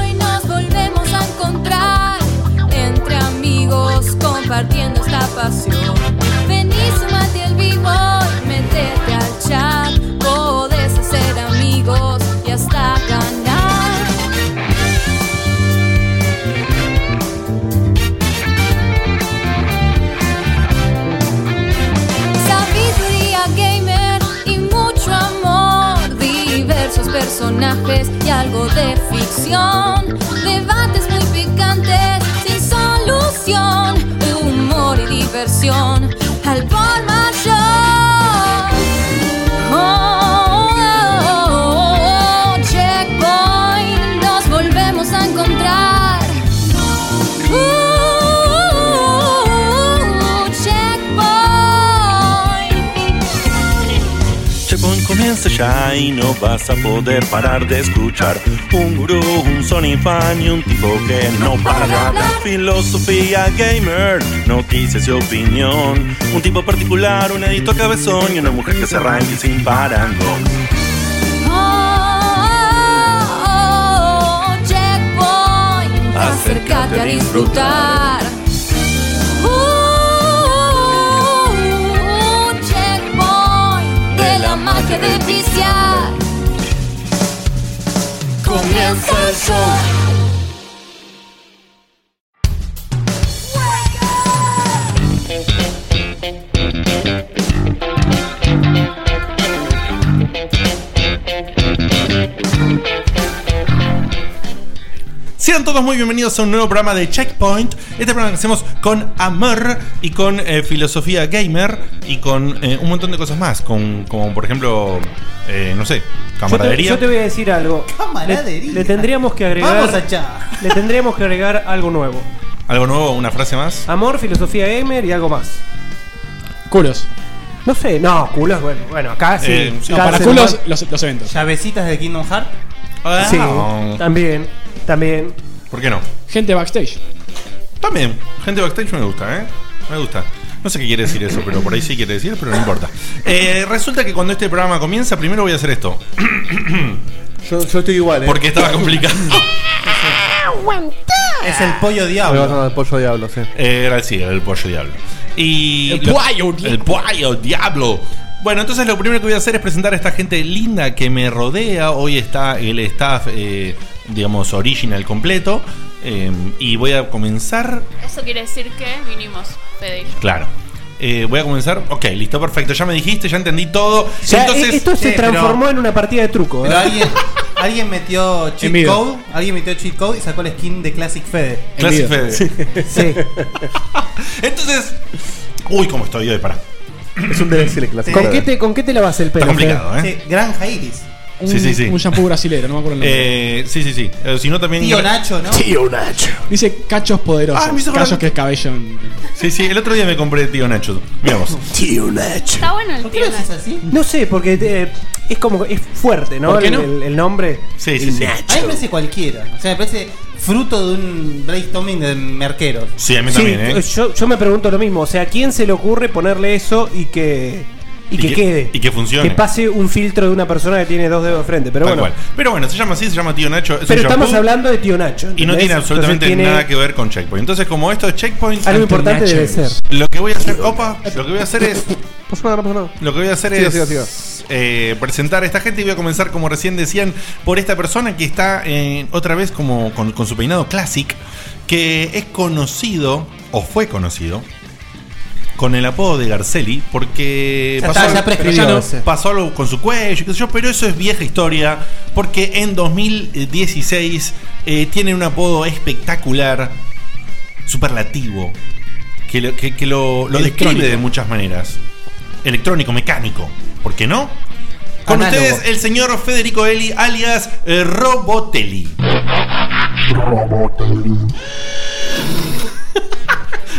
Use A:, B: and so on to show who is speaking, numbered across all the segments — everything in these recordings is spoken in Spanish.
A: Hoy nos volvemos a encontrar entre amigos compartiendo esta pasión. Vení, sumate al vivo y metete al chat. Podés hacer amigos y hasta ganar. Sabiduría gamer y mucho amor, diversos personajes y algo de ficción, debates muy picantes sin solución, humor y diversión al por mayor. Oh, oh, oh, oh, checkpoint, nos volvemos a encontrar. Uh, checkpoint.
B: Checkpoint comienza ya y no vas a poder parar de escuchar Un gurú, un Sony fan y un tipo que no para de hablar Filosofía gamer, noticias y opinión Un tipo particular, un edito cabezón y una mujer que se arranque sin parangón
A: Oh, oh, oh, oh, checkpoint, acércate a disfrutar. Uh, checkpoint, de la magia de viciar. Comienza el show.
C: Sean todos muy bienvenidos a un nuevo programa de Checkpoint. Este programa que hacemos con amor y con eh, filosofía gamer y con eh, un montón de cosas más. Con, como por ejemplo, eh, no sé,
D: Yo te,
C: camaradería.
D: yo te voy a decir algo.
E: Camaradería.
D: Le, le tendríamos que agregar.
E: Vamos allá.
D: Le tendríamos que agregar algo nuevo.
C: Algo nuevo, una frase más.
D: Amor, filosofía gamer y algo más.
F: Culos.
D: No sé, no, culos, bueno, bueno, acá sí.
C: Eh, sí.
F: No,
D: Acá
F: para
D: se-
F: culos, los, los eventos.
E: Llavecitas de Kingdom Hearts.
D: Sí,
C: Ah.
D: también, también.
C: ¿Por qué no?
F: Gente backstage.
C: También, gente backstage me gusta, ¿eh? Me gusta. No sé qué quiere decir eso, pero por ahí sí quiere decir, pero no importa. Eh, resulta que cuando este programa comienza, primero voy a hacer esto.
G: Yo, yo estoy igual, ¿eh?
C: Porque estaba complicado.
E: Es el pollo
G: Me vas a
E: diablo.
G: dar pollo diablo, sí.
C: Eh, Era así, el pollo diablo. Y
F: El
C: lo-
F: pollo diablo.
C: el pollo diablo. Bueno, entonces lo primero que voy a hacer es presentar a esta gente linda que me rodea. Hoy está el staff, eh, digamos, original completo. Eh, y voy a comenzar.
H: Eso quiere decir que vinimos, Fede. y yo.
C: Claro. Eh, voy a comenzar. Ok, listo, perfecto. Ya me dijiste, ya entendí todo.
D: O sea,
C: entonces. eh,
D: e- esto se
F: eh,
E: Sí, pero-
D: transformó en una partida de truco. ¿eh?
E: Pero alguien, alguien metió cheat
F: Envidia.
E: code. Alguien metió cheat code y sacó el skin de Classic Fede.
C: Clase
F: en vida.
C: Fede.
D: Sí.
C: Entonces. Uy, cómo estoy hoy, pará.
G: Es un DLC de clase.
D: ¿Con qué, te, ¿Con qué te lavas el pelo?
C: Está complicado, ¿eh?
E: Sí, Granja Iris.
F: Un,
C: Sí, sí, sí.
F: Un shampoo brasilero, no me acuerdo el nombre.
C: Eh, sí, sí, sí. Eh, si no, también.
E: Tío Nacho, ¿no?
F: Dice cachos
C: Ah, me
F: poderosos.
C: hizo
F: cachos
C: acordar-
F: que es cabello. en-
C: Sí, sí, el otro día me compré Tío Nacho. Miramos.
H: Está bueno el
E: ¿Por qué lo
H: tío
E: haces
H: Nacho.
E: así?
D: No sé, porque eh, es como es fuerte, ¿no?
F: ¿Por qué
D: El-
F: no?
D: El, el nombre.
C: Sí, sí, sí.
E: A mí me parece cualquiera. O sea, me parece fruto de un brainstorming de merqueros.
C: Sí, a mí
D: Sí,
C: también, ¿eh?
D: yo, yo me pregunto lo mismo. O sea, ¿a quién se le ocurre ponerle eso y que, y
C: Y
D: que,
C: que-
D: quede?
C: y que funcione.
D: Que pase un filtro de una persona que tiene dos dedos de frente. Pero
C: Tal
D: bueno.
C: cual. Pero bueno, se llama así, se llama Tío Nacho. es un
D: Pero estamos
C: shampoo
D: hablando de tío Nacho.
C: Y no
D: ¿entendés?
C: tiene absolutamente
D: Entonces tiene
C: nada que ver con Checkpoint. Entonces, como esto es Checkpoint,
D: Algo
F: Ante
D: importante
F: Nacho.
D: debe ser.
C: lo que voy a hacer, opa, lo que voy a hacer es.
G: Pasó nada, no pasó nada.
C: Lo que voy a hacer
G: Siga,
C: es
G: siga, siga.
C: eh, presentar a esta gente y voy a comenzar, como recién decían, por esta persona que está eh, otra vez como con, con su peinado classic, que es conocido, o fue conocido, con el apodo de Garceli, porque
E: Ya está, ya prescribió
C: pero
E: ese.
C: pasó algo con su cuello, qué sé yo, pero eso es vieja historia, porque en 2016 eh, tiene un apodo espectacular, superlativo, que lo, que, que lo, lo describe de muchas maneras. Electrónico, mecánico, ¿por qué no? Con
E: Análogo.
C: ustedes el señor Federico Eli, alias eh, Robotelli.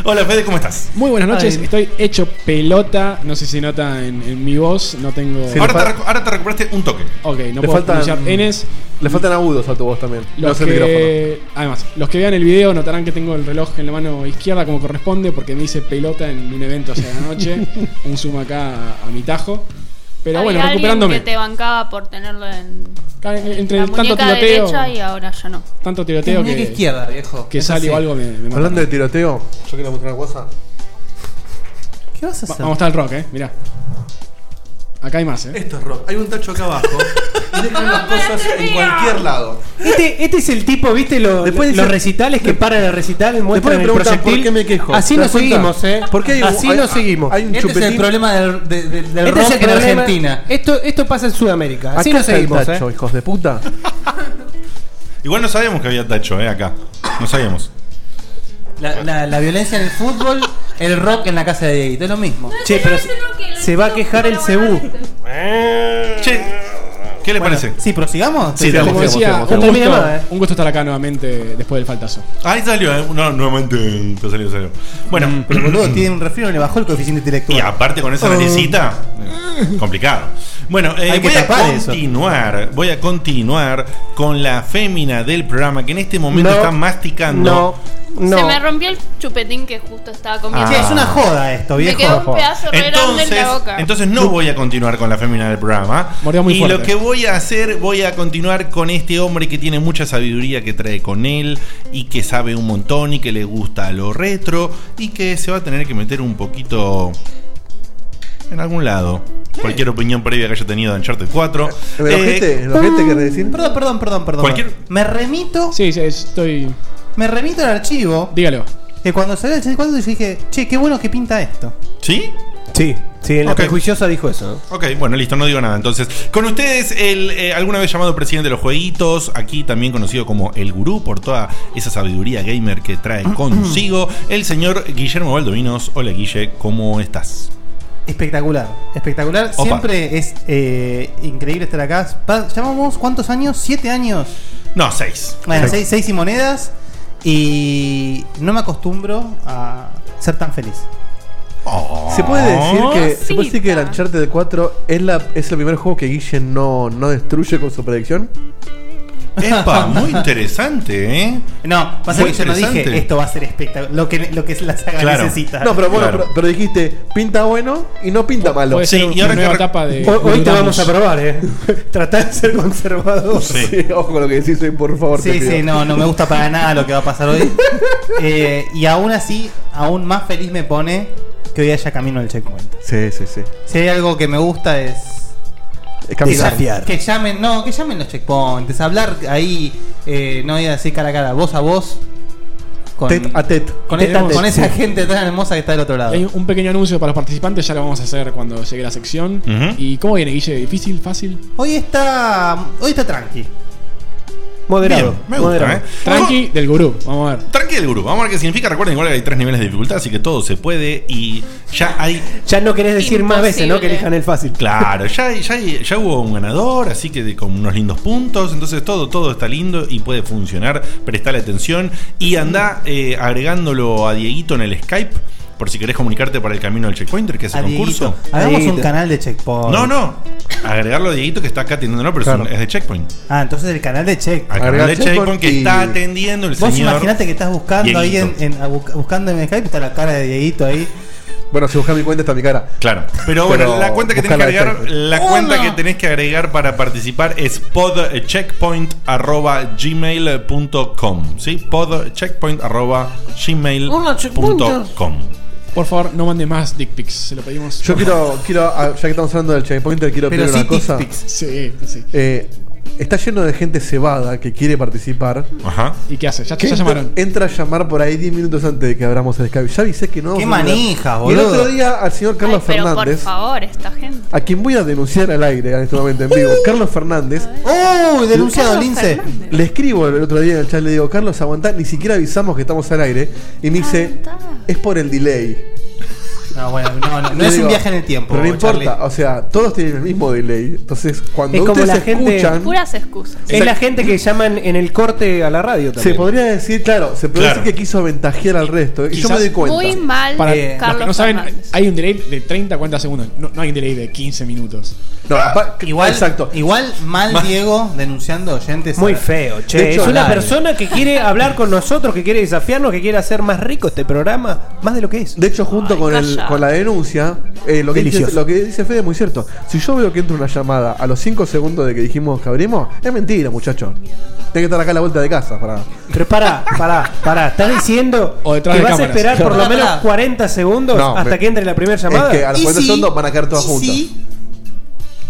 C: Hola Fede, ¿cómo estás?
F: Muy buenas noches,
C: Ay.
F: estoy hecho pelota, no sé si nota en, en mi voz, no tengo...
C: ahora, te recu- ahora te recuperaste un toque.
F: Ok, no puedo pronunciar Ns.
G: le faltan agudos a tu voz también. No
F: Los
G: es el micrófono.
F: que, además, los que vean el video notarán que tengo el reloj en la mano izquierda como corresponde porque me hice pelota en un evento hacia la noche, un zoom acá a, a mi tajo. Pero bueno,
H: Había alguien
F: recuperándome.
H: que te bancaba por tenerlo en
F: Entre
H: la
F: tanto
H: muñeca
F: tiroteo-
H: derecha y ahora ya no.
F: Tanto tiroteo que... Que
G: Eso
F: sale o
G: sí.
F: algo me, me mata.
G: Hablando de tiroteo, yo quiero mostrar una cosa.
E: ¿Qué vas a
F: Va- Vamos a estar al rock, eh, mirá. Acá hay más, eh.
I: Esto es rock. Hay un tacho acá abajo. y dejan las cosas en cualquier lado.
D: Este, este es el tipo, ¿viste? Lo-
I: Después
D: los
I: dicen-
D: recitales que paran el recital,
I: Después
D: muestran
I: me
D: el
I: preguntan
D: proyectil.
I: por qué me quejo.
D: Así
I: ¿Te
D: nos
I: das cuenta?
D: seguimos, ¿eh?
I: ¿Por qué hay un-
D: Así
I: hay-
D: nos seguimos.
I: hay un
E: Este es el problema del, de- de- del
D: Este
E: rock
D: es el
E: en
D: problema.
E: Argentina.
D: Esto, esto pasa en Sudamérica. Así
G: Acá
D: nos
G: está el
D: seguimos,
G: tacho,
D: ¿eh?
G: hijos de puta.
C: Igual no sabíamos que había tacho, eh, acá. No sabíamos.
E: La, la- la violencia en el fútbol, el rock en la casa de Dieguito, es lo mismo.
D: Che, pero se, se va a quejar el CBU.
C: Eh. Che, ¿qué le parece?
E: Sí, prosigamos.
C: Sí,
F: Como
C: sigamos,
F: decía,
C: sigamos,
F: un,
C: sigamos.
D: Termina
F: gusto,
D: más, eh.
F: un gusto estar acá nuevamente después del faltazo.
C: Ahí salió, eh. No, nuevamente. Te salió, salió.
D: Mm.
C: Bueno,
E: Pero boludo, tiene un refrío, le bajó el coeficiente
C: y
E: intelectual. Oh.
C: aparte con esa naricita, eh, complicado. Bueno, eh,
E: Hay que
C: voy a
E: tapar eso.
C: continuar, voy a continuar con la fémina del programa que en este momento
D: No,
C: está masticando.
D: No, no.
H: Se me rompió el chupetín que justo estaba comiendo.
E: Che, es una joda esto,
H: me
E: viejo.
H: quedó un pedazo re grande en
C: Entonces,
H: la boca.
C: entonces no voy a continuar con la fémina del programa.
F: Mordió muy
C: y
F: fuerte.
C: lo que voy a hacer, voy a continuar con este hombre que tiene mucha sabiduría que trae con él y que sabe un montón y que le gusta lo retro y que se va a tener que meter un poquito en algún lado. Cualquier opinión previa que haya tenido de Uncharted 4.
G: ¿Lo
C: Eh,
G: gente? ¿Lo gente quiere decir?
E: Mm, Perdón, perdón, perdón, perdón.
C: Cualquier-
E: Me remito,
F: Sí, sí, estoy...
E: me remito al archivo
F: Dígalo.
E: que cuando salió el 64 yo dije, che, qué bueno que pinta esto.
C: ¿Sí?
D: Sí, sí, en la
C: Ok.
D: prejuiciosa dijo eso. ¿no?
C: Ok, bueno, listo, no digo nada. Entonces, con ustedes, el eh, alguna vez llamado presidente de los jueguitos, aquí también conocido como el gurú por toda esa sabiduría gamer que trae consigo, el señor Guillermo Baldovinos. Hola Guille, ¿cómo estás?
E: Espectacular, espectacular.
C: Opa.
E: Siempre es eh, increíble estar acá. Pa- Llevamos cuántos años? ¿Siete años?
C: No, seis.
E: Bueno,
C: Seis.
E: seis, seis y monedas. Y no me acostumbro a ser tan feliz.
C: Oh.
G: ¿Se
E: Ah.
G: puede decir que, ¿se puede decir que el
H: Cosita.
G: Uncharted 4 es, la, es el primer juego que Guille no, no destruye con su predicción?
C: Epa, muy interesante, ¿eh?
E: No, pasa
C: Muy
E: que yo no dije
C: interesante.
E: esto va a ser espectacular. Lo que, lo que la saga
C: Claro.
E: necesita.
G: No, pero bueno,
C: Claro.
G: pero, pero dijiste pinta bueno y no pinta malo.
F: Puede
C: Sí,
F: ser
C: y
F: una
C: ahora
F: nueva
C: que-
F: etapa de...
D: Hoy, hoy te
F: Gurudamos.
D: vamos a probar, ¿eh? Tratar de ser conservador.
C: Sí.
G: Sí, ojo con lo que decís, eh, por favor. te
E: Sí,
G: pido.
E: sí, no, no me gusta para nada lo que va a pasar hoy. Eh, y aún así, aún más feliz me pone que hoy haya camino al checkpoint.
G: Sí, sí, sí.
E: Si hay algo que me gusta es
G: Es caminar.
E: Que llamen, no, que llamen los checkpoints, hablar ahí, eh, no ir así cara a cara, voz a voz. Con,
G: Tet a tet.
E: con,
G: Tet
E: esta-
G: a tet.
E: con esa gente tan hermosa que está del otro lado.
F: Hay un pequeño anuncio para los participantes, ya lo vamos a hacer cuando llegue la sección.
C: Ujú.
F: ¿Y cómo viene, Guille? ¿Difícil? ¿Fácil?
E: Hoy está. Hoy está tranqui.
D: Moderado.
C: Bien, me gusta,
D: moderado.
C: ¿eh?
F: Tranqui del gurú, vamos a ver.
C: Tranqui del gurú, vamos a ver qué significa. Recuerden igual que hay tres niveles de dificultad, así que todo se puede y ya hay
D: Ya no querés decir más veces, ¿no? Que
H: Imposible.
D: elijan el fácil.
C: Claro, ya, ya, ya hubo un ganador, así que de- con unos lindos puntos, entonces todo, todo está lindo y puede funcionar, prestale atención y anda eh, agregándolo a Dieguito en el Skype, por si querés comunicarte para el camino del checkpointer, que es el
E: A
C: concurso.
E: Dieguito. Hagamos
G: Dieguito.
E: un canal de checkpoint.
C: No, no, agregarlo a Dieguito que está acá atendiéndolo, pero es un-
G: Claro.
C: es de checkpoint.
E: Ah, entonces el canal de checkpoint.
C: Al canal
G: Agregar
C: de
G: Checkpoint
C: checkpoint, que
G: y-
C: está atendiendo el
E: Vos
C: señor.
E: imaginate que estás buscando ahí en,
C: Dieguito.
E: en- a bu- buscando en Skype, está la cara de Dieguito ahí.
G: Bueno, si buscas mi cuenta está mi cara.
C: Claro, pero bueno,
G: Pero
C: la cuenta que tenés que
G: buscala de
C: agregar,
G: checkpoint.
C: la cuenta que tenés que agregar para participar es podcheckpoint@gmail.com, ¿sí? podcheckpoint@gmail.com.
F: eh. Por favor, no mande más dick pics, se lo pedimos.
G: Yo quiero, quiero ah, ya que estamos hablando del checkpointer, quiero
E: Pero
G: pedir
E: sí,
G: una cosa.
E: TikToks.
F: Sí, sí.
G: Eh, está lleno de gente cebada que quiere participar.
C: Ajá.
F: ¿Y qué hace? Ya,
G: Que
F: ya
G: entra-
F: llamaron.
G: Entra a llamar por ahí 10 minutos antes de que abramos el Skype. Ya avisé que no.
E: Qué
G: vamos a hablar.
E: manija,
G: Y el
E: boludo.
G: otro día al señor Carlos
H: Ay, pero
G: Fernández,
H: por favor, esta gente.
G: a quien voy a denunciar al aire en este momento en vivo, Carlos Fernández,
E: ¡Uy! denunciado,
H: Carlos
E: Lince.
H: Fernández.
G: le escribo el otro día en el chat, le digo, Carlos, aguantá, ni siquiera avisamos que estamos al aire. Y me dice,
H: Aguantá.
G: es por el delay.
E: No, bueno, no, no, no es un viaje en el tiempo.
G: Pero no
E: Charlie.
G: importa, o sea, todos tienen el mismo delay. Entonces, cuando
D: Es como
G: ustedes
D: la gente-
G: escuchan,
H: Puras excusas.
D: Es la gente que llaman en el corte a la radio
G: se
D: también.
G: podría decir, claro, se podría
C: Claro.
G: decir que quiso ventajear al resto. Y yo
F: Quizás
G: me doy cuenta.
H: Muy mal,
F: Para
H: eh,
F: los
H: Carlos
F: que no saben,
H: Fernández.
F: hay un delay de 30 40 segundos. No, no hay un delay de 15 minutos.
G: No,
C: Ah,
G: apa-
E: Igual,
G: Exacto.
E: igual mal Diego denunciando oyentes.
D: Muy feo, che.
G: De hecho,
D: es una
E: dale.
D: persona que quiere hablar con nosotros, que quiere desafiarnos, que quiere hacer más rico este programa, más de lo que es.
G: De hecho, junto
H: Ay,
G: con, el-
H: calla.
G: con la denuncia, eh, lo, que dice,
D: Delicioso.
G: lo que dice Fede es muy cierto. Si yo veo que entra una llamada a los 5 segundos de que dijimos que abrimos, es mentira, muchacho. Tenés que estar acá a la vuelta de casa para.
D: Pero pará, pará, pará. ¿Estás diciendo
F: O
D: que
F: detrás de
D: vas a
F: cámaras.
D: esperar por lo
E: Pará,
D: menos
E: pará.
D: 40 segundos
G: No,
D: hasta
G: me-
D: que entre la primera llamada?
G: Es que a los 40 segundos van a caer todas juntas.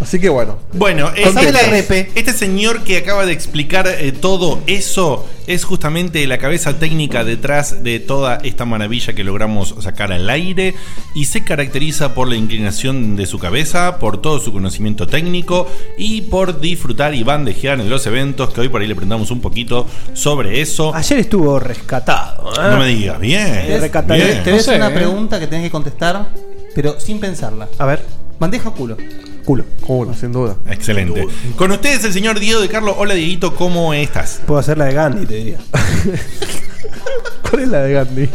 G: Así que bueno.
C: Bueno, eh,
G: Contento.
C: este, este señor que acaba de explicar eh, todo eso es justamente la cabeza técnica detrás de toda esta maravilla que logramos sacar al aire y se caracteriza por la inclinación de su cabeza, por todo su conocimiento técnico y por disfrutar y bandejear en los eventos que hoy por ahí le preguntamos un poquito sobre eso.
D: Ayer estuvo rescatado. ¿eh?
C: No me digas, bien.
D: Recataré.
C: bien.
E: Te ves
F: No sé,
E: una
F: eh.
E: pregunta que tenés que contestar, pero sin pensarla.
D: A ver,
E: Bandeja o culo.
D: culo.
G: Culo, sin duda.
C: Excelente. eh. Con ustedes el señor Diego de Carlos. Hola Dieguito, ¿cómo estás?
D: Puedo hacer la de Gandhi, te diría.
G: ¿Cuál es la de Gandhi?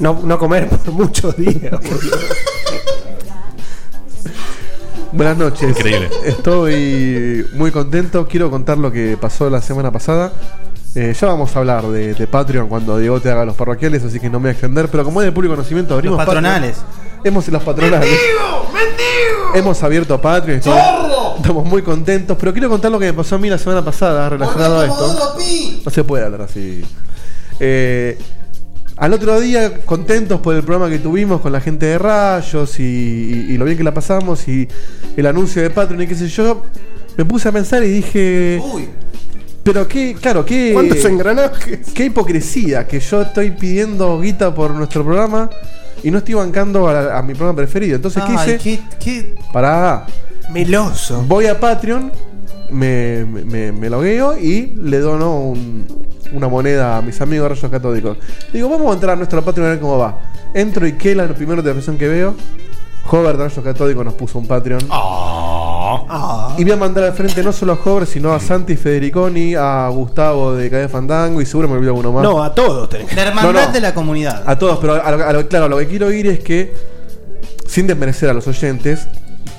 D: No, no comer por muchos días.
G: Buenas noches.
C: Increíble.
G: Estoy muy contento. Quiero contar lo que pasó la semana pasada. Eh, ya vamos a hablar de, de Patreon cuando Diego te haga los parroquiales, así que no me voy a extender. Pero como es de público conocimiento, abrimos
E: Los patronales.
G: Patreon. Hemos los patronales. Hemos abierto Patreon. Estamos, estamos muy contentos. Pero quiero contar lo que me pasó a mí la semana pasada relacionado a esto. No se puede hablar así. Eh, al otro día, contentos por el programa que tuvimos con la gente de Rayos y, y- y lo bien que la pasamos y el anuncio de Patreon y qué sé yo, me puse a pensar y dije...
I: Uy.
G: Pero qué, claro, qué...
D: ¿Cuántos engranajes?
G: Qué hipocresía que yo estoy pidiendo guita por nuestro programa y no estoy bancando a, a mi programa preferido. Entonces, ¿qué
E: Ay,
G: hice?
E: qué, qué
G: Pará.
D: Meloso.
G: Voy a Patreon, me, me- me, me logueo y le dono un- una moneda a mis amigos rayos catódicos. Digo, vamos a entrar a nuestro Patreon a ver cómo va. Entro y qué es la primera notificación que veo. Hover de Rayos Catódicos nos puso un Patreon.
D: Ah.
G: Y voy a mandar al frente no solo a Hover, sino a Santi Federiconi, a Gustavo de Calle Fandango y seguro me olvido alguno más.
D: No, a todos tenés que-
E: La hermandad
G: No, no.
E: de la comunidad.
G: A todos, pero a lo- a lo- claro, a lo que quiero ir es que, sin desmerecer a los oyentes,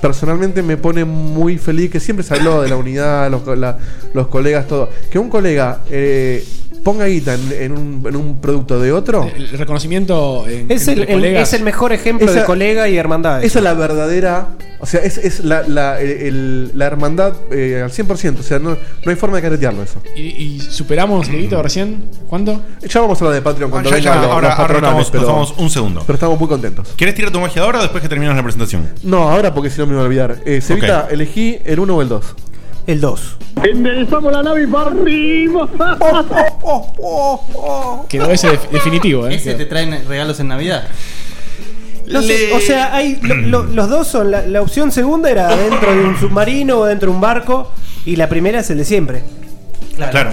G: personalmente me pone muy feliz que siempre se habló de la unidad, los, co- la- los colegas, todo. Que un colega eh, ponga guita en, en un, en un producto de otro,
F: El el reconocimiento en-
D: Es el,
F: entre
D: el-
F: colegas.
D: es el mejor ejemplo
G: Esa-
D: de colega y hermandad.
G: esa es la verdadera. O sea, es, es la, la- el- el- la hermandad eh, al 100%. O sea, no, no hay forma de caretearlo eso.
F: Y, y superamos, Dieguito, recién. ¿Cuánto?
G: Ya vamos a hablar de Patreon cuando
C: Ah, Ya, ya,
G: vengan los-
C: ahora,
G: los
C: ahora nos
G: patronales,
C: vamos- nos vamos
G: pero,
C: un segundo.
G: pero estamos muy contentos.
C: ¿Quieres tirar tu magia ahora o después que terminemos la presentación?
G: No, ahora porque si no me voy a olvidar. Eh, Cevita,
C: Ok.
G: elegí el 1 o el 2.
D: El 2.
F: Quedó ese def- definitivo, ¿eh?
E: ¿Ese
F: Quedó.
E: te traen regalos en Navidad?
D: No sé, o sea, hay lo- lo- los dos son. La, la opción segunda era dentro de un submarino o dentro de un barco. Y la primera es el de siempre.
C: Claro.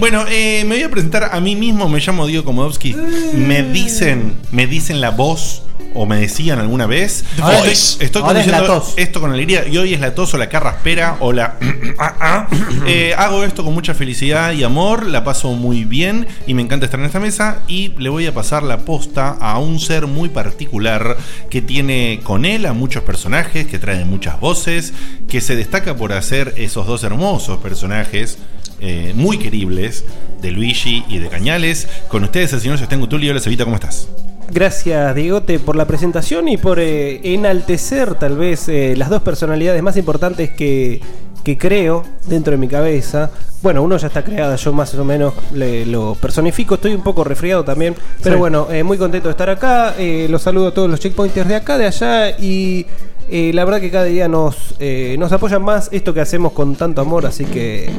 C: Bueno, eh, me voy a presentar a mí mismo, me llamo Diego Komodowski. Me
E: Eh.
C: dicen, me dicen la voz o me decían alguna vez.
E: Ahora
C: Estoy-
E: es-
C: estoy,
E: ahora es la
C: conduciendo
E: tos.
C: esto con alegría y hoy es la tos o la carraspera o la ah, ah. Eh, hago esto con mucha felicidad y amor, la paso muy bien y me encanta estar en esta mesa y le voy a pasar la posta a un ser muy particular que tiene con él a muchos personajes, que trae muchas voces, que se destaca por hacer esos dos hermosos personajes eh, muy queribles de Luigi y de Cañales. Con ustedes el señor Sebastián Gutulli. Hola, Cevita, ¿cómo estás?
D: Gracias, Diegote, por la presentación y por eh, enaltecer tal vez eh, las dos personalidades más importantes que, que creo dentro de mi cabeza. Bueno, uno ya está creada, yo más o menos le- lo personifico, estoy un poco resfriado también, pero
G: Sí.
D: bueno, eh, muy contento de estar acá, eh, los saludo a todos los checkpointers de acá, de allá y eh, la verdad que cada día nos, eh, nos apoyan más esto que hacemos con tanto amor, así que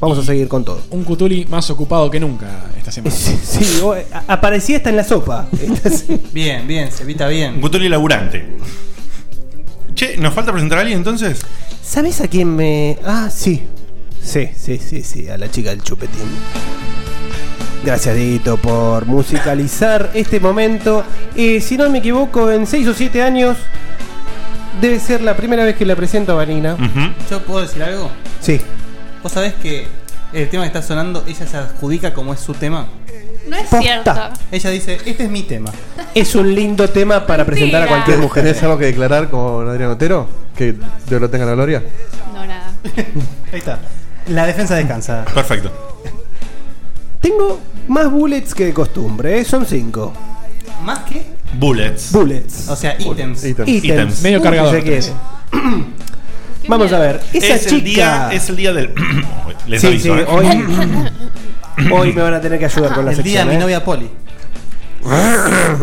D: vamos a seguir con todo.
F: Un Cutuli más ocupado que nunca esta semana.
D: Sí, o- a- aparecí hasta en la sopa.
E: Bien, bien, se evita bien.
C: Gutulli laburante. Che, ¿nos falta presentar a alguien entonces?
D: ¿Sabes a quién me.? Ah, sí. Sí, sí, sí, sí, a la chica del chupetín. Gracias, Dito, por musicalizar este momento. Eh, si no me equivoco, en 6 o 7 años debe ser la primera vez que la presento a Vanina.
E: ¿Yo puedo decir algo?
D: Sí.
E: ¿Vos sabés que el tema que está sonando, ella se adjudica como es su tema?
H: No es
E: Posta.
H: cierto.
E: Ella dice, este es mi tema.
D: Es un lindo tema para presentar a cualquier mujer.
G: ¿Tenés algo que declarar con Adrián Otero? Que Dios lo tenga en la gloria.
H: No, nada.
E: Ahí está. La defensa descansa.
J: Perfecto.
D: Tengo más bullets que de costumbre, ¿eh? son 5.
E: ¿Más qué?
J: Bullets.
D: Bullets.
E: O sea, ítems.
G: Ítems.
J: Ítems.
D: Ítems.
F: Medio
D: Uh,
F: cargador
D: si se quiere. Vamos a ver. Esa
J: es,
D: chica.
J: el día, es el día del. Les
D: Sí,
J: aviso.
D: sí,
J: eh.
D: hoy, hoy me van a tener que ayudar con la
E: El día
D: sección.
E: de mi
D: ¿eh?
E: novia Poli.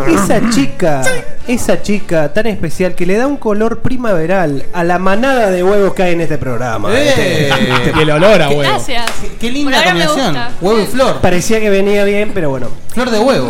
D: Esa chica, esa chica tan especial que le da un color primaveral a la manada de huevos que hay en este programa.
E: ¡Eh!
F: Y el olor a huevo.
H: Gracias.
E: Qué- Qué
H: Por
E: linda
H: ahora me
E: combinación.
H: gusta.
E: Huevo y flor.
D: Parecía que venía bien, pero bueno.
E: Flor de huevo.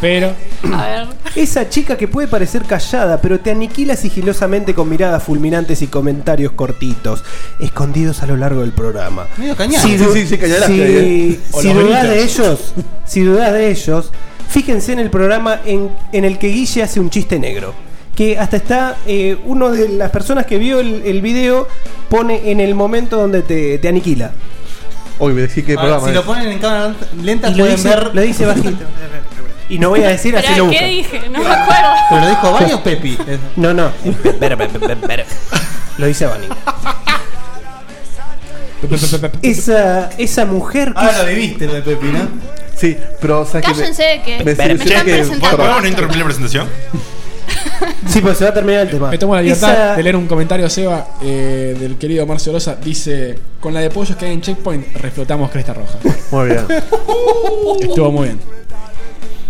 F: Pero
H: A ver.
D: Esa chica que puede parecer callada, pero te aniquila sigilosamente con miradas fulminantes y comentarios cortitos, escondidos a lo largo del programa.
E: Medio cañón.
G: Sí, sí, sí, sí, cañalaste
D: si-
E: ¿eh?
G: ahí,
F: O
D: si
F: los
D: dudás
F: gritos.
D: de ellos, si dudás de ellos, fíjense en el programa en, en el que Guille hace un chiste negro. Que hasta está, eh, uno de las personas que vio el, el video pone en el momento donde te, te aniquila.
G: Hoy me
C: Ah,
G: decís que
E: Ahora,
G: programa.
E: si
G: es.
E: lo ponen en cámara lenta
D: Y lo
E: pueden
D: dice,
E: ver.
D: lo dice bajito. Y no voy a decir así
H: Esperá,
D: lo
H: ¿qué
D: uso.
H: dije? No me acuerdo.
E: Pero lo dijo varios Pepi.
D: No, no. Lo dice Vani. Esa, eh, esa mujer que
E: Ahora Ah, lo viviste lo de Pepi, ¿no?
G: Sí, pero sabes que me-
H: Cállense de que.
G: me
H: me
G: desilusiona
H: están
G: que-
H: presentando.
G: Bueno,
C: ¿Podemos no interrumpir la presentación?
D: Sí, pues se va a terminar el tema.
F: Eh, me tomo la libertad
D: Esa-
F: de leer un comentario, Seba, eh, del querido Marcio Rosa. Dice: Con la de pollos que hay en Checkpoint, reflotamos Cresta Roja.
G: Muy bien.
F: Estuvo muy bien.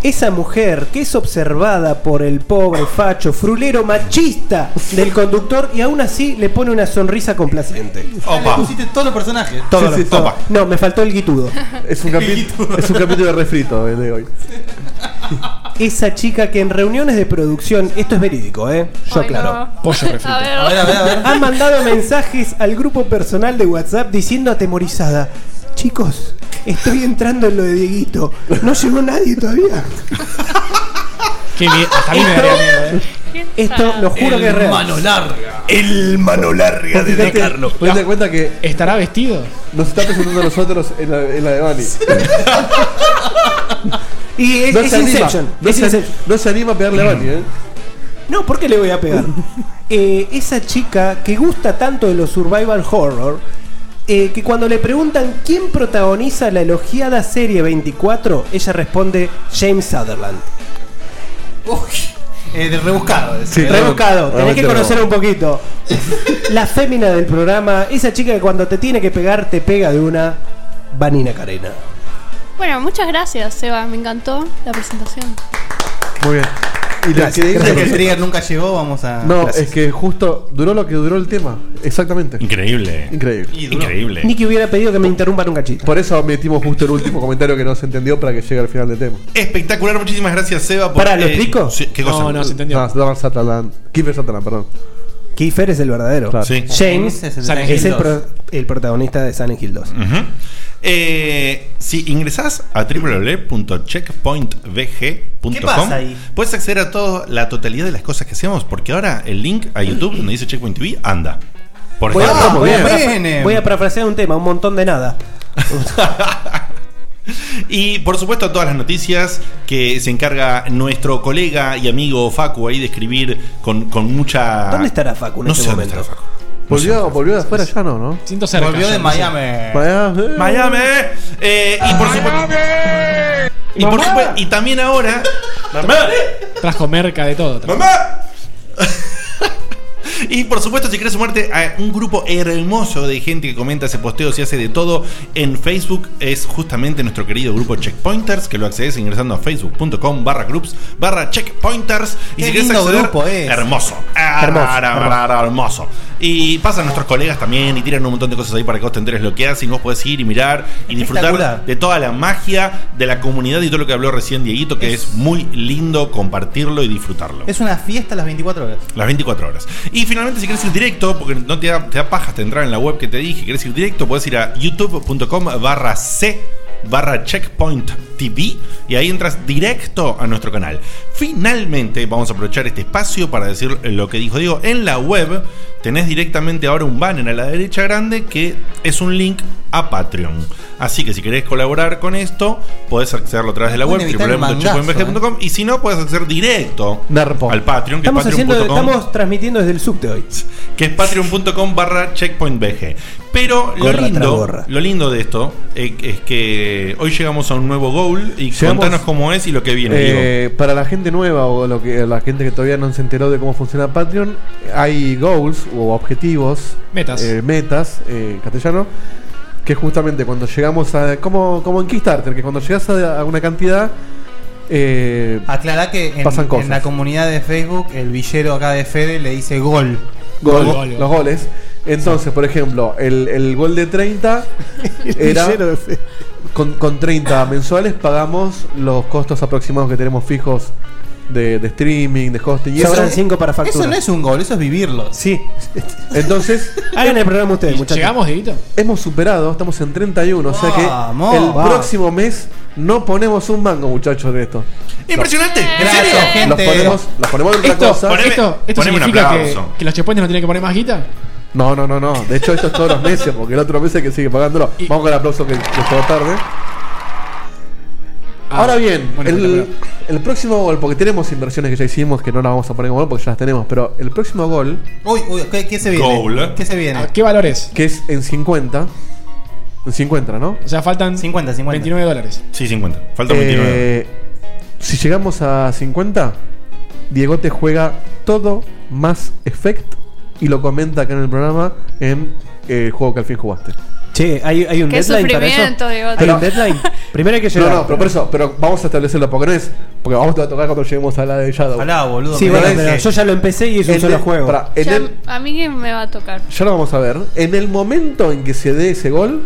D: Esa mujer que es observada por el pobre facho, frulero machista del conductor y aún así le pone una sonrisa complaciente.
E: Le
C: Opa.
E: pusiste todos los personajes.
D: Todo
G: Sí, sí,
D: lo- todo.
G: opa.
D: No, me faltó el guitudo.
G: Es un, capítulo, es un capítulo de refrito el de hoy.
D: Esa chica que en reuniones de producción, esto es verídico, ¿eh? Yo
H: Ay,
D: aclaro.
H: no.
F: Pollo
H: A
F: refrito.
H: ver.
E: A ver, a ver, a ver.
D: Ha mandado mensajes al grupo personal de WhatsApp diciendo atemorizada: Chicos, estoy entrando en lo de Dieguito. No llegó nadie todavía.
F: Qué mie- Hasta a mí me daría miedo, eh.
H: ¿qué
D: Esto
H: tal?
D: lo juro que es real.
K: Mano larga.
C: El mano larga de
G: Fíjate,
C: Carlos.
G: ponete en cuenta que
F: ¿Estará vestido?
G: nos está presentando a nosotros en la, en la de Bani.
D: Y es,
G: No
D: es
G: se anima.
D: Inception.
G: No
D: es
G: se,
D: Inception.
G: no se anima a pegarle a Bani, ¿eh?
D: No, ¿por qué le voy a pegar? Eh, esa chica que gusta tanto de los survival horror, eh, que cuando le preguntan quién protagoniza la elogiada serie 24, ella responde James Sutherland.
E: Uy, eh, de rebuscado. es.
G: Sí,
D: Rebuscado, tenés que
G: realmente
D: conocer
G: no.
D: un poquito. La fémina del programa, esa chica que cuando te tiene que pegar, te pega de una Vanina Carena.
H: Bueno, muchas gracias, Seba. Me encantó la presentación.
G: Muy bien. Ah, Y lo que
E: Ya que el
G: dice-
E: trigger nunca llegó, vamos a.
G: No, es que justo duró lo que duró el tema. Exactamente.
C: Increíble.
G: Increíble.
C: Increíble.
D: Ni que hubiera pedido que me interrumpan un cachito.
G: Por eso metimos justo el último comentario que no se entendió para que llegue al final del tema.
C: Espectacular, muchísimas gracias, Seba. Por,
D: Pará, ¿lo explico?
C: Eh, sí, ¿Qué cosa?
F: No, no, se entendió.
G: Ah, Sutherland, Sutherland. Kiefer Sutherland, perdón.
D: Kiefer es el verdadero.
G: Claro.
C: Sí.
D: James
E: Ese es el
D: es,
E: Silent
D: el,
E: Hill
D: pro- el protagonista de Silent Hill 2.
C: Ujú. Eh, si ingresás a
E: ¿Qué pasa
C: www.checkpointvg.com
E: ahí?
C: puedes acceder a toda la totalidad de las cosas que hacemos, porque ahora el link a YouTube donde dice Checkpoint TV anda. Por
D: Voy a,
C: ejemplo.
E: Ah,
D: voy a
E: bien.
D: parafra-
E: Bien.
D: voy a parafrasear un tema, un montón de nada.
C: Y por supuesto todas las noticias que se encarga nuestro colega y amigo Facu ahí de escribir con, con mucha...
D: ¿Dónde estará Facu en
C: Ah, no
D: este
C: sé dónde
D: momento?
C: estará Facu.
G: Volvió, volvió de afuera ya, ¿no? ¿no?
F: Siento cerca.
E: Volvió de
F: yo, no sé.
E: Miami.
G: Miami.
C: Miami. Eh, y por supuesto... Y, por supuesto- y también ahora...
F: Trajo merca de todo. trajo.
C: ¡Mamá! Y por supuesto, si querés sumarte a un grupo hermoso de gente que comenta, hace posteos y hace de todo en Facebook, es justamente nuestro querido grupo Checkpointers, que lo accedes ingresando a facebook.com barra groups barra checkpointers. Y
E: Qué
C: si querés
E: lindo
C: acceder,
E: grupo es.
C: hermoso.
D: Hermoso,
C: Ara, ara, ara, hermoso. Y pasan nuestros colegas también y tiran un montón de cosas ahí para que vos te enteres lo que hacen. y Vos podés ir y mirar y disfrutar
E: Espectacular.
C: de toda la magia de la comunidad y todo lo que habló recién Dieguito, que es muy lindo compartirlo y disfrutarlo.
E: Es una fiesta a las 24 horas.
C: Las 24 horas. Y finalmente, si querés ir directo, porque no te da, te da paja hasta entrar en la web que te dije, querés ir directo, podés ir a youtube.com barra C barra Checkpoint TV y ahí entras directo a nuestro canal. Finalmente vamos a aprovechar este espacio para decir lo que dijo Diego. En la web tenés directamente ahora un banner a la derecha grande que es un link a Patreon. Así que si querés colaborar con esto, podés accederarlo a través de la web,
E: Pueden evitar un
C: www.checkpointbg.com y si no, podés acceder directo al Patreon, que
D: Estamos,
C: es
D: haciendo,
C: patreon.com
D: estamos transmitiendo desde el subte hoy.
C: que es patreon.com barra checkpointbg. Pero lo
D: Gorra tras
C: lindo,
D: gorra.
C: lo lindo de esto eh, es que hoy llegamos a un nuevo goal y
G: Llegamos-
C: contanos cómo es y lo que viene. Diego.
G: Eh, para la gente nueva o lo que, la gente que todavía no se enteró de cómo funciona Patreon, hay goals o objetivos,
F: Metas.
G: eh, metas eh, en castellano, que justamente cuando llegamos a. Como, como en Kickstarter, que cuando llegas a, a una cantidad. eh,
E: Aclará que en,
G: Pasan cosas.
E: en la comunidad de Facebook, el villero acá de Fede le dice gol.
G: gol, los goles. Entonces, por ejemplo, el, el gol de 30 era. Con, con 30 mensuales pagamos los costos aproximados que tenemos fijos de, de streaming, de hosting y eso.
D: Sobran cinco para factura.
E: Eso no es un gol, eso es vivirlo.
D: Sí.
G: Entonces,
D: Hagan el programa ustedes, muchachos.
F: ¿Llegamos, Dieguito?
G: hemos superado, estamos en 31, o sea que
E: Vamos,
G: el
E: vamos.
G: próximo mes no ponemos un mango, muchachos, de esto.
C: ¡Impresionante! ¿En
E: Gracias,
C: serio?
E: gente.
G: Los ponemos, los ponemos en otra
F: Esto,
G: cosa.
C: poneme-
F: esto, esto
C: poneme un
F: significa que,
C: aplauso.
F: que los checkpoints no tienen que poner más guita.
G: No, no, no, no. De hecho, esto es todos los meses, porque el otro mes es que sigue pagándolo.
F: Y-
G: Vamos con el aplauso que, que llegó tarde.
F: Ah,
G: Ahora bien,
F: bueno,
G: el,
F: espectacular.
G: el próximo gol, porque tenemos inversiones que ya hicimos que no las vamos a poner como gol porque ya las tenemos, pero el próximo gol,
E: Uy, uy, ¿qué, qué se viene?
C: Goal.
E: ¿Qué se viene?
F: Ah, ¿Qué valor es?
G: que es en 50, en 50, ¿no?
F: O sea, faltan
E: 50, 50.
F: 29 dólares.
B: Sí, 50. Falta 29.
G: Eh, si llegamos a 50, Diego te juega todo más Effect y lo comenta acá en el programa en eh, el juego que al fin jugaste.
D: Che, ¿hay, hay un
H: Qué
D: deadline para
H: sufrimiento,
D: eso?
H: digo.
D: ¿Hay un deadline? Primero hay que
G: No,
D: llegar.
G: no, pero por eso, pero vamos a establecerlo porque no es. Porque vamos a tocar cuando lleguemos a la de Shadow.
E: Ojalá, boludo.
D: Sí,
E: me
D: bueno,
E: dice
D: pero
E: que-
D: yo ya lo empecé y es
G: En
D: un solo
G: el-
D: juego.
G: pará, en
H: Ya,
G: el-
H: a mí que me va a tocar.
G: ya lo vamos a ver. En el momento en que se dé ese gol,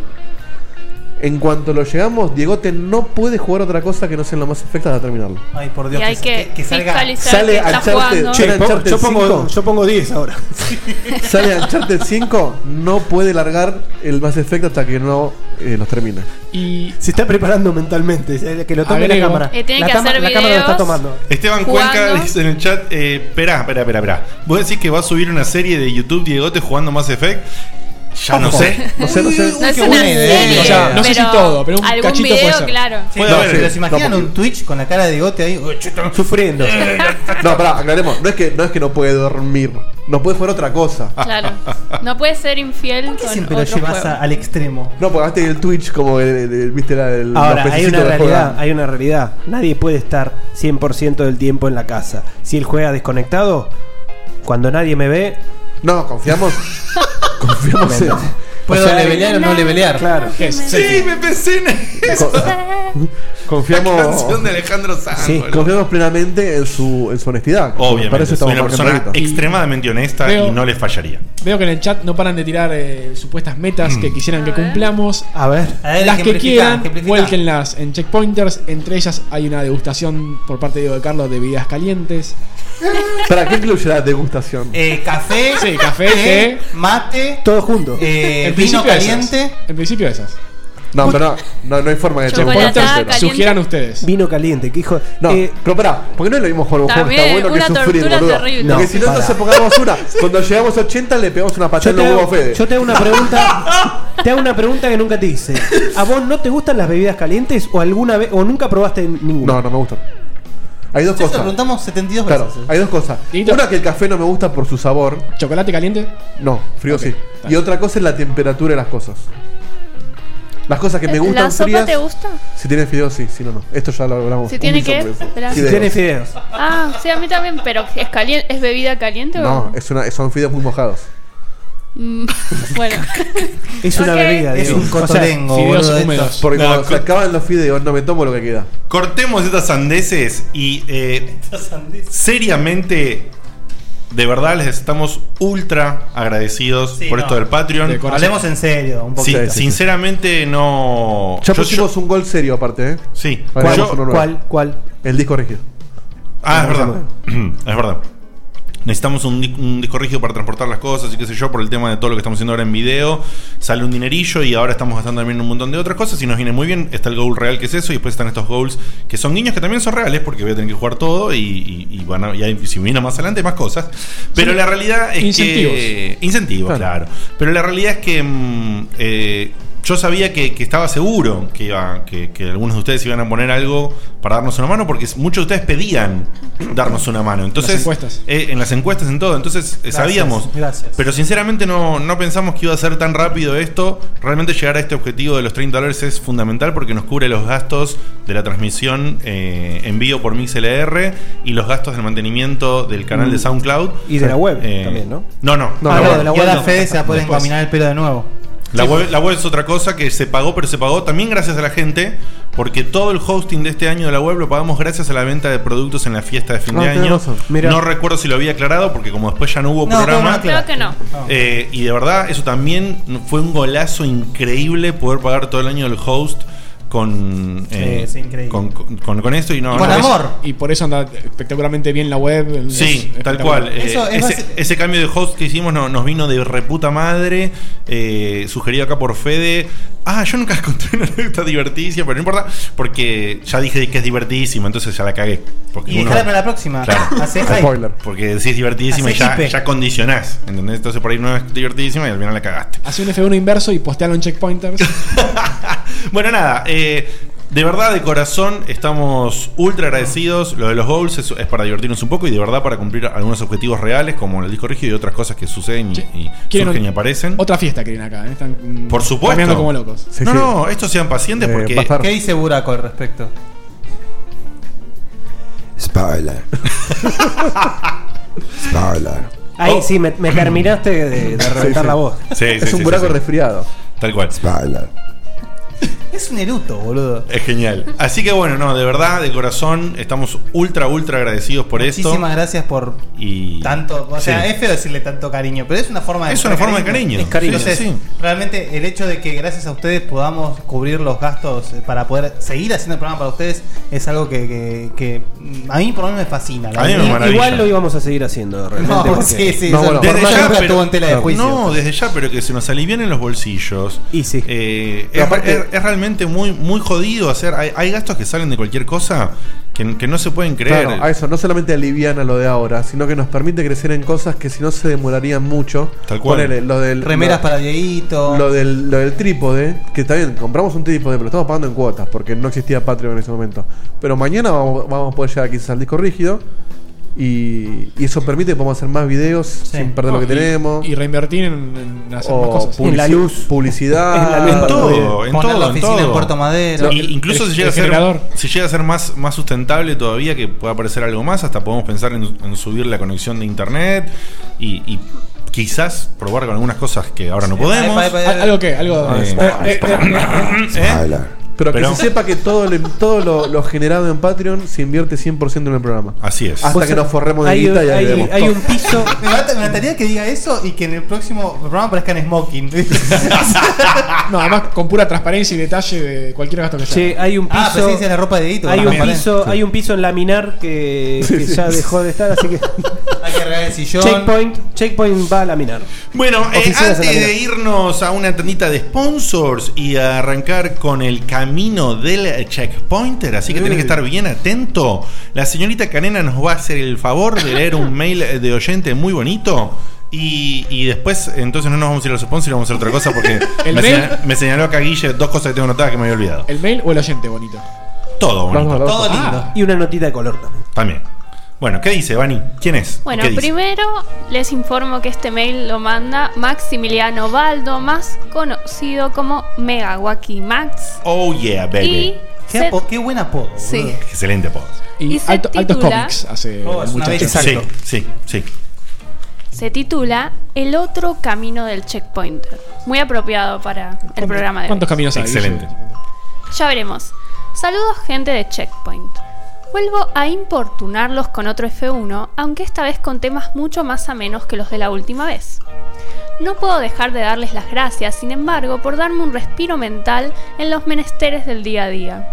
G: en cuanto lo llegamos, Diegote no puede jugar otra cosa que no sean lo más Effect hasta terminarlo.
E: Ay, por
H: Y
E: Dios,
H: hay que,
E: salga.
H: fiscalizar
G: Sale
H: que
G: a
H: está
G: echarte-
H: jugando.
G: Che,
D: Yo pongo- yo,
G: Cinco.
D: pongo, yo pongo 10 ahora.
G: Sale Uncharted 5, no puede largar el Mass Effect hasta que no eh, los termina.
L: E
F: Y
D: Se está preparando mentalmente. eh, Que lo tome
F: Agrego.
D: la cámara.
H: Eh, tiene
D: la,
H: que
D: tama-
H: hacer
D: la cámara lo está
H: videos.
D: tomando.
B: Esteban
H: Jugando.
B: Cuenca dice en el chat, eh, espera, espera, espera, espera. ¿Vos decís que va a subir una serie de YouTube Diegote jugando Mass Effect? Ya no
G: Ojo.
B: sé.
G: No sé, no sé.
H: No es
E: qué
H: una
E: buena idea.
H: serie.
E: O sea,
F: no sé si
H: pero
F: todo, pero un
H: algún
F: cachito puede
H: video,
F: ser.
H: claro.
E: Sí,
G: Puede
E: no,
G: haber.
E: ¿Se los imaginan
G: No,
E: un Twitch con la cara de Digote ahí? Uy, chuta.
D: Sufriendo.
G: No, pará, aclaremos. No es que no, es que no puede dormir. No puede jugar otra cosa.
H: Claro. No puedes ser infiel
E: ¿Por qué
H: con
E: siempre lo
H: otro
E: llevas
H: juego.
E: a- al extremo?
G: No, porque antes el Twitch, como el, el- el- viste la el,
D: Ahora,
G: los
D: hay
G: pececitos
D: una
G: que
D: realidad,
G: juegan.
D: hay una realidad. Nadie puede estar 100% del tiempo en la casa. Si él juega desconectado, cuando nadie me ve,
G: No, confiamos. confiamos en.
E: ¿Puedo levelear o no levelear?
D: claro.
F: ¿qué es?
B: Sí, me pensé en eso. Canción
G: Confiamos.
B: de Alejandro Sanz.
D: Sí,
B: boludo.
G: Confiamos plenamente en su, en su honestidad.
B: Obviamente,
G: Para
B: soy
G: eso estamos
B: una
G: marcando
B: persona
G: ahorita.
B: extremadamente honesta
F: Creo-
B: y no le fallaría.
F: Veo que en el chat no paran de tirar eh, supuestas metas que quisieran que
H: A ver.
F: cumplamos.
D: A ver.
E: Mm. A ver,
F: las que
E: ejemplifica,
F: quieran,
E: ejemplifica.
F: vuélquenlas en checkpointers. Entre ellas hay una degustación por parte de Diego de Carlos de bebidas calientes.
G: ¿Para qué incluye la degustación?
E: Eh, café,
F: Sí, café, té.
E: mate,
D: Todos juntos.
E: eh, vino caliente.
F: esas. En principio esas.
G: No, pero no, no, no hay forma que
H: Chocolate,
G: echemos
F: Checkpointers
G: la
H: caliente.
F: sugieran ustedes.
D: Vino caliente, que hijo.
G: No,
D: eh,
G: pero pará, porque no es lo mismo jugar un juego que está
H: También,
G: bueno que
H: una
G: sufrir,
H: tortura
G: boludo.
H: terrible.
G: Porque
D: No,
G: si no,
D: pará.
G: entonces pongamos una. Cuando llegamos a 80 le pegamos una patada
D: yo,
G: en
D: te
G: los huevos a
D: hago,
G: Fede.
D: yo te hago una pregunta. te hago una pregunta que nunca te hice. ¿A vos no te gustan las bebidas calientes o alguna vez o nunca probaste ninguna?
G: No, no me gusta. Hay dos
E: Eso lo
G: cosas.
E: preguntamos 72
G: Claro,
E: veces. ¿eh?
G: hay dos cosas.
F: Dieguito.
G: Una que el café no me gusta por su sabor.
F: ¿Chocolate caliente?
G: No, frío
F: Ok, está
G: sí. Y
F: bien.
G: otra cosa es la temperatura de las cosas. Las cosas que me gustan
H: Eh, ¿La sopa
G: frías. Oh,
H: te gusta?
G: Si tiene fideos, sí, si no, no. Esto ya lo hablamos.
H: Si tiene qué,
G: pues,
H: espera.
D: Si tiene fideos.
H: Ah, sí, a mí también, pero ¿es, caliente, ¿es bebida caliente o...?
G: No, es una, son fideos muy mojados.
H: Mm, bueno.
D: Es una
H: Ok.
D: bebida,
E: Es
D: Diego.
E: un
D: O sea,
E: cotolengo,
F: fideos
E: boludo. de
F: húmedos.
E: estos.
G: Porque
B: No,
G: cuando se
B: con-
G: acaban los fideos, no me tomo lo que queda.
B: Cortemos estas sandeces y eh, seriamente, de verdad, les estamos ultra agradecidos
E: Sí,
B: por
E: no.
B: esto del Patreon.
F: De corazón.
E: Hablemos en serio, un
B: Sí,
E: poquito.
G: sí, sí.
B: sinceramente, no.
G: Ya
B: yo-
G: pusimos un gol serio aparte, ¿eh?
B: yo- sí.
G: Ahora
D: ¿Cuál,
G: vamos a uno nuevo.
D: ¿Cuál? ¿Cuál?
G: El disco rígido.
B: Ah, es verdad. es verdad.
C: necesitamos un, di- un disco rígido para transportar las cosas y qué sé yo, por el tema de todo lo que estamos haciendo ahora en video, sale un dinerillo y ahora estamos gastando también un montón de otras cosas y nos viene muy bien. Está el goal real que es eso y después están estos goals que son guiños que también son reales porque voy a tener que jugar todo y, y- y van a- y hay- si viene más adelante más cosas. Pero
B: Son
C: la realidad es que...
B: incentivos.
C: Incentivos,
B: Claro.
C: claro. Pero la realidad es que mm, eh, yo sabía que, que estaba seguro que, iba- que, que algunos de ustedes iban a poner algo para darnos una mano, porque muchos de ustedes pedían darnos una mano. Entonces,
F: Las encuestas.
C: eh, en las encuestas, en todo. Entonces, eh, sabíamos.
E: Gracias.
C: Pero sinceramente no, no pensamos que iba a ser tan rápido esto. Realmente llegar a este objetivo de los 30 dólares es fundamental porque nos cubre los gastos de la transmisión eh, en vivo por MixLR y los gastos del mantenimiento del canal de
D: Mm.
C: SoundCloud.
D: Y de la web
C: también, ¿no? No, no.
E: Ah, no,
C: web-
E: de la web
C: no.
E: Fede se va a poder
C: Después.
E: encaminar el pelo de nuevo.
C: La,
E: Sí.
C: web, la web es otra cosa que se pagó, pero se pagó también gracias a la gente, porque todo el hosting de este año de la web lo pagamos gracias a la venta de productos en la fiesta de fin
G: Ah,
C: de
G: tenés
C: año.
G: razón. Mirá.
C: No recuerdo si lo había aclarado, porque como después ya no hubo programa.
H: Creo que no.
C: Eh, y de verdad, eso también fue un golazo increíble poder pagar todo el año el host con, eh,
F: es increíble.
C: con, con, con- con esto y no. no, es-
F: Y por eso anda espectacularmente bien la web.
C: Sí,
F: es
C: tal
F: espectacular.
C: cual. Eh, ese, ese cambio de host que hicimos no- nos vino de reputa madre, eh, sugerido acá por Fede. Ah, yo nunca conté una anécdota divertidísima, pero no importa, porque ya dije que es divertidísima, entonces ya la cagué. Porque
E: Y
C: uno-
E: dejarla para la próxima.
C: Claro.
E: Hacé hype.
C: Porque decís divertidísima y
E: Hacé
C: ya,
E: hipe.
C: ya condicionás. ¿entendés? Entonces por ahí no es divertidísima y al final la cagaste.
F: Hace un F1 inverso y postealo en checkpointers.
C: Bueno, nada, eh, de verdad, de corazón, estamos ultra agradecidos. Lo de los goals es, es para divertirnos un poco y de verdad para cumplir algunos objetivos reales, como el disco rígido y otras cosas que suceden y, y
F: Quieren
C: surgen y
F: ot-
C: aparecen.
F: Otra fiesta quieren acá. ¿eh? Están mm,
C: Por supuesto.
F: cambiando como locos.
C: no, no, estos sean
G: Eh,
C: pacientes porque.
E: ¿Qué dice Buraco al respecto?
K: Spoiler. Spoiler.
D: Ahí sí, me, me terminaste de, de reventar la voz.
K: Es un buraco
G: resfriado.
C: Tal cual.
E: Es un eruto, boludo.
C: Es genial. Así que bueno, no, de verdad, de corazón, estamos ultra, ultra agradecidos por esto.
E: Muchísimas gracias por
C: y
E: tanto. O sea,
C: Sí.
E: es feo decirle tanto cariño, pero es una forma de.
C: Es una forma de cariño. Es cariño,
E: Entonces,
C: sí.
E: realmente el hecho de que gracias a ustedes podamos cubrir los gastos eh, para poder seguir haciendo el programa para ustedes es algo que, que- que, mm, a mí por lo menos me fascina. la verdad.
D: Igual lo íbamos a seguir haciendo realmente.
E: No,
D: porque-
E: sí, sí,
D: No,
E: eso-
D: bueno.
E: por más que nunca estuvo en tela de
C: no,
E: juicio.
C: No, desde ya, pero que se nos alivianen los bolsillos. Eh,
D: Y sí.
C: es, es- es realmente muy, muy jodido hacer. Hay, hay gastos que salen de cualquier cosa que, que no se pueden creer.
G: Claro, a eso, no solamente aliviana lo de ahora, sino que nos permite crecer en cosas que si no se demorarían mucho.
C: Tal cual.
G: Ponele, lo del,
E: Remeras
G: lo-
E: para Dieguito.
G: Lo del, lo del trípode, que está bien, compramos un trípode, pero lo estamos pagando en cuotas, porque no existía Patreon en ese momento. Pero mañana vamos, vamos a poder llegar quizás al disco rígido. Y, y eso permite que podamos hacer más videos sin perder
F: No,
G: lo que
F: y-
G: tenemos.
F: Y reinvertir en, en hacer más
G: o
F: cosas.
G: publici- publicidad.
C: en todo, en todo, en todo. Y- incluso si llega, a ser, si llega a ser más, más sustentable todavía, que pueda aparecer algo más, hasta podemos pensar en, en subir la conexión de internet y, y quizás probar con algunas cosas que ahora no podemos.
F: Al- ¿Algo qué? Algo.
C: Eh,
F: Eh, eh,
G: Pero que
C: Pero-
G: se sepa que todo, lo- todo lo, lo generado en Patreon se invierte 100% en el programa.
C: Así es.
G: Hasta que nos forremos de guita y ahí vemos.
D: piso.
E: me mata- me encantaría que diga eso y que en el próximo programa aparezca en Smoking.
F: no, además con pura transparencia y detalle de cualquier gasto que sea.
D: Che, hay un piso.
E: Ah, pero sí dice la ropa de Dieguito,
D: Hay un
E: también.
D: piso,
E: Sí.
D: hay un piso en laminar que, que
E: Sí, sí.
D: ya dejó de estar, así que.
E: Hay que arreglar el sillón.
D: Checkpoint, checkpoint va a laminar.
C: Bueno, eh,
D: Oficinas
C: antes
D: en la
C: de
D: vida.
C: irnos a una tandita de sponsors y a arrancar con el camino del checkpointer, así que tenés que estar bien atento, la señorita Canena nos va a hacer el favor de leer un mail de oyente muy bonito. Y, y después, entonces no nos vamos a ir a los sponsors, vamos a hacer otra cosa porque
F: El
C: me,
F: mail-
C: señal- me señaló acá Guille dos cosas que tengo notadas que me había olvidado.
F: ¿El mail o el oyente bonito?
C: Todo, bonito.
F: Los dos, los dos. Todo lindo.
D: Ah, Y una notita de color también.
C: También. Bueno, ¿qué dice, Vani? ¿Quién es?
H: Bueno,
C: ¿Qué dice?
H: primero les informo que este mail lo manda Maximiliano Baldo, más conocido como Megawaki Max.
C: Oh yeah,
H: Y
C: baby.
H: Qué se- apo-
E: buena apodo.
H: Sí.
C: Excelente apodo.
H: Y se alto- altos titula- cómics
F: hace
H: Oh, es una
C: mucho
H: bestia.
C: Sí,
H: Exacto.
C: sí, sí.
H: Se titula El otro camino del checkpointer. Muy apropiado para el programa de hoy.
F: ¿Cuántos caminos hay?
C: Excelente.
H: Ya veremos. Saludos gente de Checkpoint. Vuelvo a importunarlos con otro F1, aunque esta vez con temas mucho más amenos que los de la última vez. No puedo dejar de darles las gracias, sin embargo, por darme un respiro mental en los menesteres del día a día.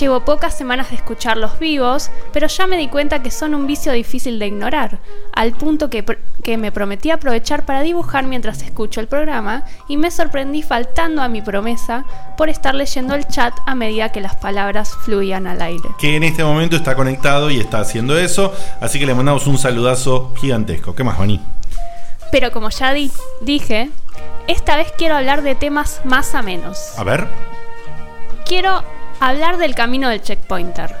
H: Llevo pocas semanas de escucharlos vivos, pero ya me di cuenta que son un vicio difícil de ignorar, al punto que, pr- que me prometí aprovechar para dibujar mientras escucho el programa y me sorprendí faltando a mi promesa por estar leyendo el chat a medida que las palabras fluían al aire.
C: que en este momento está conectado y está haciendo eso. Así que le mandamos un saludazo gigantesco. ¿Qué más, Bani?
H: Pero como ya di- dije, esta vez quiero hablar de temas más amenos.
C: A ver.
H: Quiero hablar del camino del checkpointer.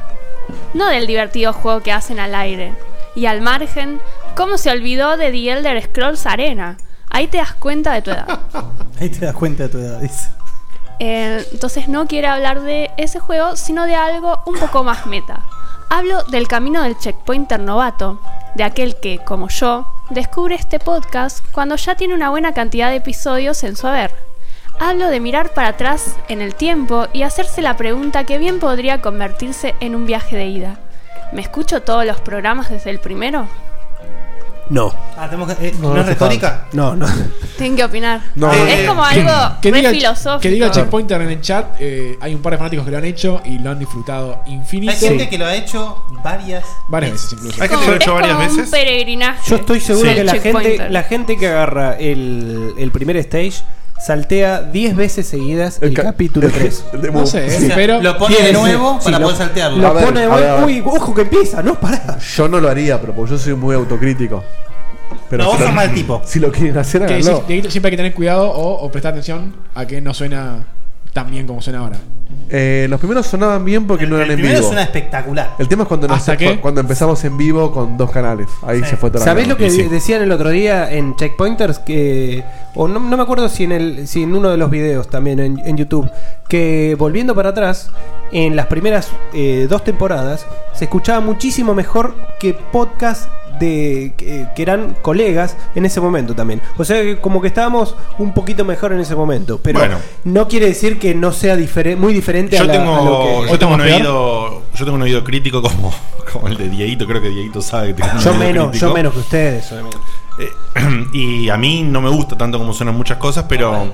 H: No del divertido juego que hacen al aire. Y al margen, ¿cómo se olvidó de The Elder Scrolls Arena? Ahí te das cuenta de tu edad.
E: Ahí te das cuenta de tu edad, dice.
H: Eh, entonces no quiero hablar de ese juego, sino de algo un poco más meta. Hablo del camino del checkpointer novato, de aquel que, como yo, descubre este podcast cuando ya tiene una buena cantidad de episodios en su haber. Hablo de mirar para atrás en el tiempo y hacerse la pregunta que bien podría convertirse en un viaje de ida. ¿Me escucho todos los programas desde el primero?
D: No.
E: Ah, tenemos que- eh, ¿No,
D: No, no
E: es
D: hace
E: retórica?
D: No, no.
H: Tengo que opinar.
D: No,
H: es
D: eh,
H: como
D: que-
H: algo
F: que
H: re
F: diga,
H: filosófico.
F: que diga checkpointer en el chat. eh, hay un par de fanáticos que lo han hecho y lo han disfrutado infinito.
E: Hay gente que lo ha hecho varias.
F: Varias veces incluso.
H: Es como- es como un peregrinaje.
D: Yo estoy seguro
H: Sí.
D: que la gente,
H: Checkpointer.
D: la gente que agarra el, el primer stage saltea 10 veces seguidas el, capítulo 3.
E: No sé, eh, pero- lo pone de nuevo para poder saltearlo.
D: Lo
E: A ver,
D: pone de
E: a ver,
D: nuevo.
E: a ver.
D: Uy, ojo que empieza, no pará.
G: Yo no lo haría, pero porque yo soy muy autocrítico. Pero
F: No, vos
G: si lo-
F: sos mal tipo.
G: Si lo quieren hacer,
F: Que
G: háganlo.
F: sí, Dieguito, siempre hay que tener cuidado o, o prestar atención a que no suena tan bien como suena ahora.
G: Eh, los primeros sonaban bien porque no eran en
E: Primero
G: vivo.
E: suena espectacular.
G: El tema es cuando, nos-
E: ¿Hasta qué?
G: cuando empezamos en vivo con dos canales. Ahí se fue toda la
D: ¿Sabés
G: mierda.
D: lo que de- decían el otro día en Checkpointers? Que. O no, no me acuerdo si en el. si en uno de los videos también en, en YouTube. Que volviendo para atrás, en las primeras eh, dos temporadas, se escuchaba muchísimo mejor que podcast de. Que, que eran colegas en ese momento también. O sea que como que estábamos un poquito mejor en ese momento. Pero
C: Bueno.
D: no quiere decir que no sea difere- muy diferente a,
C: Yo
D: la- a lo
C: tengo,
D: que.
C: yo tengo un oído, yo tengo un oído crítico como, como el de Dieguito, creo que Dieguito sabe que tengo un
D: Yo
C: oído
D: menos,
C: crítico.
D: yo menos que ustedes, obviamente.
C: Eh, Y a mí no me gusta tanto como suenan muchas cosas, pero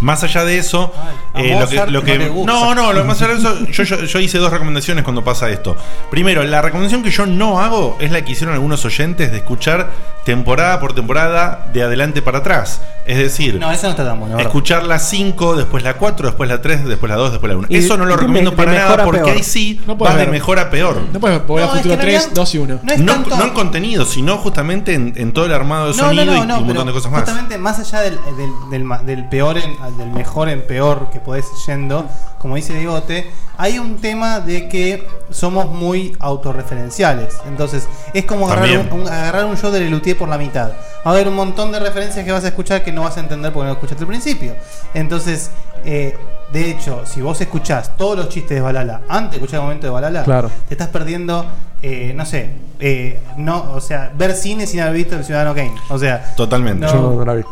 C: más allá de eso,
I: a
C: eh, lo que,
I: Mozart
C: lo que-
I: no le
C: no,
I: gusta.
C: no, lo más allá de eso, yo, yo- yo hice dos recomendaciones cuando pasa esto. Primero, la recomendación que yo no hago es la que hicieron algunos oyentes de escuchar temporada por temporada de adelante para atrás. Es decir,
E: No, eso no está tan bueno. ¿verdad?
C: escuchar la 5, después la 4, después la 3, después la 2, después la 1.
E: Y
C: Eso no
E: de-
C: lo
E: de
C: recomiendo
E: me-
C: para
E: de mejor
C: nada
E: a
C: porque
E: peor.
C: ahí sí
F: No puedes
C: vas de
F: ver.
C: mejor a peor.
F: No puedes volver a futuro 3, 2 y 1.
C: No, no en contenido, sino justamente en, en todo el armado de
E: No,
C: sonido
E: no, no,
C: y,
E: no,
C: y un
E: pero
C: montón de cosas más.
E: Justamente más allá del, del- del ma- del peor en- al- del mejor en peor que podés ir yendo, como dice Digote, hay un tema de que somos muy autorreferenciales. Entonces, es como agarrar
I: También.
E: un, un- agarrar un show de Lelutier por la mitad. Va a haber un montón de referencias que vas a escuchar que no vas a entender porque no lo escuchaste al principio. Entonces, eh, de hecho, si vos escuchás todos los chistes de Balala antes de escuchar el momento de Balala,
G: Claro.
E: te estás perdiendo, eh, no sé, eh, no, o sea, ver cine sin haber visto el Ciudadano Kane. O sea,
C: Totalmente.
E: no.
G: Yo no la vi.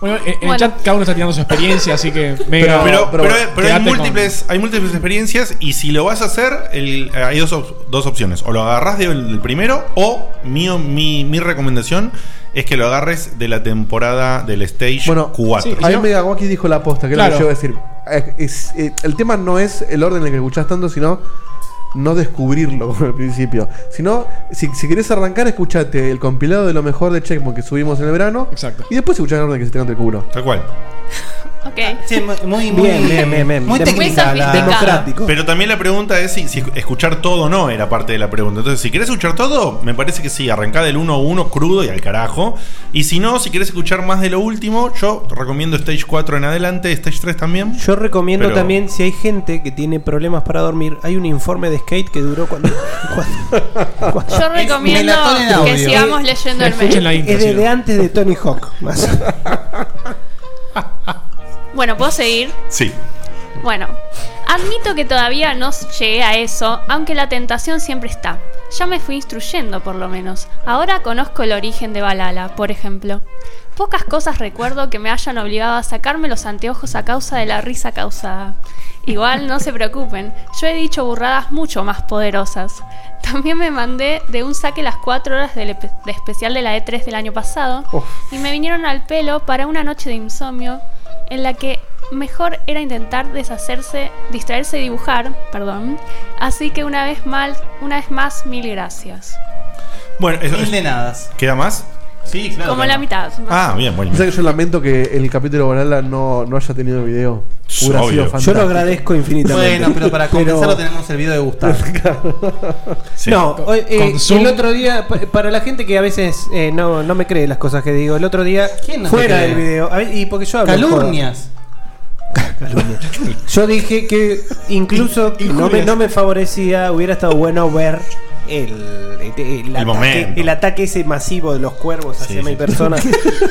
F: Bueno, en, en
E: Bueno.
F: el chat cada uno está tirando su experiencia, así que
C: Pero, pero, pero, pero hay,
F: quédate con-
C: múltiples, hay múltiples experiencias y si lo vas a hacer, el- eh, hay dos, op- dos opciones. O lo agarras del, del primero o mi, mi, mi recomendación es que lo agarres de la temporada del Stage 4.
G: a mí Megawaki dijo la aposta, que
C: Claro.
G: es lo que yo iba a decir. Es- es- eh, el tema no es el orden en el que escuchás tanto, sino no descubrirlo como al principio. Sino, si, si querés arrancar, escuchate el compilado de lo mejor de Checkpoint que subimos en el verano.
F: Exacto.
G: Y después escuchás el orden que se tenga ante el culo.
C: Tal cual.
H: Ok.
E: Sí, muy, muy,
G: Bien, bien, bien, bien.
E: muy
G: Dem-
E: técnica Este la-
C: Pero también la pregunta es si, si escuchar todo o no era parte de la pregunta. Entonces, si querés escuchar todo, me parece que sí, arrancá del 1 a 1 crudo y al carajo. Y si no, si querés escuchar más de lo último, yo recomiendo Stage 4 en adelante, Stage 3 también.
D: Yo recomiendo
C: Pero-
D: también, si hay gente que tiene problemas para dormir, hay un informe de skate que duró cuando. cuando- cuando-
H: Yo recomiendo
D: Melatonin
H: que
D: audio.
H: sigamos leyendo el mail.
D: Es desde antes de Tony Hawk. más.
H: Bueno, ¿puedo seguir?
C: Sí.
H: Bueno, admito que todavía no llegué a eso, aunque la tentación siempre está. Ya me fui instruyendo, por lo menos. Ahora conozco el origen de Balala, por ejemplo. Pocas cosas recuerdo que me hayan obligado a sacarme los anteojos a causa de la risa causada. Igual no se preocupen, yo he dicho burradas mucho más poderosas. También me mandé de un saque las 4 horas del ep- de especial de la E E3 del año pasado y me vinieron al pelo para una noche de insomnio en la que mejor era intentar deshacerse, distraerse y dibujar, perdón. Así que una vez mal, una vez más, mil gracias.
C: Bueno, eso.
E: Mil de nadas.
C: ¿Queda más?
E: Sí,
H: claro, Como claro. la mitad.
C: Ah, bien, bueno.
G: O sea que yo lamento que el capítulo de Banala no, no haya tenido video. Hubiera
C: Obvio.
G: sido
C: Yo lo
G: fantástico.
D: agradezco infinitamente.
E: Bueno, pero para compensarlo tenemos el video de Gustavo.
C: Sí.
D: No, hoy, eh,
F: con Zoom.
D: el otro día, pa- para la gente que a veces eh, no, no me cree las cosas que digo, el otro día,
E: ¿Quién no te
D: fuera
E: cree?
D: del video, a ver, y porque yo hablo.
E: Calumnias.
D: joda. Yo dije que incluso no, me, no me favorecía, hubiera estado bueno ver el, el ataque,
C: momento.
D: el ataque ese masivo de los cuervos hacia
C: Sí,
D: mi
C: sí.
D: persona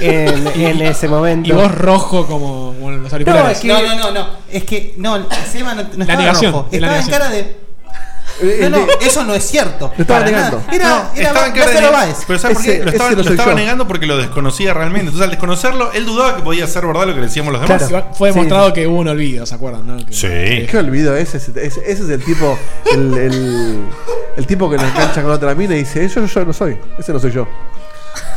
D: en, en ese momento.
F: Y vos rojo como bueno, los auriculares.
D: es que-
E: No, no, no, no. Es que, no, Seba no, no estaba
F: negación,
E: rojo.
F: es la
E: Estaba en
F: negación.
E: cara de.
G: Eh,
E: No,
G: eh,
E: no, eso no es cierto.
G: Lo estaba
E: Para
G: negando.
E: nada. Era, era
C: estaba en cara
E: Gonzalo
C: de-
E: Báez.
C: Pero ¿sabes por qué?
G: Ese-
C: Lo estaba,
G: ese lo
C: lo
G: soy
C: estaba
G: yo.
C: negando porque lo desconocía realmente. Entonces, al desconocerlo, él dudaba que podía ser verdad lo que le decíamos los demás.
F: Igual Fue demostrado que hubo un olvido, ¿se acuerdan? no? Que-
C: Sí.
G: Qué olvido ese, ese, ese- ese es el tipo, el, el, el tipo que lo engancha con otra mina y dice, yo, yo, yo no soy, ese no soy yo.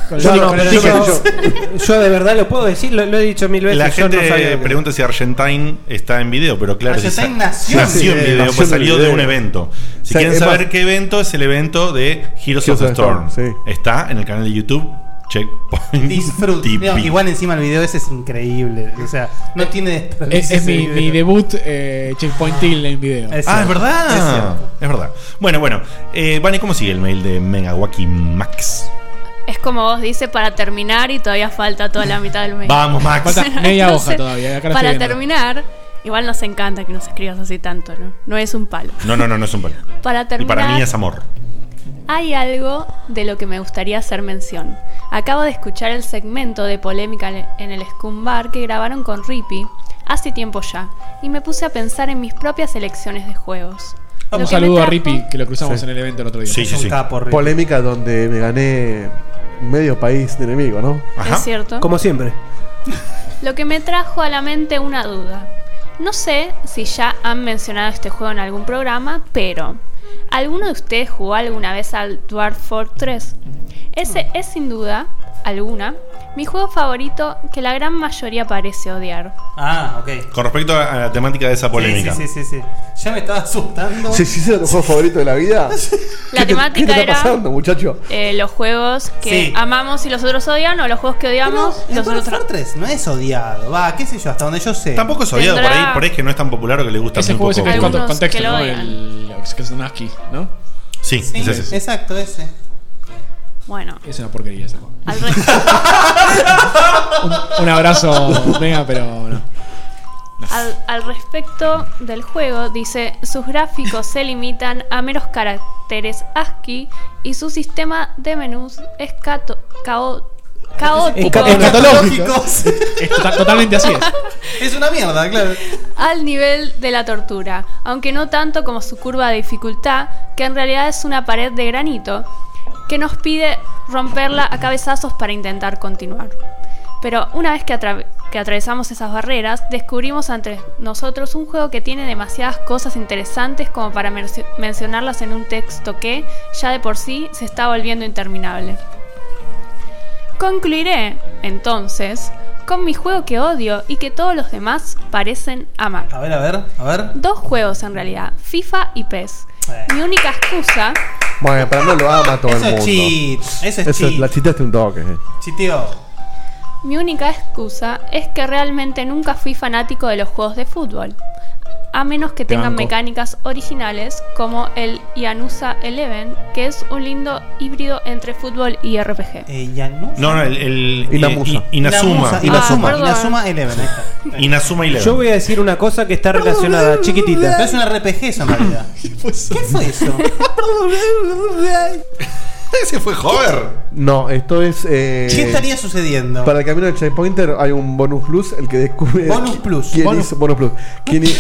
F: con el-
D: Yo, no,
F: con el-
D: pero
G: dije
D: yo-
G: yo.
D: yo de verdad lo puedo decir, lo, lo he dicho mil veces.
C: La
D: yo no sabía
C: gente
D: lo que-
C: pregunta si Argentine está en video, pero claro, si
E: Argentine
C: sa-
E: nació en
C: en
G: video.
C: video,
G: Nació
C: pues
G: en el
C: salió de
G: video.
C: un evento. Si
G: O sea,
C: quieren
G: es
C: saber
G: más-
C: qué evento es el evento de Heroes, of the Storm.
G: sí.
C: Está en el canal de YouTube Checkpoint.
E: Disfrute.
C: TV.
E: No, igual encima el video ese es increíble. O sea, no tiene desperdicio
F: Es, es
E: ese
F: mi,
E: video.
F: mi debut eh, Checkpoint Till en video.
E: Es
C: Ah, es
E: cierto, es
C: verdad.
E: cierto.
C: Es, verdad. Bueno, bueno. Eh, Vane, ¿cómo sigue el mail de Megawaki Max?
H: Es como vos dice para terminar y todavía falta toda la mitad del mes.
C: Vamos, Max.
F: Falta media
H: Entonces,
F: hoja todavía. Acá la
H: para
F: estoy viendo.
H: terminar, igual nos encanta que nos escribas así tanto, ¿no? No es un palo.
C: No, no, no, no es un palo.
H: Para
C: Y
H: terminar,
C: para mí es amor.
H: hay algo de lo que me gustaría hacer mención. Acabo de escuchar el segmento de polémica en el Scum Bar que grabaron con Rippy hace tiempo ya y me puse a pensar en mis propias elecciones de juegos. Lo
F: Un
H: que me
F: saludo a
H: trajo-
F: Rippy, que lo cruzamos
G: Sí.
F: en el evento el otro día.
C: Sí,
E: Es
C: sí,
E: un
C: sí.
E: capo, Rick.
G: Polémica donde me gané medio país de enemigo, ¿no?
C: Ajá.
H: Es cierto.
D: Como siempre.
H: Lo que me trajo a la mente una duda. No sé si ya han mencionado este juego en algún programa, pero ¿alguno de ustedes jugó alguna vez al Dwarf Fortress? Ese es sin duda alguna mi juego favorito que la gran mayoría parece odiar.
E: Ah, ok.
C: Con respecto a a la temática de esa polémica.
E: Sí, sí, sí, sí. Ya me estaba asustando.
G: Si sí, ese era tu juego favorito de la vida.
H: La
G: ¿Qué te- ¿Qué
H: temática
G: te está
H: era-
G: pasando, muchacho?
H: Eh, los juegos que
E: Sí.
H: amamos y los otros odian o los juegos que odiamos
E: Pero
H: y los
E: el Dwarf
H: otros
E: Fortress no es odiado. Va, qué sé yo, hasta donde yo sé.
C: Tampoco es odiado por
H: Tendrá-
C: ahí, por ahí es que no es tan popular o que le gusta
F: Ese juego
C: muy
F: ese
C: poco.
F: que es
H: Algunos
F: con- contexto,
H: que lo
F: ¿no?
H: odian.
F: El Oxkesnaki, ¿no?
C: Sí,
E: Sí,
C: es ese.
E: exacto, ese.
H: Bueno,
F: Es una porquería ese juego.
H: al re-
F: Un abrazo, Mega, pero no.
H: Al, al respecto del juego, dice, sus gráficos se limitan a meros caracteres ASCII y su sistema de menús es cato- cao- caótico
D: Esca- escatológico.
E: Catológicos.
F: Es tota- totalmente así es.
E: es una mierda, claro.
H: al nivel de la tortura, aunque no tanto como su curva de dificultad, que en realidad es una pared de granito, que nos pide romperla a cabezazos para intentar continuar. Pero una vez que, atra- que atravesamos esas barreras, descubrimos ante nosotros un juego que tiene demasiadas cosas interesantes como para mercio- mencionarlas en un texto que, ya de por sí, se está volviendo interminable. Concluiré, entonces, con mi juego que odio y que todos los demás parecen amar.
E: A ver, a ver, a ver.
H: Dos juegos en realidad, FIFA y PES.
E: Eh.
H: Mi única excusa,
G: Bueno, pero no lo ama todo
E: Eso
G: el
E: es
G: mundo.
E: cheat. Eso es
G: Eso es-
E: cheat.
G: la chitaste un toque. eh.
E: Chiteo.
H: mi única excusa es que realmente nunca fui fanático de los juegos de fútbol. A menos que tengan
F: banco.
H: mecánicas originales como el Yanusa Eleven, que es un lindo híbrido entre fútbol y RPG.
E: Eh, Yanusa.
C: No, no, el. el eh,
G: Inamusa.
C: I- I- Inazuma.
E: Inamusa, Inazuma.
H: perdón.
E: Inazuma Eleven. eh. ahí está.
C: Inazuma Eleven.
D: Yo voy a decir una cosa que está relacionada,
E: Pero
D: chiquitita.
E: es un RPG eso en realidad. ¿Qué fue eso?
C: Ese fue Hover.
G: No, esto es... eh,
E: ¿Qué estaría sucediendo?
G: Para el camino del checkpointer hay un bonus plus, el que descubre...
E: Bonus plus.
G: ¿Quién
E: Bonus-
G: hizo, bonus plus. ¿Quién, hi-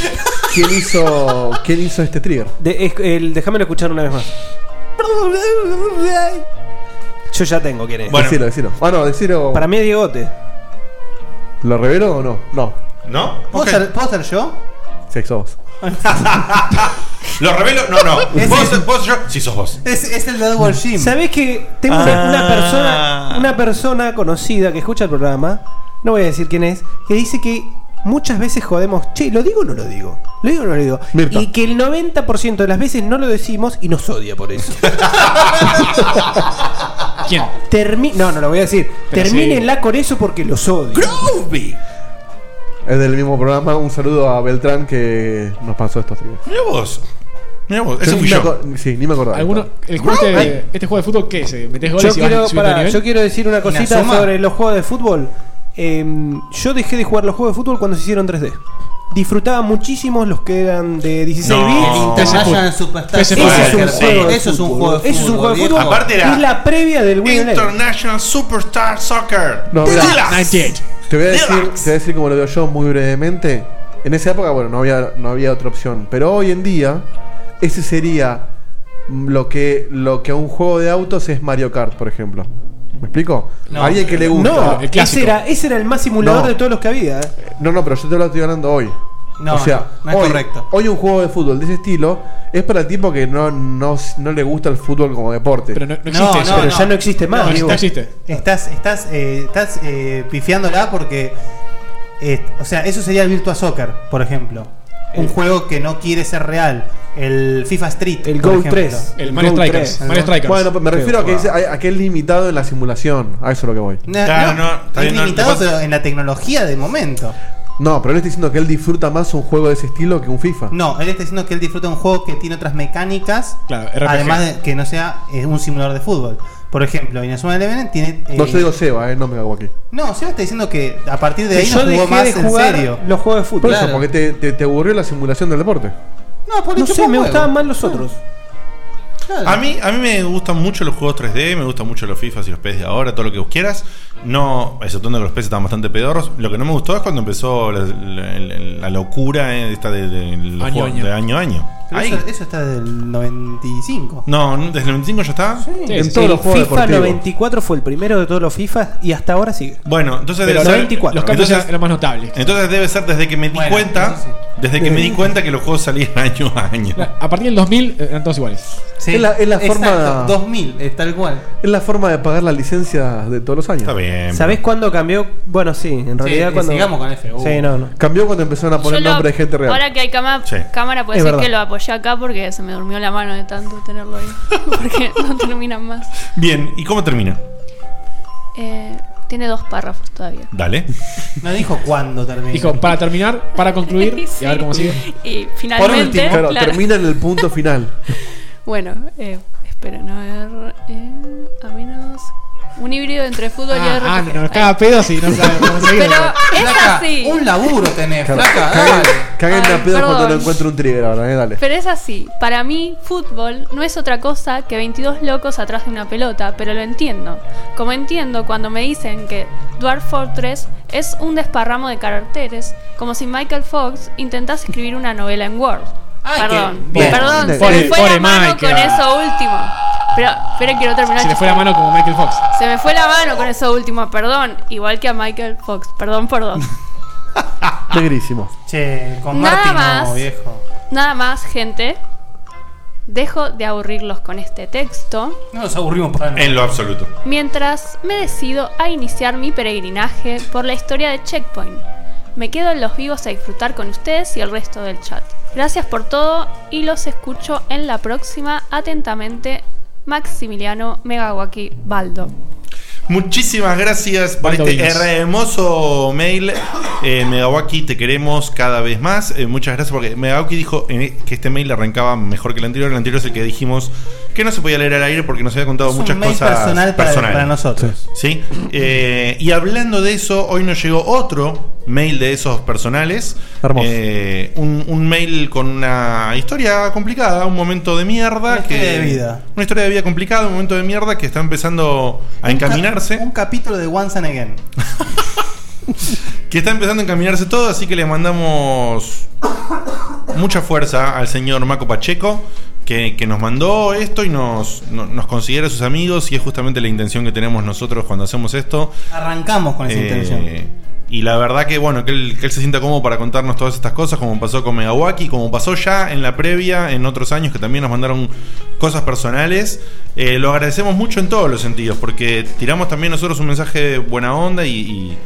G: quién hizo, ¿Quién hizo este trigger?
D: De- es- el- déjamelo escuchar una vez más. Yo ya tengo quién es.
C: Bueno.
G: Decilo, decilo. Ah, no, decilo.
D: Para mí es Diegote.
G: ¿Lo revelo o no? No.
C: ¿No?
E: ¿Puedo,
C: Ok.
E: ser, ¿Puedo ser yo?
G: Sí, sos.
C: ¿Lo revelo? No, no.
E: Ese-
C: ¿Vos, vos, yo? Sí, sos vos.
E: Es, es el de Double Jim.
D: ¿Sabés que tengo
C: Ah.
D: una, una persona una persona conocida que escucha el programa, no voy a decir quién es, que dice que muchas veces jodemos, che, ¿lo digo o no lo digo? ¿Lo digo o no lo digo?
G: Mirta.
D: Y que el 90% de las veces no lo decimos y nos odia por eso.
F: ¿Quién?
D: Termi no, no lo voy a decir.
F: Pero
D: Termínenla con eso porque los odio.
C: ¡Groovy!
G: Es del mismo programa. Un saludo a Beltrán que nos pasó estos trigos.
C: Mirá vos. Mirá vos. Ese
G: Yo
C: fui
G: ni
C: yo.
G: me aco- Sí, ni me acordaba.
F: ¿Alguno, el juego este, este juego de fútbol qué es? ¿Metes
D: Yo
F: goles y
D: quiero,
F: vas subiendo
D: pará,
F: de nivel?
D: yo quiero decir una cosita
E: Inazuma?
D: sobre los juegos de fútbol. Em, yo dejé de jugar los juegos de fútbol cuando se hicieron 3D. Disfrutaba muchísimo los que eran de 16
C: No.
D: bits.
F: Ese
E: International
F: fut-
E: Superstar.
F: ese
D: Ese
C: fútbol.
D: es un
C: Sí.
D: juego de
E: Eso es un
D: fútbol.
E: juego de
D: Eso es un juego de
E: viejo.
D: fútbol.
C: Aparte era
D: Es la previa del Wii
C: International Superstar Soccer.
G: No, mirá.
C: Dilas.
F: 98.
G: Te voy, a decir,
C: Relax.
G: te voy a decir como lo veo yo muy brevemente. En esa época, bueno, no había, no había otra opción. Pero hoy en día, ese sería mm, lo que, lo que a un juego de autos es Mario Kart, por ejemplo. ¿Me explico?
E: No.
G: a alguien que le gusta.
D: No,
F: el clásico.
D: ese era, ese era el más simulador
G: No.
D: de todos los que había. eh.
G: No, no, pero yo te lo estoy ganando hoy.
E: No,
G: o sea,
E: no, no es
G: hoy,
E: correcto.
G: hoy un juego de fútbol de ese estilo es para el tipo que no, no, no le gusta el fútbol como deporte.
F: Pero no, no
E: No,
F: existe eso.
D: Pero
E: no.
D: ya no existe más,
F: No,
D: digo.
F: no existe.
E: Estás, estás, eh, estás eh, pifiándola porque. eh, o sea, eso sería el Virtua Soccer, por ejemplo. Un juego que no quiere ser real. El FIFA Street.
D: El
E: por
D: Go
E: ejemplo.
D: 3.
F: El Mario
D: Go
F: Strikers.
D: 3.
F: Mario Strikers.
G: Bueno, me refiero a que,
D: Wow.
G: es, a, a que es limitado en la simulación. A eso es lo que voy.
E: No,
C: Claro,
E: no,
C: no, está
E: es
C: bien, no,
E: limitado
C: no pasa-
E: pero en la tecnología de momento.
G: No, pero él está diciendo que él disfruta más un juego de ese estilo que un FIFA.
E: No, él está diciendo que él disfruta un juego que tiene otras mecánicas.
F: Claro, RPG.
E: Además de que no sea eh, un simulador de fútbol. Por ejemplo, Inazuma Eleven tiene. eh,
G: No, yo digo Seba, eh, no me hago aquí.
E: No, Seba está diciendo que a partir de
D: Que
E: ahí
D: yo
E: no jugó
D: dejé
E: más
D: de
E: en
D: jugar
E: serio.
D: los juegos de
G: Por
D: fútbol.
G: eso,
E: Claro.
G: porque te, te- te aburrió la simulación del deporte.
E: No, por
D: No
E: dicho
D: sé, me
E: juego.
D: gustaban más los otros.
E: Claro.
C: A mí, a mí me gustan mucho los juegos 3D, me gustan mucho los FIFAs y los PES de ahora, todo lo que vos quieras. No, exceptuando que los PES estaban bastante pedorros. Lo que no me gustó es cuando empezó la, la- la- la locura eh, esta de, de- los
F: Año,
C: juegos
F: año.
C: de año a año.
E: Pero
C: Ahí.
E: eso, eso está del 95.
C: No, ¿no? desde el 95 ya está.
F: Sí,
G: en
F: sí,
G: todos
F: sí.
G: los
D: FIFA
G: juegos deportivos.
D: 94 fue el primero de todos los FIFA y hasta ahora sigue.
C: Bueno, entonces
F: Pero
C: debe
D: no,
C: ser-
D: 94.
F: Los cambios
C: Entonces-
F: eran más notables.
C: Entonces debe ser desde que me di
E: Bueno,
C: cuenta,
E: eso sí.
C: desde que me di cuenta que los juegos salían año a año.
F: A partir del 2000 eran todos iguales.
E: Sí.
G: Es la- es la forma-
E: Exacto, 2000, es tal cual.
G: Es la forma de pagar las licencias de todos los años.
C: Está bien.
D: ¿Sabés cuándo cambió? Bueno, sí, en realidad
E: eh,
D: cuando.
E: sigamos con FU.
D: Sí, no, no.
G: Cambió cuando empezaron a
H: Yo
G: poner
H: lo-
G: nombre de gente real.
H: Ahora que hay cama-
C: Sí.
H: cámara, puede
D: Es
H: ser
D: verdad.
H: que lo apoyé acá porque se me durmió la mano de tanto tenerlo ahí. Porque no terminan más.
C: Bien, ¿y cómo termina?
H: Eh, tiene dos párrafos todavía.
C: Dale.
E: No dijo cuándo termina.
F: Dijo, para terminar, para concluir y a ver cómo sigue.
H: Y finalmente.
E: último,
G: Claro,
H: claro.
G: termina en el punto final.
H: Bueno, eh, esperen a ver. eh, a menos. Un híbrido entre fútbol y
F: Ah,
H: RPG.
F: ah, no, no,
H: Ahí.
F: cada pedo si no sabe cómo seguir.
H: Pero es
E: Flaca,
H: así.
E: Un laburo tenés,
G: Claro,
E: flaca,
G: caguen-
E: dale.
G: Caguen
H: Ay,
G: a pedos cuando no
H: perdón.
G: encuentro un trigger ahora, eh, dale.
H: Pero es así, para mí fútbol no es otra cosa que 22 locos atrás de una pelota, pero lo entiendo. Como entiendo cuando me dicen que Dwarf Fortress es un desparramo de caracteres, como si Michael Fox intentase escribir una novela en Word.
E: Ay,
H: perdón,
E: qué bien.
H: perdón, se
F: Pobre-
H: me fue
F: pobre
H: la mano
F: Michael.
H: con eso último. Pero, pero quiero terminar.
F: Se
H: el
F: le fue la
H: chiste.
F: mano como Michael Fox.
H: Se me fue la mano con eso último, perdón. Igual que a Michael Fox, perdón por dos.
G: Negrísimo.
E: Che, con
H: Nada
E: Martín no,
H: más.
E: viejo.
H: Nada más, gente. Dejo de aburrirlos con este texto.
E: No nos aburrimos para nada.
C: En lo absoluto.
H: Mientras me decido a iniciar mi peregrinaje por la historia de Checkpoint, me quedo en los vivos a disfrutar con ustedes y el resto del chat. Gracias por todo y los escucho en la próxima. Atentamente, Maximiliano Megawaki Baldo.
C: Muchísimas gracias por
F: Cuánto
C: este
F: vinos.
C: hermoso mail. Eh, Megawaki, te queremos cada vez más. Eh, muchas gracias porque Megawaki dijo eh, que este mail arrancaba mejor que el anterior. El anterior es el que dijimos que no se podía leer al aire porque nos había contado
E: Es un
C: muchas
E: mail
C: cosas
E: personal para,
C: personales.
E: para nosotros.
C: ¿Sí? Eh, y hablando de eso, hoy nos llegó otro mail de esos personales.
G: Hermoso.
C: Eh, un, un mail con una historia complicada, un momento de mierda.
E: Una
C: que,
E: historia de vida.
C: Una historia de vida complicada, un momento de mierda que está empezando a encaminarse.
E: Un capítulo de Once and Again.
C: Que está empezando a encaminarse todo, así que le mandamos mucha fuerza al señor Maco Pacheco, que, que nos mandó esto y nos, no- nos considera sus amigos, y es justamente la intención que tenemos nosotros cuando hacemos esto.
E: Arrancamos con esa
C: Eh,
E: intención.
C: Y la verdad que bueno, que él, que él se sienta cómodo para contarnos todas estas cosas, como pasó con Megawaki, como pasó ya en la previa, en otros años que también nos mandaron cosas personales. Eh, lo agradecemos mucho en todos los sentidos, porque tiramos también nosotros un mensaje buena onda y, y-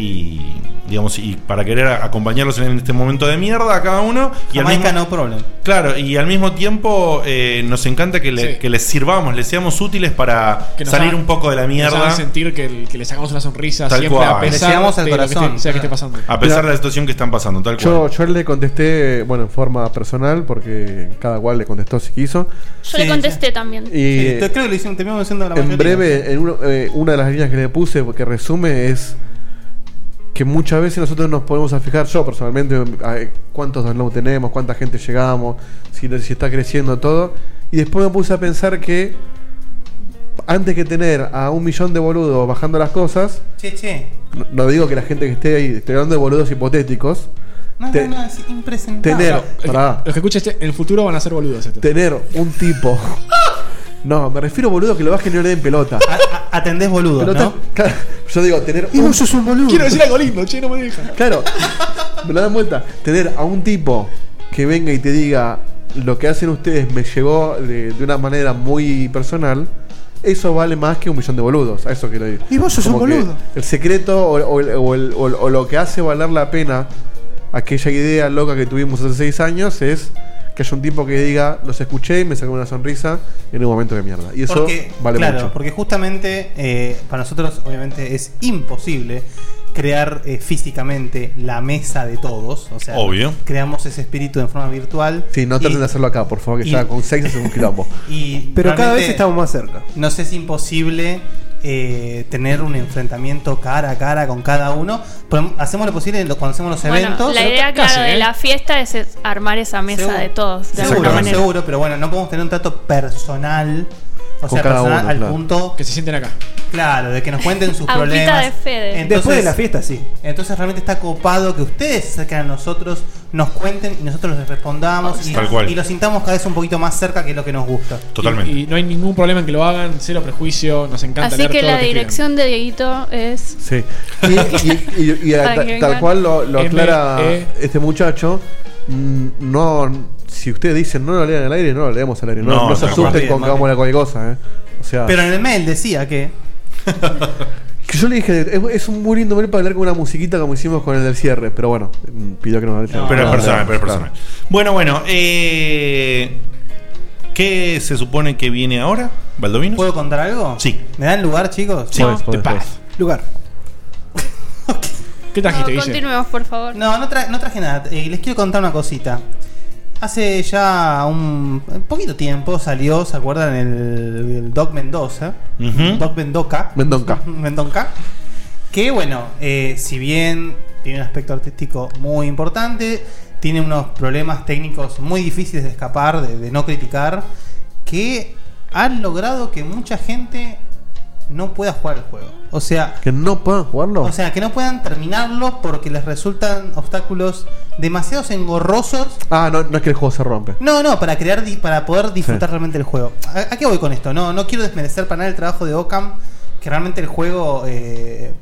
C: y digamos y para querer a- acompañarlos en este momento de mierda a cada uno y al
E: Jamaica
C: mismo-
E: no problem.
C: Claro, y al mismo tiempo eh, nos encanta que, le-
F: Sí.
C: que les sirvamos, les seamos útiles para
F: Que nos
C: salir
F: hagan-
C: un poco de la
F: Nos
C: mierda.
F: hagan sentir que, el- que le sacamos una sonrisa
C: Tal
F: siempre a
C: cual. Le
F: pesar
C: llegamos al
F: de lo que esté-
C: corazón.
F: sea que esté pasando.
C: A pesar de la situación que están pasando, tal cual.
G: Yo, yo le contesté, bueno, en forma personal, porque cada cual le contestó si quiso.
H: Yo le contesté también.
G: Y eh,
E: creo que lo hicimos, terminamos haciendo la
G: en
E: mayoría.
G: breve, en uno- eh, una de las líneas que le puse, que resume, es que muchas veces nosotros nos podemos a fijar, yo personalmente, eh, cuántos downloads tenemos, cuánta gente llegamos, si, si está creciendo todo. Y después me puse a pensar que antes que tener a un millón de boludos bajando las cosas,
E: Che, che.
G: no- no digo que la gente que esté ahí, estoy hablando de boludos hipotéticos,
E: No,
G: Te-
E: no, no, es impresentable.
G: tener, pará.
F: Los que escuchen este, en el futuro van a ser boludos. este. estos.
G: tener un tipo. No, me refiero boludo que lo bajen y no le den pelota.
E: A- Atendés boludo,
G: Pelota-
E: ¿no?
G: claro, yo digo, tener un.
K: sos un boludo.
F: Quiero decir algo lindo, che, no me dejan.
G: Claro, me lo dan vuelta. Tener a un tipo que venga y te diga lo que hacen ustedes me llegó de, de una manera muy personal. Eso vale más que un millón de boludos. A eso quiero ir.
K: Y vos sos
G: Como
K: un
G: que
K: boludo.
G: El secreto o, o el- o el- o el- o lo que hace valer la pena aquella idea loca que tuvimos hace seis años es que haya un tipo que diga los escuché y me sacó una sonrisa en un momento de mierda. Y eso
E: Porque,
G: vale
E: claro,
G: mucho.
E: porque justamente eh, para nosotros obviamente es imposible crear eh, físicamente la mesa de todos. O sea,
C: Obvio.
E: creamos ese espíritu en forma virtual.
G: Sí, no traten
E: y-
G: de hacerlo acá, por favor, que
E: y-
G: ya con seis es un quilombo.
E: y
D: Pero cada
E: realmente
D: vez estamos más cerca.
E: Nos es imposible eh, tener un enfrentamiento cara a cara con cada uno. Pero hacemos lo posible lo- cuando hacemos los
H: Bueno,
E: eventos.
H: la idea,
F: casi,
H: claro, de
F: ¿eh?
H: la fiesta es es armar esa mesa
E: Seguro.
H: de todos, de alguna
E: seguro,
H: manera.
E: seguro, pero bueno, no podemos tener un trato personal. O
G: Con
E: sea,
G: cada
E: personal
G: uno,
E: al
G: claro.
E: punto
F: Que se sienten acá.
E: Claro, de que nos cuenten sus
H: Autita
E: problemas.
H: de Fede.
D: Después de la fiesta, sí.
E: Entonces realmente está copado que ustedes se acerquen a nosotros, nos cuenten y nosotros les respondamos y,
C: Tal cual.
E: y los sintamos cada vez un poquito más cerca que es lo que nos gusta.
C: Totalmente.
F: Y, y no hay ningún problema en que lo hagan, cero prejuicio, nos encanta
H: Así
F: leer
H: que
F: todo
H: la
F: lo que escriben.
H: dirección de Dieguito es.
G: Sí. Y, y- y- y a-
H: Ay,
G: ta-
H: qué
G: tal
H: gran-
G: cual lo, lo
F: M,
G: aclara
F: E.
G: este muchacho, mm, no, si ustedes dicen no lo lean al aire, no lo leemos al aire. No,
C: No,
G: no se
C: tal cual.
G: asusten con
E: Más
G: que vamos a cualquier cosa. eh. O sea,
E: Pero en el mail decía que
G: que yo le dije, es, es un muy lindo mail para hablar con una musiquita como hicimos con el del cierre. Pero bueno, mm, pidió que no lo leamos.
C: pero es
G: No,
C: personal,
G: no,
C: pero es
G: claro.
C: personal. Bueno, bueno, eh, ¿qué se supone que viene ahora, Baldovino?
E: ¿Puedo contar algo?
C: Sí.
E: ¿Me dan lugar, chicos?
C: Sí,
G: Podés,
C: The
G: podés,
C: Path.
G: podés.
D: Lugar.
F: ¿Qué
H: No,
F: trajiste, Guille?
H: continuemos, por favor.
E: No, no, tra- no traje nada. Eh, les quiero contar una cosita. Hace ya un poquito tiempo salió, ¿se acuerdan? El, el Doc Mendoza.
C: Ujú.
E: Doc Mendoca.
G: Mendonca.
E: Mendonca. Que bueno, eh, si bien tiene un aspecto artístico muy importante, tiene unos problemas técnicos muy difíciles de escapar, de, de no criticar, que han logrado que mucha gente no pueda jugar el juego. O sea,
G: Que no puedan jugarlo.
E: o sea, que no puedan terminarlo porque les resultan obstáculos demasiados engorrosos.
G: ah, no, no es que el juego se rompe.
E: No, no, para crear di- para poder disfrutar
G: Sí.
E: realmente el juego. ¿A, a qué voy con esto? No, no quiero desmerecer para nada el trabajo de Ockham, que realmente el juego eh,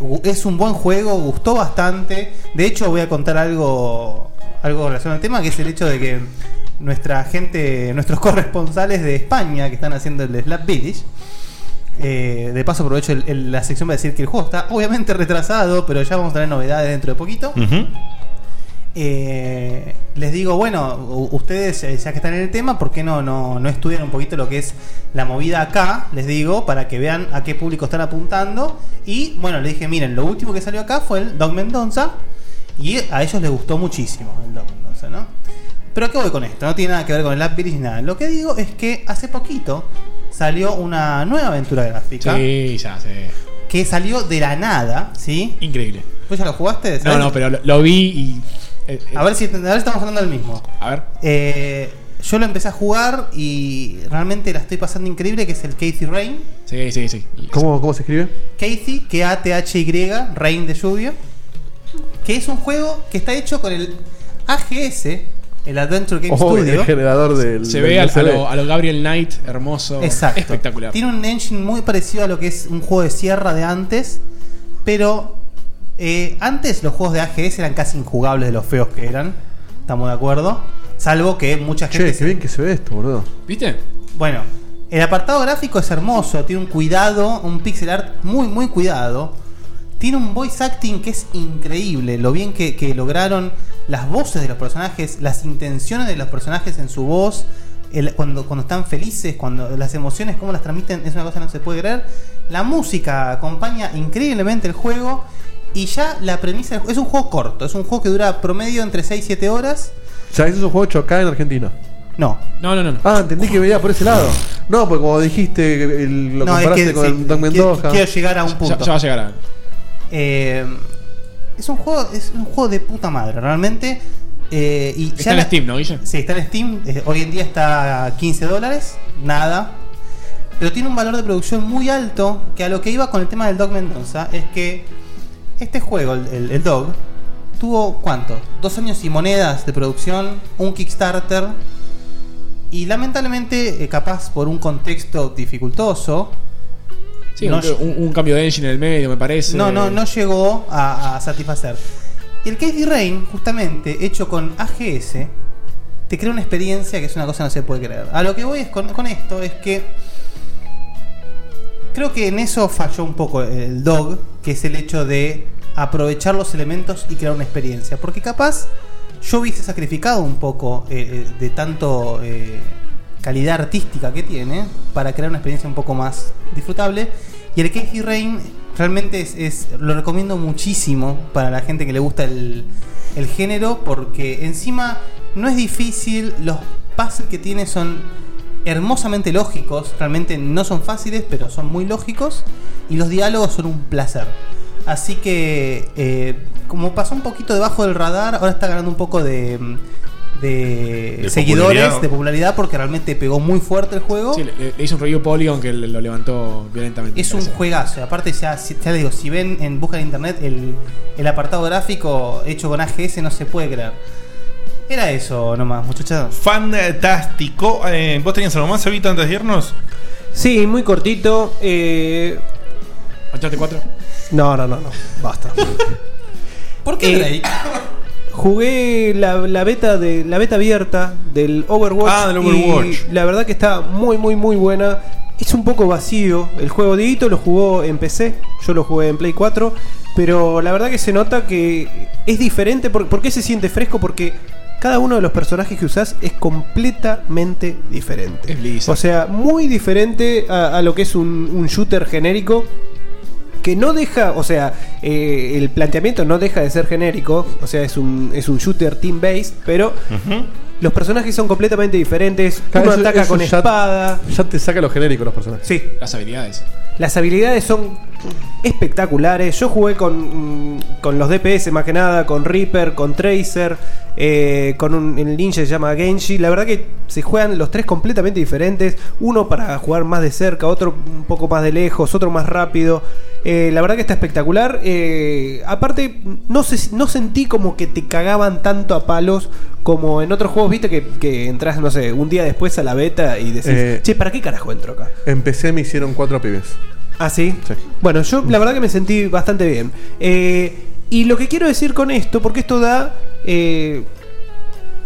E: gu- es un buen juego, gustó bastante. De hecho, voy a contar algo algo relacionado al tema, que es el hecho de que nuestra gente, nuestros corresponsales de España que están haciendo el Slap Village eh, de paso aprovecho el- el- la sección para decir que el juego está obviamente retrasado, pero ya vamos a tener novedades dentro de poquito.
C: Ujú.
E: Eh, les digo, bueno, u- ustedes eh, ya que están en el tema, ¿por qué no, no, no estudian un poquito lo que es la movida acá? Les digo, para que vean a qué público están apuntando. Y bueno, les dije, miren, lo último que salió acá fue el Dog Mendoza. Y a ellos les gustó muchísimo el Dog Mendoza, ¿no? Pero ¿a qué voy con esto? No tiene nada que ver con el App Village ni nada. Lo que digo es que hace poquito salió una nueva aventura gráfica
F: Sí, ya sé.
E: que salió de la nada, ¿sí?
F: Increíble.
E: ¿Vos ya lo jugaste?
F: No,
E: ¿Sabés?
F: no, pero lo, lo vi y. eh, eh,
E: A ver si a ver si estamos hablando del mismo.
F: a ver.
E: Eh, yo lo empecé a jugar y realmente la estoy pasando increíble, que es el Casey Rain.
F: Sí, sí, sí.
G: ¿Cómo, cómo se escribe?
E: Casey, que A-T-H-Y, Rain de lluvia. Que es un juego que está hecho con el AGS, el Adventure Game
G: Oh, el
E: Studio.
G: generador del.
F: Se
G: del E.
F: ve al- a,
G: USB.
F: lo, a lo Gabriel Knight, hermoso.
E: Exacto.
F: Espectacular.
E: Tiene un engine muy parecido a lo que es un juego de sierra de antes, pero eh, antes los juegos de AGS eran casi injugables de los feos que eran. Estamos de acuerdo. Salvo que mucha gente.
G: Che, qué
E: se-
G: bien que se ve esto, boludo.
F: ¿Viste?
E: Bueno, el apartado gráfico es hermoso, tiene un cuidado, un pixel art muy, muy cuidado. Tiene un voice acting que es increíble. Lo bien que, que lograron las voces de los personajes, las intenciones de los personajes en su voz, el- cuando, cuando están felices, cuando las emociones, cómo las transmiten, es una cosa que no se puede creer. La música acompaña increíblemente el juego. Y ya la premisa del ju- es un juego corto, es un juego que dura promedio entre 6 y 7 horas.
G: O sea, ese es un juego hecho acá en Argentina.
E: No.
F: No, no, no.
G: Ah, entendí que veía por ese lado. No, porque como dijiste, el- lo
E: No, es
G: comparaste
E: que,
G: con
E: sí,
G: el Don
E: quiero-
G: Mendoza.
E: quiero llegar a un
F: Ya-
E: punto.
F: Ya, va a llegar a.
E: Eh, es un juego, es un juego de puta madre, realmente. Eh, y
F: Está
E: ya
F: en
E: la-
F: Steam, ¿no, Guille?
E: Sí, está en Steam. eh, hoy en día está a 15 dólares, nada. Pero tiene un valor de producción muy alto. Que a lo que iba con el tema del Dog Mendoza es que este juego, el, el- el Dog, tuvo cuánto? Dos años y monedas de producción, un Kickstarter. Y lamentablemente, eh, capaz por un contexto dificultoso,
F: Sí,
E: No,
F: un, un- un cambio de engine en el medio, me parece.
E: no, no, no llegó a, a satisfacer. El Candy Rain, justamente, hecho con AGS, te crea una experiencia que es una cosa que no se puede creer. A lo que voy es con, con esto es que creo que en eso falló un poco el Dog, que es el hecho de aprovechar los elementos y crear una experiencia. Porque capaz yo hubiese sacrificado un poco eh, eh, de tanto eh, calidad artística que tiene para crear una experiencia un poco más disfrutable. Y el Casey Rain realmente es, es- lo recomiendo muchísimo para la gente que le gusta el, el género, porque encima no es difícil, los puzzles que tiene son hermosamente lógicos, realmente no son fáciles, pero son muy lógicos, y los diálogos son un placer. Así que, eh, como pasó un poquito debajo del radar, ahora está ganando un poco de, mm, de
C: De
E: seguidores,
C: popularidad.
E: de popularidad, porque realmente pegó muy fuerte el juego.
F: Sí, le, le hizo un review Polygon que le- lo levantó violentamente.
E: Es
F: me
E: un
F: parece.
E: juegazo. y Aparte, ya, si- ya les digo, si ven en busca en internet el, el apartado gráfico hecho con AGS, no se puede creer. Era eso nomás, muchachos.
C: Fantástico. Eh, ¿Vos tenías algo más, Evita, antes de irnos?
D: Sí, muy cortito. eh,
F: Uncharted 4.
D: No, no, no, no. Basta.
E: ¿Por
D: qué, Drake? Jugué la, la beta de la beta abierta del Overwatch.
C: Ah, del
D: y
C: Overwatch.
D: la verdad que está muy, muy, muy buena. Es un poco vacío el juego. Dieguito lo jugó en PC, yo lo jugué en Play 4. Pero la verdad que se nota que es diferente. Por, ¿Por qué se siente fresco? Porque cada uno de los personajes que usás es completamente diferente.
F: Es Blizzard.
D: O sea, muy diferente a, a lo que es un- un shooter genérico que no deja, o sea, eh, el planteamiento no deja de ser genérico, o sea, es un, es un shooter team based, pero los personajes son completamente diferentes,
G: Claro,
D: uno
G: ¿Mm? Ah, eso-
D: ataca
G: eso
D: con
G: ya-
D: espada.
G: Ya te saca lo genérico los personajes.
D: Sí,
F: Las habilidades.
D: las habilidades son espectaculares. Yo jugué con, mm, con los DPS más que nada, con Reaper, con Tracer, eh, con un el ninja que se llama Genji. La verdad que se juegan los tres completamente diferentes. Uno para jugar más de cerca, otro un poco más de lejos, otro más rápido. Eh, la verdad que está espectacular. Eh, aparte, no, se- no sentí como que te cagaban tanto a palos como en otros juegos, viste, que, que entras, no sé, un día después a la beta y decís,
G: Eh,
D: che, ¿para qué carajo entro acá?
G: Empecé, me hicieron cuatro pibes.
D: ¿Ah, sí?
G: Sí.
D: Bueno, yo la verdad que me sentí bastante bien. Eh, y lo que quiero decir con esto, porque esto da eh,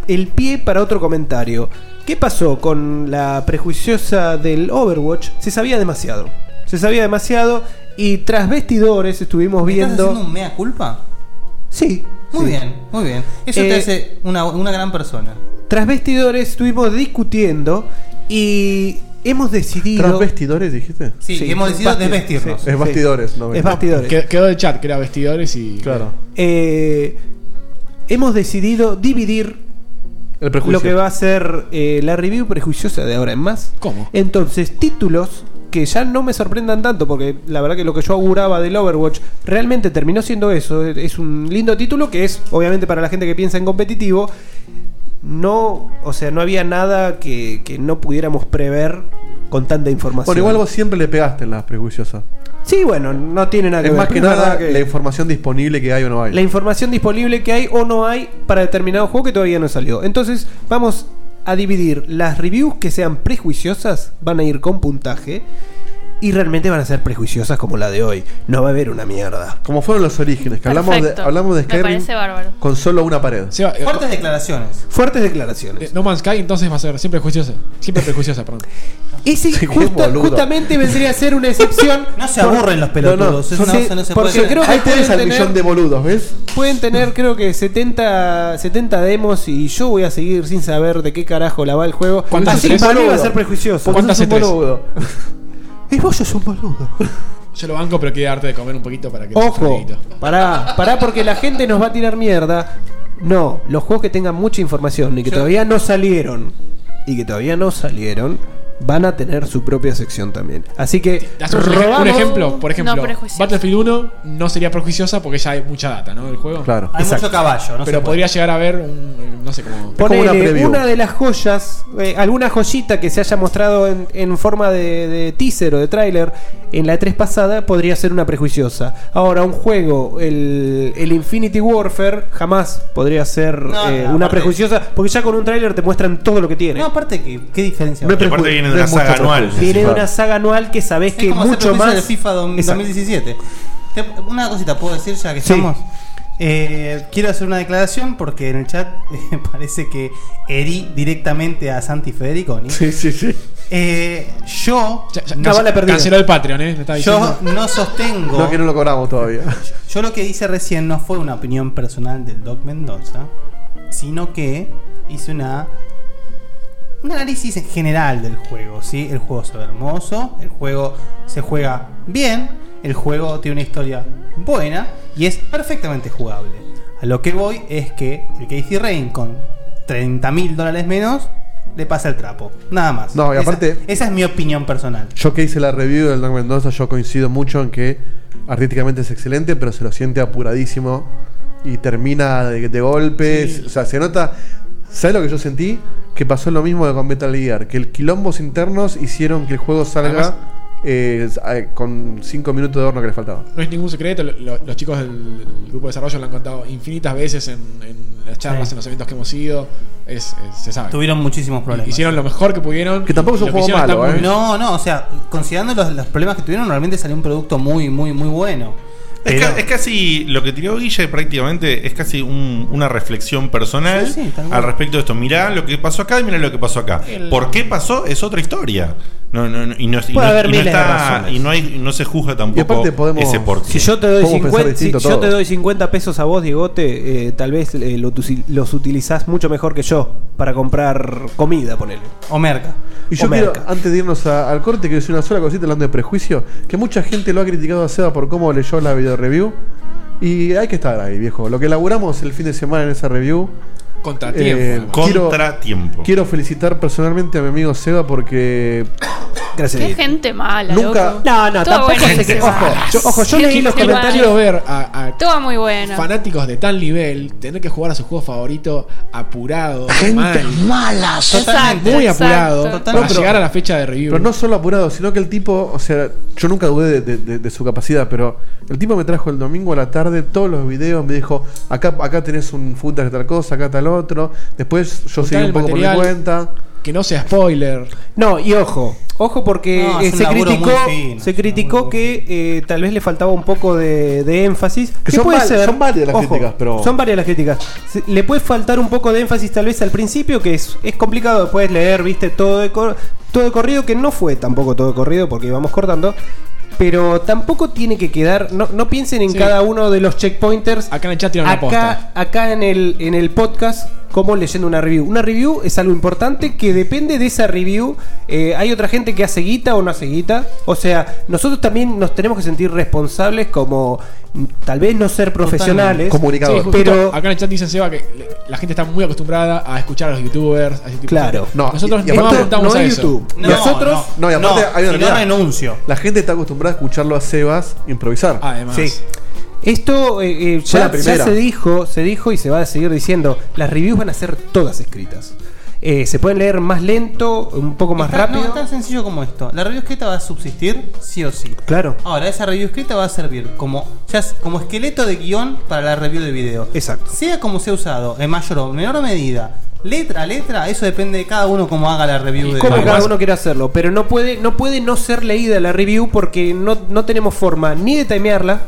D: el pie para otro comentario. ¿Qué pasó con la prejuiciosa del Overwatch? Se sabía demasiado. Se sabía demasiado y tras vestidores estuvimos
E: ¿Me ¿Estás haciendo
D: viendo...
E: un mea culpa?
D: Sí.
E: Muy
D: sí.
E: bien, muy bien. Eso te
D: Eh,
E: hace una, una gran persona.
D: Tras vestidores estuvimos discutiendo y hemos decidido...
G: ¿Tras vestidores dijiste?
E: Sí,
D: Sí,
E: hemos decidido
D: basti-
E: desvestirnos.
D: sí.
G: Es bastidores, no
D: Es
G: no.
D: bastidores.
F: Que- Quedó el chat, que era vestidores y.
G: Claro.
D: Eh, hemos decidido dividir
G: El prejuicio.
D: lo que va a ser eh, la review prejuiciosa de ahora en más.
F: ¿Cómo?
D: Entonces, títulos que ya no me sorprendan tanto, porque la verdad que lo que yo auguraba del Overwatch realmente terminó siendo eso. Es un lindo título que es, obviamente, para la gente que piensa en competitivo. No, o sea, no había nada que, que no pudiéramos prever con tanta información.
G: Bueno, igual vos siempre le pegaste en las prejuiciosas.
D: Sí, bueno, no tiene nada que
G: Es
D: ver.
G: más que
D: Es verdad
G: nada
D: que-
G: la información disponible que hay o no hay.
D: la información disponible que hay o no hay para determinado juego que todavía no salió. Entonces, vamos a dividir las reviews que sean prejuiciosas, van a ir con puntaje. y realmente van a ser prejuiciosas como la de hoy. No va a haber una mierda.
G: Como fueron los orígenes, que hablamos de,
H: Perfecto.
G: hablamos de
H: Me
G: Skyrim
H: parece bárbaro.
G: con solo una pared.
F: Seba, eh,
E: Fuertes declaraciones.
D: Fuertes declaraciones.
F: eh, No Man's Sky entonces va a ser siempre juiciosa. Siempre prejuiciosa, perdón.
D: Ese
G: Sí, qué
D: justa-
G: boludo.
D: justamente vendría a ser una excepción.
E: No se
D: por-
E: aburren los pelotudos.
G: no.
E: Es una
D: Sí,
E: cosa, no se
D: porque
E: puede-
D: creo-
G: Ahí
D: que
G: tenés
D: pueden
G: al millón
D: tener-
G: de boludos, ¿ves?
D: Pueden tener creo que 70, 70 demos y yo voy a seguir sin saber de qué carajo la va el juego.
F: ¿Cuántas
D: Así que
F: tres?
D: para mí va a
G: Boludo.
D: ser prejuicioso.
F: ¿Cuántas
G: Sos un
F: E3?
G: boludo.
D: Y vos sos un boludo.
F: Yo lo banco, pero quiero darte de comer un poquito para que te
D: Ojo,
F: sufra un poquito.
D: pará, pará porque la gente nos va a tirar mierda. No, los juegos que tengan mucha información y que todavía no salieron y que todavía no salieron van a tener su propia sección también. Así que
F: Te hacemos un, ej- un
D: robamos-
F: ejemplo, por ejemplo,
H: No prejuiciosa.
F: Battlefield 1 no sería prejuiciosa porque ya hay mucha data, ¿no? Del juego.
G: Claro.
E: Hay mucho caballo, no se
F: pero
E: puede.
F: podría llegar a haber un. No sé cómo.
G: como una
D: Ponele
G: preview.
D: una, de las joyas, eh, alguna joyita que se haya mostrado en, en forma de, de teaser o de tráiler en la 3 pasada podría ser una prejuiciosa. Ahora, un juego, el, el Infinity Warfare, jamás podría ser
E: No,
D: eh,
E: no,
D: una
E: aparte-
D: prejuiciosa, porque ya con un tráiler te muestran todo lo que tiene.
E: No, aparte, ¿qué, qué diferencia?
G: No
E: hay?
G: es
C: aparte
G: preju-
C: viene de
G: no
C: una
G: es mucho
C: saga anual.
G: prejuicio.
D: Viene de
G: Claro.
D: una saga anual que sabés
E: Es
D: que
E: como hacer
D: mucho
E: prejuicio
D: más.
E: de FIFA dom-
D: Exacto.
E: 2017. Te- una cosita puedo decir ya que
D: Sí.
E: estamos. Eh, quiero hacer una declaración porque en el chat eh, parece que herí directamente a Santi Federiconi.
G: Sí, sí, sí.
E: Eh, yo,
F: Ya- ya-
E: no-
D: Cabal la perdida.
F: Canceló el Patreon, ¿eh? Me está diciendo.
E: yo no sostengo.
G: No, que no lo cobramos todavía.
E: Yo lo que hice recién no fue una opinión personal del Doc Mendoza, sino que hice una un análisis en general del juego, ¿sí? El juego se ve hermoso, el juego se juega bien, el juego tiene una historia buena y es perfectamente jugable. A lo que voy es que el Casey Rain con 30 mil dólares menos le pasa el trapo, nada más.
G: No, y
E: Esa-
G: aparte-
E: Esa, es mi opinión personal.
G: Yo que hice la review del Doc Mendoza, yo coincido mucho en que artísticamente es excelente, pero se lo siente apuradísimo y termina de, de golpes. O sea, se nota. ¿Sabes lo que yo sentí? Que pasó lo mismo que con Metal Gear, que el quilombos internos hicieron que el juego
F: Además-
G: salga eh, eh, con 5 minutos de horno que le faltaba.
F: No es ningún secreto, lo- lo- los chicos del del grupo de desarrollo lo han contado infinitas veces en, en las charlas,
E: Sí.
F: en los eventos que hemos ido. Es, es- se sabe.
E: Tuvieron muchísimos problemas.
F: Hicieron lo mejor que pudieron.
G: Que tampoco es
F: y lo
G: un
F: que
G: juego
F: hicieron está
G: malo,
F: muy
G: ¿eh?
F: bien.
E: No, no, o sea, considerando los, los problemas que tuvieron, realmente salió un producto muy, muy, muy bueno.
C: Es,
E: Pero-
C: ca- es casi lo que tiró Guille prácticamente es casi un- una reflexión personal
E: Sí, sí, tal cual.
C: al respecto de esto. Mirá lo que pasó acá y mirá lo que pasó acá.
F: El-
C: ¿Por qué pasó? Es otra historia. No, no, no, y no, y
D: Puede
C: no-
D: haber
C: y no
D: miles de
C: está-
D: razones.
C: y no hay- y no se juzga tampoco
G: aparte podemos-
C: ese por qué.
D: Si yo te doy,
G: Podemos pensar
D: 50, si
G: distinto
D: yo te
G: todos.
D: doy 50 pesos a vos, Diegote, eh, tal vez eh, lo tusi- los utilizás mucho mejor que yo para comprar comida, ponele.
E: O merca.
G: Y yo
D: O
G: quiero,
D: merca.
G: antes de irnos a- al corte, quiero decir una sola cosita hablando de prejuicio, que mucha gente lo ha criticado a Seba por cómo leyó la video review. Y hay que estar ahí, viejo. Lo que elaboramos el fin de semana en esa review.
F: Contratiempo.
G: eh,
F: además.
G: quiero-
C: Contratiempo.
G: Quiero felicitar personalmente a mi amigo Seba porque.
D: Gracias.
H: Qué
D: Diego.
H: gente mala,
G: Nunca-
H: loco.
D: No, no,
H: Todo
D: tampoco
H: bueno
D: se
H: ese
D: cre-
H: tema.
D: Ojo, yo, ojo, yo
H: Qué
D: leí
H: gente
D: los
F: Quiero-
D: comentarios.
F: Quiero ver a, a
H: Todo muy bueno.
F: fanáticos de tal nivel tener que jugar a su juego favorito apurado, mal,
E: Totalmente.
F: muy
H: Exacto.
F: apurado,
H: Total.
F: para
G: No, pero-
F: llegar a la fecha de review.
G: Pero no solo apurado, sino que el tipo. O sea, yo nunca dudé de, de- de- de su capacidad, pero el tipo me trajo el domingo a la tarde todos los videos. Me dijo: acá, acá tenés un footage de tal cosa, acá tal otro. Después yo
F: Juntar
G: seguí un
F: el
G: poco por mi
F: material.
G: cuenta.
F: Que no sea spoiler.
D: No, y ojo, ojo porque
E: No,
D: eh,
E: es un
D: se
E: laburo
D: criticó,
E: muy fino, es
D: se
E: un
D: criticó
E: laburo muy
D: que eh, tal vez le faltaba un poco de, de énfasis.
G: Que
D: ¿Qué
G: son
D: puede
G: val-
D: ser?
G: son varias las críticas, pero-
D: Son varias las críticas. Se- Le puede faltar un poco de énfasis tal vez al principio, que es, es complicado después leer, viste, todo de, cor- todo de corrido, que no fue tampoco todo de corrido porque íbamos cortando. Pero tampoco tiene que quedar, no, no piensen en
F: Sí.
D: cada uno de los checkpointers
F: Acá en el chat tiran una
D: acá,
F: posta.
D: acá en el en el podcast como leyendo una review. Una review es algo importante que depende de esa review. eh, hay otra gente que hace guita o no hace guita. O sea, nosotros también nos tenemos que sentir responsables como mm, tal vez no ser profesionales.
F: Sí,
G: Comunicador.
F: justo
D: Pero-
F: acá en el chat dicen Seba que le- la gente está muy acostumbrada a escuchar a los youtubers. A ese tipo de
D: Claro.
F: gente.
G: No,
F: nosotros
G: y- y
F: no
G: aparte,
F: apuntamos
D: no
F: a
D: es
F: eso.
D: YouTube.
E: No,
D: Nosotros-
G: No, y aparte hay una
E: si no
G: realidad.
E: renuncio.
G: La gente está acostumbrada a escucharlo a Sebas improvisar.
F: Además,
D: Sí. Esto eh, eh,
G: Fue
D: ya,
G: la primera.
D: ya se dijo, se dijo y se va a seguir diciendo. Las reviews van a ser todas escritas. Eh, se pueden leer más lento, un poco más
E: Está-
D: rápido.
E: No, tan sencillo como esto. La review escrita va a subsistir, sí o sí.
D: Claro.
E: Ahora, esa review escrita va a servir como, ya es- como esqueleto de guión para la review de video.
D: Exacto.
E: Sea como sea usado, en mayor o menor medida, letra a letra, eso depende de cada uno cómo haga la review de
D: Como cada uno quiere hacerlo, pero no puede, no puede no ser leída la review porque no, no tenemos forma ni de timearla.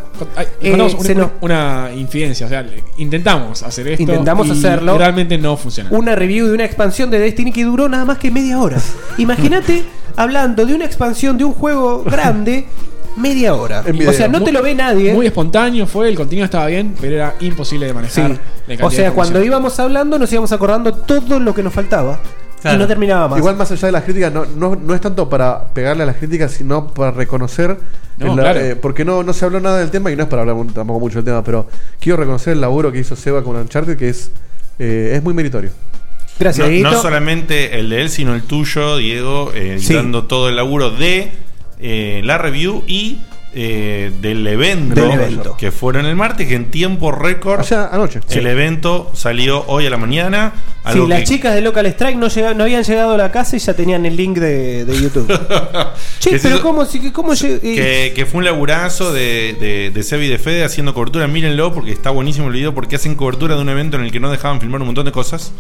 D: eh,
F: Contamos un-
D: se nos-
F: un- una infidencia, o sea, le- intentamos hacer esto.
D: Intentamos
F: y
D: hacerlo.
F: Realmente no funciona.
D: una review de una expansión de Destiny que duró nada más que media hora. Imagínate hablando de una expansión de un juego grande media hora. O sea, no te lo ve nadie.
F: Muy espontáneo fue, el contenido estaba bien, pero era imposible de manejar.
D: Sí. O sea, cuando íbamos hablando nos íbamos acordando todo lo que nos faltaba y no terminaba más.
G: Igual más allá de las críticas, no, no, no es tanto para pegarle a las críticas, sino para reconocer.
F: No,
G: el la-
F: claro.
G: eh, porque no, no se habló nada del tema y no es para hablar mu- tampoco mucho del tema, pero quiero reconocer el laburo que hizo Seba con Uncharted, que es, eh, es muy meritorio.
D: Gracias,
C: no,
D: Dieguito.
C: no solamente el de él, sino el tuyo, Diego, eh,
D: Sí.
C: dando todo el laburo de eh, la review y eh, del, evento
D: Del evento.
C: que fueron el martes, que en tiempo récord.
G: Allá anoche.
C: El evento salió hoy a la mañana.
D: Sí,
C: algo
D: las
C: que-
D: chicas de Local Strike no, llega- no habían llegado a la casa y ya tenían el link de, de YouTube.
C: Que
D: che,
C: es
D: pero
C: eso-
D: ¿cómo, si- cómo lleg- eh,
C: Que, que fue un laburazo de, de, de Sebi y de Fede haciendo cobertura. Mírenlo porque está buenísimo el video. Porque hacen cobertura de un evento en el que no dejaban filmar un montón de cosas.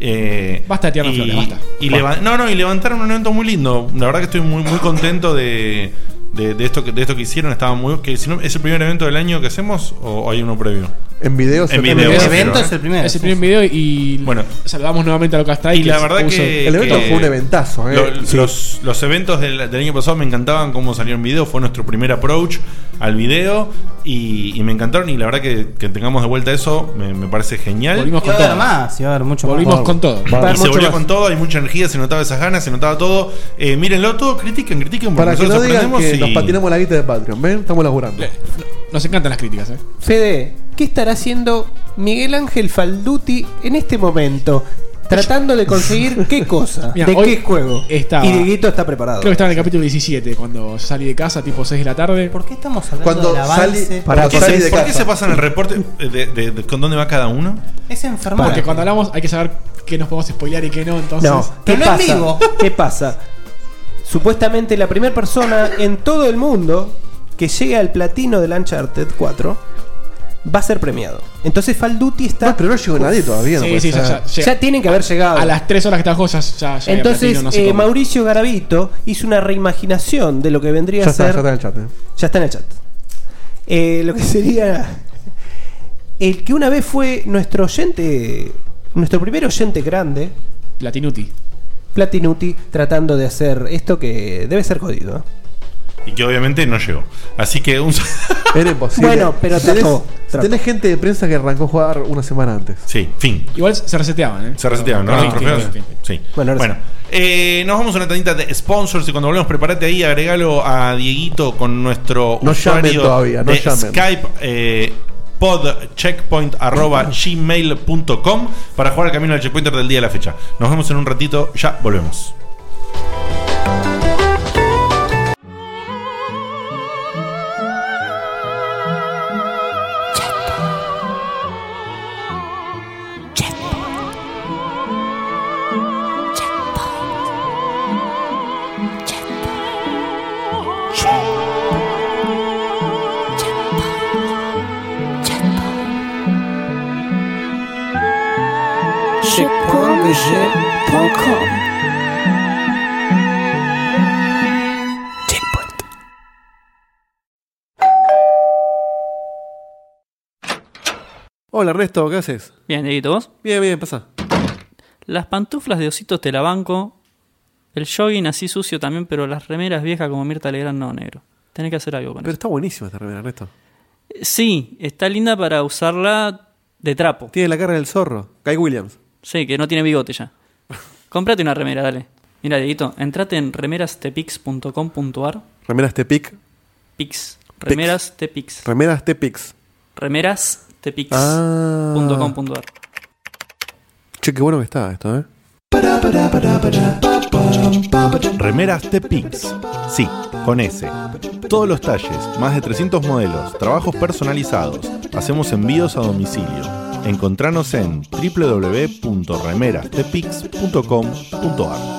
C: Eh,
F: Basta de tirarnos
C: y,
F: flores, basta.
C: y
F: Basta.
C: levan- no, no, y levantaron un evento muy lindo. La verdad que estoy muy, muy contento de, de, de esto, que- de esto que hicieron. Estaba muy. Que, si no, ¿Es el primer evento del año que hacemos o hay uno previo?
G: En videos.
C: En
G: se-
C: video,
E: El
C: sí,
E: evento
C: ¿verdad?
E: es el primero.
F: Es el primer video y
C: Bueno.
F: saludamos nuevamente a Locasta.
C: Y la verdad que.
G: El evento
C: que-
G: fue un eventazo, eh.
C: Lo- los, los eventos del, del año pasado me encantaban cómo salieron video, fue nuestro primer approach al video y, y me encantaron y la verdad que, que tengamos de vuelta eso me, me parece genial.
F: Volvimos
E: Y
F: con
E: va a haber
F: todo.
E: más, y va a haber mucho
F: Volvimos
E: más.
F: con todo.
D: va a haber
C: y se
D: mucho
C: volvió
D: más.
C: con todo, hay mucha energía, se notaba esas ganas, se notaba todo. Eh, mírenlo todo, critiquen, critiquen, porque
G: Para que no
C: nosotros
G: digan
C: aprendemos
G: que
C: y-
G: nos patinamos la guita de Patreon, ¿ven? Estamos laburando.
F: Le- Nos encantan las críticas, ¿eh?
D: Fede, ¿qué estará haciendo Miguel Ángel Falduti en este momento? Tratando de conseguir qué cosa,
F: Mira,
D: de
F: hoy
D: qué juego.
F: estaba-
D: Y Dieguito está preparado.
F: Creo que estaba en el capítulo 17, cuando salí de casa, tipo 6 de la tarde.
E: ¿Por qué estamos hablando
G: Cuando
E: del avance?
G: salí-
D: Pará,
C: ¿Por qué,
G: Cuando salí
C: se,
G: de
C: por qué
G: casa.
C: se pasan el reporte eh, de, de- de- con dónde va cada uno?
E: Es enfermar.
F: Porque cuando hablamos hay que saber qué nos podemos spoilear y qué no, entonces.
D: No, ¿qué
E: Pero no en
D: pasa?
E: vivo.
D: ¿Qué pasa? Supuestamente la primera persona en todo el mundo que llegue al platino del Uncharted 4 va a ser premiado. Entonces Falduti está.
G: No, pero no llegó nadie todavía. no
F: Sí,
G: puede
F: sí, ya,
G: ser.
F: ya,
D: ya
F: llega-
D: tienen que haber llegado.
F: A las 3 horas que estaba joya, ya, ya
D: Entonces,
F: platino, no
D: eh,
F: sé cómo.
D: Mauricio Garavito hizo una reimaginación de lo que vendría
G: Ya
D: a ser.
G: está, ya está en el chat. eh.
D: Ya está en el chat. Eh, lo que sería. El que una vez fue nuestro oyente. Nuestro primer oyente grande,
F: Platinuti.
D: Platinuti, tratando de hacer esto que debe ser jodido. ¿eh?
C: Y que obviamente no llegó. Así que un...
G: Era imposible.
D: Bueno, pero
G: tenés,
D: trató, trató.
G: tenés gente de prensa que arrancó a jugar una semana antes.
C: sí, fin.
F: Igual se reseteaban, ¿eh?
C: Se reseteaban, ¿no?
F: Pero-
C: Los
F: fin,
C: trofeos.
F: fin, fin.
C: Sí.
D: Bueno,
C: Bueno,
D: ahora sí.
C: eh, nos vamos a una tandita de sponsors y cuando volvemos, prepárate ahí, agregalo a Dieguito con nuestro
G: No
C: usuario
G: llamen todavía, no
C: de
G: llamen.
C: Skype eh, podcheckpoint.gmail.com para jugar al camino al checkpointer del día de la fecha. Nos vemos en un ratito, ya volvemos.
G: Hola Ernesto, ¿qué haces?
M: Bien, Dieguito, vos.
G: Bien, bien, pasa.
M: Las pantuflas de ositos te la banco. El jogging así sucio también, pero las remeras viejas como Mirta Legrand no, negro. Tenés que hacer algo con
G: Pero
M: eso.
G: está buenísima esta remera, Ernesto.
M: Sí, está linda para usarla de trapo.
G: Tiene la cara del zorro. Guy Williams.
M: Sí, que no tiene bigote ya. Comprate una remera, dale. Mira, Dieguito, entrate en remerastepix.com.ar.
G: Remeras
N: este
G: Tepic.
M: Pix. Remeras Tepix.
G: Remeras
N: este
G: Tepix.
M: Remeras Tepix.
G: Ah.
M: punto com punto ar.
G: Che, qué bueno que está esto, ¿eh?
B: Remeras Tepix. Sí, con S. Todos los talles, más de 300 modelos, trabajos personalizados. Hacemos envíos a domicilio. Encontranos en www.remerastepix.com.ar.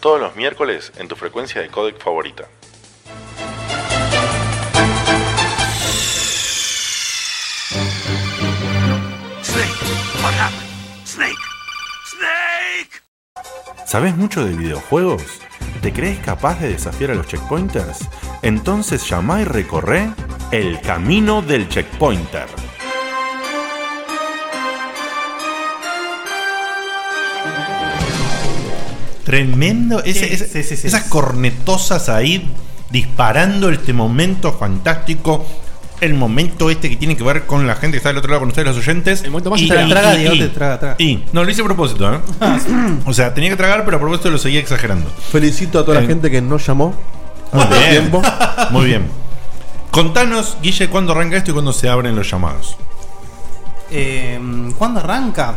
B: todos los miércoles en tu frecuencia de codec favorita. ¿Sabes mucho de videojuegos? ¿Te crees capaz de desafiar a los checkpointers? Entonces llama y recorre el camino del checkpointer.
C: Tremendo. Ese- ese- Esas cornetosas ahí disparando este momento fantástico. El momento este que tiene que ver con la gente que está del otro lado con ustedes, los oyentes. El momento
E: más interesante. Traga, Diego, te traga, traga.
C: Y, no, lo hice a propósito, ¿eh? o sea, tenía que tragar, pero a propósito lo seguía exagerando.
G: Felicito a toda
C: Eh.
G: la gente que no llamó.
C: Muy bien. Muy bien. Contanos, Guille, cuándo arranca esto y cuándo se abren los llamados.
E: Eh, ¿Cuándo arranca?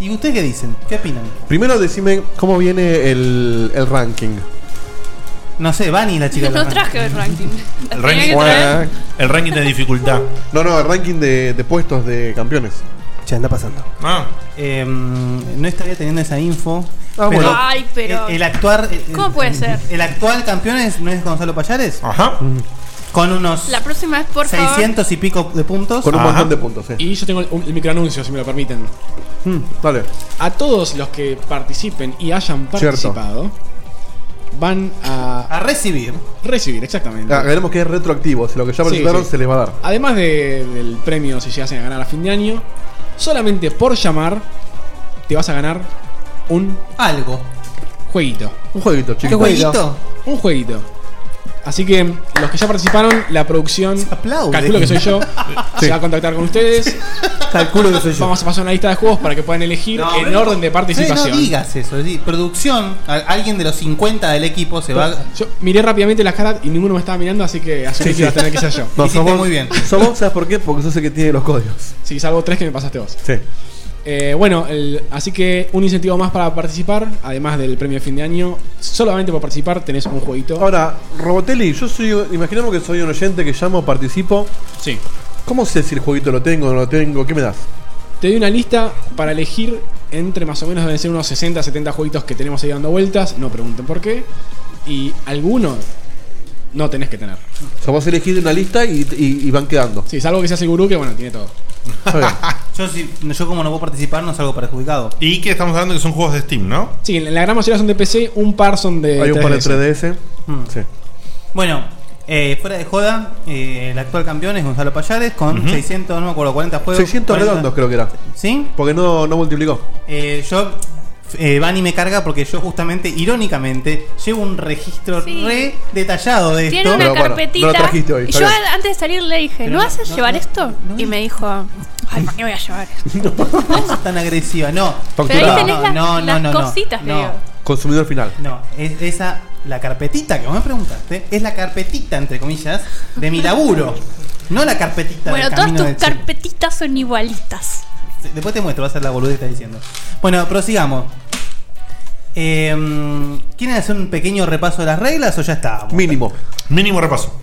E: ¿Y ustedes qué dicen? ¿Qué opinan?
G: Primero decime cómo viene el, el ranking.
E: No sé, Vani la
G: chica.
O: No traje el ranking.
G: El ranking,
C: el ranking de dificultad.
G: No, no, el ranking de, de puestos de campeones.
E: Ya anda pasando.
F: Ah.
E: Eh, no estaría teniendo esa info.
G: Ah,
E: pero
G: bueno.
O: Ay, pero.
E: El, el actuar. el-
O: ¿Cómo puede ser?
E: El actual campeón es, no es Gonzalo Payares.
C: Ajá.
E: Con unos
O: La próxima es por favor.
E: 600 y pico de puntos.
G: Con un Ajá. montón de puntos, Hmm,
F: Y yo tengo el, el microanuncio, si me lo permiten.
G: Dale.
F: A todos los que participen y hayan
G: Cierto.
F: participado, van a.
E: A recibir.
F: Recibir, exactamente.
G: Ah, veremos que es retroactivo. Si lo que ya
F: Sí,
G: participaron
F: sí.
G: se les va a dar.
F: Además de- del premio si llegasen a ganar a fin de año, solamente por llamar te vas a ganar un
E: algo.
F: Jueguito.
G: Un jueguito, chicos.
F: ¿Un jueguito? Un jueguito. Así que los que ya participaron, la producción, calculo que soy yo, se va a contactar con ustedes.
E: Calculo que soy yo.
F: Vamos a pasar una lista de juegos para que puedan elegir
E: No,
F: en
E: no.
F: orden de participación.
E: No, no digas eso. sí. Producción, al- alguien de los 50 del equipo se va.
F: Yo miré rápidamente las caras y ninguno me estaba mirando, así que asumí que iba a tener que ser yo.
G: No, sos vos- sos vos, ¿sabes por qué? Porque sos el que tiene los códigos.
F: Sí, salvo tres que me pasaste vos.
G: Sí.
F: Eh, bueno, el- así que un incentivo más para participar, además del premio de fin de año. Solamente por participar tenés un jueguito.
G: Ahora, Ah, Robotelli, yo soy. Imaginemos que soy un oyente que llamo, participo.
F: Sí.
G: ¿Cómo sé si el jueguito lo tengo o no lo tengo? ¿Qué me das?
F: Te doy una lista para elegir entre más o menos deben ser unos 60, 70 jueguitos que tenemos ahí dando vueltas. No pregunten por qué. Y alguno no tenés que tener.
G: O sea, vos elegís de una lista y, y- y van quedando.
F: Sí, salvo que seas el gurú que, bueno, tiene todo.
E: yo, si- yo como no puedo participar, no salgo perjudicado.
C: Y que estamos hablando que son juegos de Steam, ¿no?
F: Sí, en la gran mayoría son de PC, un par son de.
G: Hay un par de
F: 3DS.
G: 3DS. Sí.
E: Bueno, eh, fuera de joda, eh, el actual campeón es Gonzalo Payares con 600, no me acuerdo, 40 juegos.
G: 600
E: 40.
G: redondos creo que era.
E: ¿Sí?
G: Porque no, no multiplicó.
E: Eh, yo. Eh, Vani me carga porque yo justamente, irónicamente, llevo un registro re detallado de esto.
O: Tiene una carpetita. y yo al- antes de salir le dije,
E: Pero
O: ¿no,
E: no,
O: vas a
E: no,
O: llevar esto? y me dijo, ay, ¿para qué voy a llevar esto?
E: No es tan agresiva, no.
O: Pero ahí tenés las- las cositas,
E: no.
O: Diego.
G: Consumidor final.
E: No, es esa, la carpetita que vos me preguntaste, es la carpetita, entre comillas, de mi laburo. No la carpetita
O: Bueno,
E: del
O: todas
E: camino
O: tus
E: del Che.
O: carpetitas son igualitas.
E: Después te muestro, va a ser la boludez que está diciendo. Bueno, prosigamos. Eh, ¿Quieren hacer un pequeño repaso de las reglas o ya está?
G: Mínimo.
C: Mínimo repaso.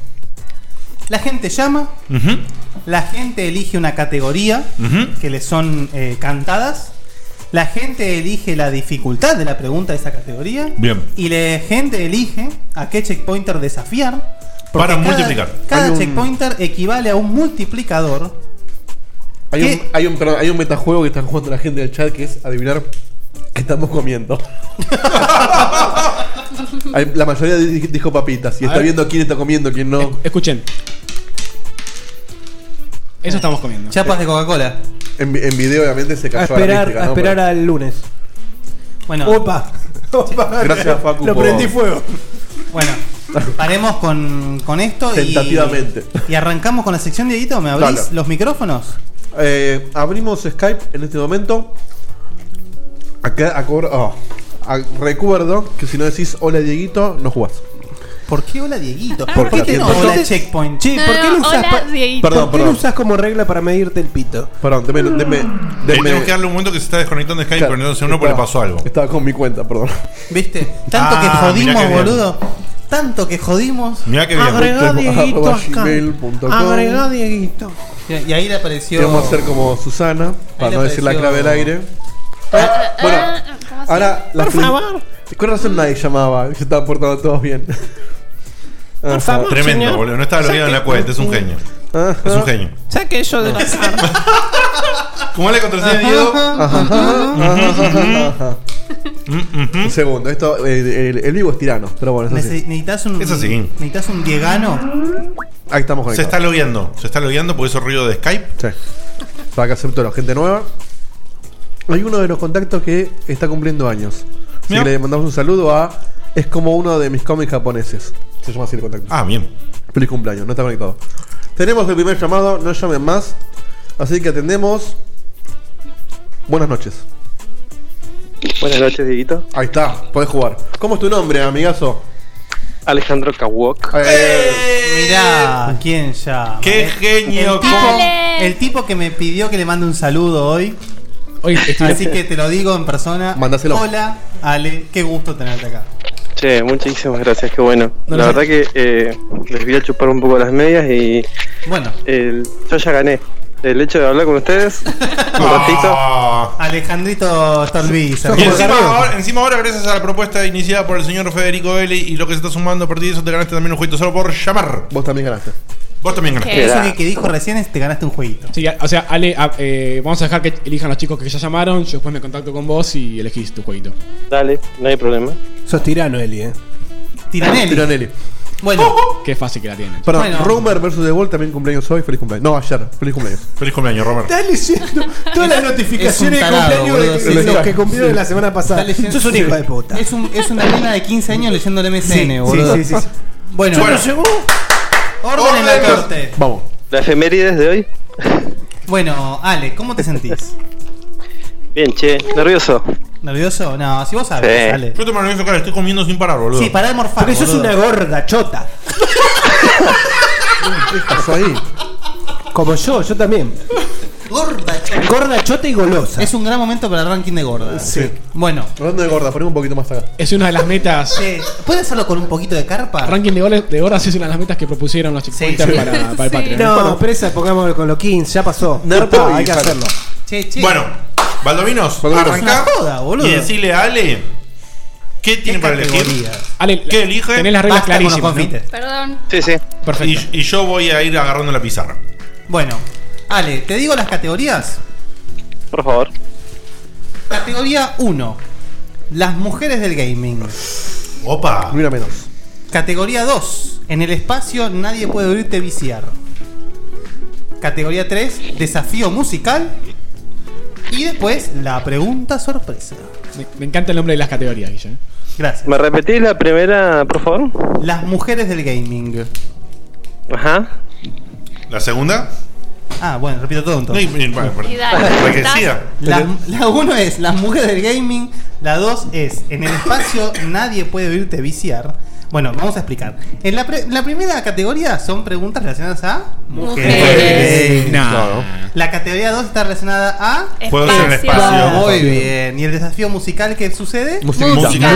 E: La gente llama, la gente elige una categoría que le son eh, cantadas, la gente elige la dificultad de la pregunta de esa categoría.
C: Bien.
E: Y la gente elige a qué checkpointer desafiar. porque
C: Para
E: cada-
C: multiplicar.
E: Cada
G: Hay un-
E: checkpointer equivale a un multiplicador.
G: Hay un, hay, un, perdón, hay un metajuego que están jugando la gente del chat que es adivinar qué estamos comiendo. Hay- La mayoría di- dijo papitas. Y
F: A
G: está
F: ver.
G: viendo quién está comiendo, quién no.
F: Escuchen. Eso estamos comiendo.
G: Chapas de
E: Coca-Cola.
G: En, vi- en video, obviamente, se
D: A
G: cayó la
D: esperar,
G: mística,
D: a
G: ¿no?
D: esperar al lunes.
E: Bueno.
D: Opa. Opa.
G: Gracias, Facu,
D: Lo
G: por-
D: prendí fuego.
E: Bueno, paremos con, con esto y-
G: Tentativamente.
E: Y, arrancamos con la sección de Edito. ¿Me abrís
G: Dale.
E: los micrófonos?
G: Eh, abrimos Skype en este momento. Acá, acor- oh. A- recuerdo que si no decís hola Dieguito, no jugás.
E: ¿Por qué hola Dieguito?
G: ¿Por qué te
E: hola Checkpoint?
D: Che, ¿por qué lo usás, pa-
G: Perdón,
D: ¿por qué lo
G: perdón.
D: usás como regla para medirte el pito? Ah.
G: Perdón, deme. deme,
C: Eh, tengo que darle un momento que se está desconectando de Skype, pero entonces uno porque pues le pasó algo.
G: Estaba con mi cuenta, perdón.
E: ¿Viste? Tanto que
C: Ah, mirá
E: jodimos,
C: qué bien.
E: boludo. Tanto que jodimos.
C: Mirá qué bien.
E: Agregá
G: Punto
E: Dieguito
G: arroba
E: acá.
G: gmail.com.
E: Agregá Dieguito. Y, y ahí le apareció.
G: Vamos a hacer como Susana, para
E: le
G: no decir la
E: apareció-
G: clave del aire.
E: eh,
G: Ah, Bueno, ahora la
E: Por
G: fel-
E: favor.
G: Con razón nadie llamaba, se estaban portando todos bien. Ah, Ajá.
C: Tremendo, boludo. No estaba logueado en la cuenta, es un genio.
G: Ajá.
C: Es un genio.
D: Saque eso de la cara.
C: ¿Cómo es la contraseña, Diego?
G: Un segundo, esto, eh, el, el vivo es tirano, pero bueno, es así.
E: Nece- Necesitas un.
G: Es así.
E: Necesitas un Diegano.
G: Ahí estamos
C: Se
G: conectados.
C: está logueando, se está logueando por eso ruido de Skype.
G: Sí. Para que acepto la gente nueva. Hay uno de los contactos que está cumpliendo años. Así que le mandamos un saludo a. Es como uno de mis cómics japoneses. Se llama así el contacto.
C: Ah, bien.
G: Feliz cumpleaños, no está conectado. Tenemos el primer llamado, no llamen más. Así que atendemos. Buenas noches.
P: Buenas noches, Dieguito.
G: Ahí está, podés jugar. ¿Cómo es tu nombre, amigazo?
P: Alejandro Kawok.
G: Eh.
E: Mirá, ¿quién ya?
P: ¡Qué genio!
E: El tipo, el tipo que me pidió que le mande un saludo hoy. Así que te lo digo en persona.
P: Mándaselo.
E: Hola, Ale, qué gusto tenerte acá.
P: Che, muchísimas gracias, qué bueno.
E: No,
P: la
E: no.
P: verdad que eh, les voy a chupar un poco las medias y.
E: Bueno.
P: el- yo ya gané. El hecho de hablar con ustedes, un ratito.
E: Alejandrito Stolbizer.
C: Y encima ahora, encima ahora, gracias a la propuesta iniciada por el señor Federico Vélez y lo que se está sumando a partir de eso, te ganaste también un jueguito solo por llamar.
G: Vos también ganaste.
C: Vos también ganaste.
E: Eso que, que dijo recién es te ganaste un jueguito.
F: Sí, o sea, Ale, a- eh, vamos a dejar que elijan los chicos que ya llamaron. Yo después me contacto con vos y elegís tu jueguito.
P: Dale, no hay problema.
D: Sos tirano, Eli, eh.
E: Tiranelli.
G: Tiranelli.
E: Bueno.
F: Qué fácil que la tienen.
G: Perdón, Romer vs. The Wall también cumpleaños hoy. Feliz cumpleaños. No, ayer. Feliz cumpleaños.
C: Feliz cumpleaños, Romer.
D: Estás leyendo todas las notificaciones de cumpleaños de- de, los que cumplieron la semana pasada. Sos un hijo de puta.
E: Es, un- es una nena de 15 años leyendo el MSN,
D: Sí, sí,
E: boludo.
D: sí, sí, sí.
E: Bueno,
D: Yo no
E: llegó. Orden en la corte.
G: Vamos.
P: La efemérides de hoy.
E: Bueno, Ale, ¿cómo te sentís?
P: Bien, che, nervioso.
E: ¿Nervioso? No, si vos sabes,
P: Sí.
E: Ale.
C: Yo te nervioso, cara, estoy comiendo sin parar, boludo.
E: Sí, pará de morfar.
D: Porque sos una gorda, chota.
G: ¿Qué pasó ahí?
D: Como yo, yo también.
E: Gorda, chota.
D: Gorda, chota y golosa.
E: Es un gran momento para el ranking de gorda.
G: Sí.
E: Bueno.
G: Hablando de gorda, ponemos un poquito más acá.
F: Es una de las metas.
E: ¿Puedes hacerlo con un poquito de carpa?
F: Ranking de, goles, de horas es una de las metas que propusieron los checkpointers
D: sí.
F: para, para el Patreon.
D: No, pero esa pongámoslo con los 15, ya pasó.
G: Nerpo
D: Está,
G: y
D: hay que
G: Jara.
D: hacerlo.
E: Che, che.
C: Bueno, Baldovinos,
E: Baldovinos.
C: arrancá
E: Es una joda, boludo.
C: y decirle a Ale qué tiene para elegir. ¿Qué elige?
F: tenés las reglas Basta con los clarísimas, ¿no? confites.
P: Perdón. Sí, sí.
F: Perfecto.
C: Y, y yo voy a ir agarrando la pizarra.
E: Bueno, Ale, ¿te digo las categorías?
P: Por favor.
E: Categoría 1. Las mujeres del gaming.
C: Opa.
G: Mira menos.
E: Categoría 2. En el espacio nadie puede oírte viciar. Categoría 3. Desafío musical. Y después la pregunta sorpresa.
F: Me, me encanta el nombre de las categorías, Guille. ¿eh?
E: Gracias.
P: ¿Me repetís la primera, por favor?
E: Las mujeres del gaming.
P: Ajá.
C: ¿La segunda?
E: Ah, bueno, repito todo
C: No, y- y-
E: entonces.
C: bueno, perdón.
E: Y dale,
C: Para que
E: estás-
C: decida.
E: La, la uno es las mujeres del gaming, la dos es en el espacio nadie puede oírte viciar. Bueno, vamos a explicar. En la, pre- la primera categoría son preguntas relacionadas a mujeres.
F: Mujeres. No. Claro.
E: La categoría 2 está relacionada a
F: Puedo ser el Espacio. espacio.
E: Muy bien. ¿Y el desafío musical que sucede?
F: Musiquita. Música.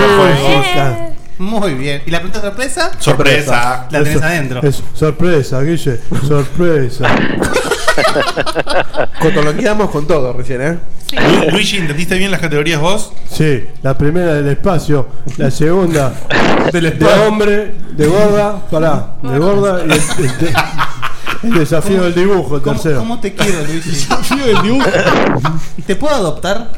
F: Música.
E: Muy bien. ¿Y la pregunta sorpresa?
C: Sorpresa.
E: La tenés adentro.
K: Es sorpresa, Guille. Sorpresa.
G: Cotoloqueamos con todo recién, ¿eh?
C: Lu- Luigi, ¿entendiste bien las categorías vos?
K: Sí, la primera del espacio, la segunda del de hombre, de gorda, pará, de gorda y el, el de- el desafío del dibujo, el tercero.
E: ¿Cómo te quiero, Luigi? desafío
F: del dibujo.
E: ¿Te puedo adoptar?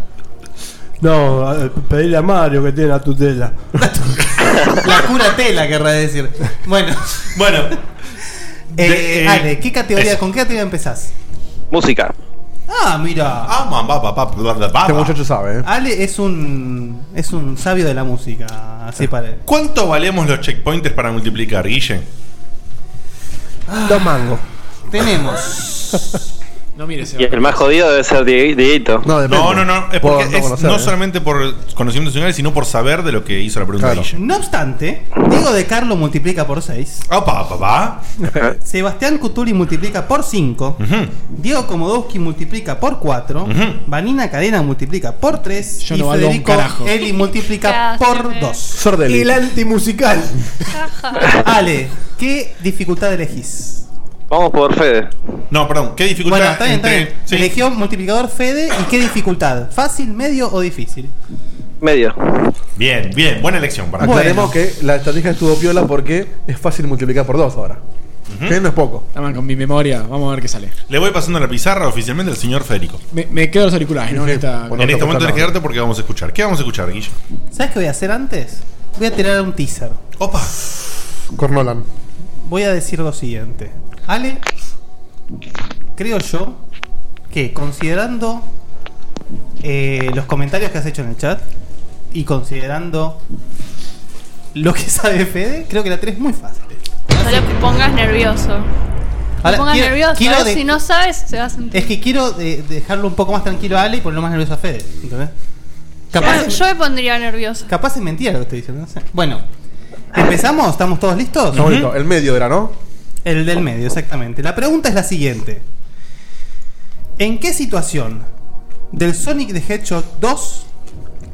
K: No, a- pedirle a Mario que tiene la tutela.
E: La cura tela, querrá decir. Bueno.
C: Bueno.
E: Eh,
C: De- eh,
E: Ale, ¿qué categoría,
C: eso.
E: ¿con qué categoría empezás?
P: Música.
E: Ah, mira.
C: Ah, mamá, papá, bla, bla, bla.
E: Este muchacho
G: sabe,
C: Eh.
E: Ale es un es un sabio de la música,
C: Eh.
E: así para él.
C: ¿Cuánto valemos los checkpointers para multiplicar, Guille? Ah.
E: Dos mangos. Tenemos.
F: No mires.
P: Y el más jodido debe ser Die- Dieguito.
G: No,
C: No, no, no. Es porque es no solamente por conocimientos generales, sino por saber de lo que hizo la pregunta de Guille.
E: No obstante, Diego de Carlo multiplica por 6.
C: Opa, papá.
E: Sebastián Cutuli multiplica por 5. Diego Komodowski multiplica por 4. Vanina Cadena multiplica por 3.
F: Yo
E: y
F: no valgo un
E: Federico
F: carajo.
E: Eli multiplica por 2.
G: Sordelli. El
E: antimusical. Ale, ¿qué dificultad elegís?
P: Vamos por Fede.
C: No, perdón. ¿Qué dificultad?
E: Bueno, está bien, está bien. Eligió multiplicador Fede y qué dificultad. ¿Fácil, medio o difícil?
P: Medio.
C: Bien, bien. Buena elección para
G: Aclaremos que la estrategia estuvo piola porque es fácil multiplicar por dos ahora. Que no es poco.
F: Estaban con mi memoria, vamos a ver qué sale.
C: Le voy pasando la pizarra oficialmente al señor Federico.
F: Me, me quedo los auriculares, Ah, ¿no? En esta-
C: en este momento tenés que quedarte porque vamos a escuchar. ¿Qué vamos a escuchar, Guille?
E: ¿Sabes qué voy a hacer antes? Voy a tirar un teaser.
C: Opa.
G: Cornolan.
E: Voy a decir lo siguiente. Ale, creo yo que considerando eh, los comentarios que has hecho en el chat y considerando lo que sabe Fede, creo que la 3 es muy fácil.
H: No le pongas nervioso. No
E: Ahora,
H: le pongas
E: quiero-
H: nervioso.
E: quiero
H: ahora
E: de-
H: Si no sabes, se va a sentir.
E: Es que quiero eh, dejarlo un poco más tranquilo a Ale y ponerlo más nervioso a Fede. ¿entendés? Capaz,
H: Yo, yo me pondría nervioso.
E: capaz es mentira lo que estoy diciendo. no sé. Bueno, ¿empezamos? ¿Estamos todos listos?
G: Estamos listos. El medio era, ¿no?
E: El del medio, exactamente. La pregunta es la siguiente. ¿En qué situación del Sonic the Hedgehog 2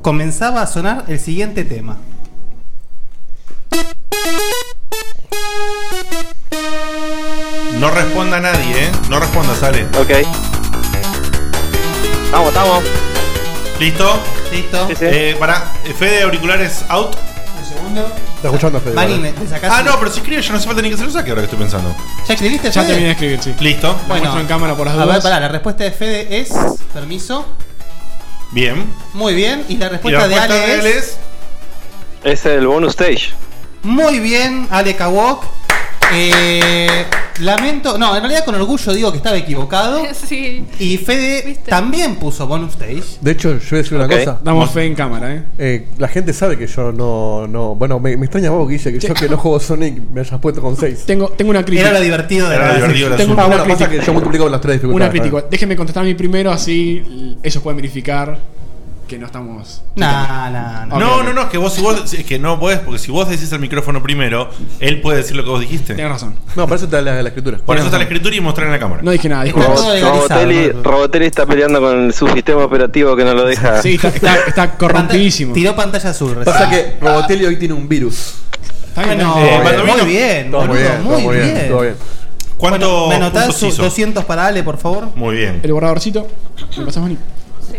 E: comenzaba a sonar el siguiente tema?
C: No responda nadie, ¿eh? No responda, sale.
P: Ok. Vamos, estamos.
C: ¿Listo?
E: Listo.
C: Eh, para, Fede, auriculares out.
E: Un segundo.
G: Está escuchando Fede.
C: Vale.
G: ¿vale?
C: Ah, no, pero si escribe yo no hace falta ni que se lo saque ahora que estoy pensando.
E: ¿Ya escribiste?
F: Ya
E: Fede?
F: terminé de escribir, sí.
C: Listo.
F: Lo muestro en cámara por las
E: a ver,
F: dudas.
E: pará, la respuesta de Fede es. Permiso.
C: Bien.
E: Muy bien. Y la respuesta,
C: respuesta
E: de Ale,
C: de Ale
E: es,
P: Es el bonus stage.
E: Muy bien, Ale Kawok. Eh, lamento. No, en realidad con orgullo digo que estaba equivocado.
H: Sí.
E: Y Fede también puso bonus stage.
G: De hecho, yo voy a decir una
E: Ok.
G: cosa.
E: Damos
F: fe en cámara, ¿eh?
G: La gente sabe que yo no. no bueno, me, me extraña vos, Guille, que yo que no juego Sonic me hayas puesto con 6.
F: Tengo, tengo una crítica.
G: Era lo divertido de Era la- lo divertido del
F: Tengo
G: asunto.
F: una,
G: Ah, bueno, pasa
F: crítica.
G: que yo multiplico por las tres dificultades,
F: Una crítica. Déjenme contestar a mí primero, así l- ellos pueden verificar que no estamos.
E: Nah, nah,
C: No, no, no, es que vos, si vos, es que no podés, porque si vos decís el micrófono primero, él puede decir lo que vos dijiste. Tienes
F: razón.
G: No, por eso está la, la escritura.
C: Por eso está la escritura y mostrar en la cámara.
F: No dije nada, disculpa.
P: Robotelli, Robotelli está peleando con su sistema operativo que no lo deja.
F: Sí, está, está, está corrompidísimo.
E: Tiró pantalla azul.
G: Pasa que Robotelli hoy tiene un virus. Ah,
F: Está
E: bien, Bueno,
G: Todo
E: eh, Baldomino. muy bien,
G: Todo
E: boludo,
G: todo
E: muy bien.
G: todo bien.
E: ¿Cuánto me anotás
F: puntos
E: su-
F: hizo?
E: 200 para Ale, por favor?
C: Muy bien.
F: El borradorcito. ¿Me pasás, Moni?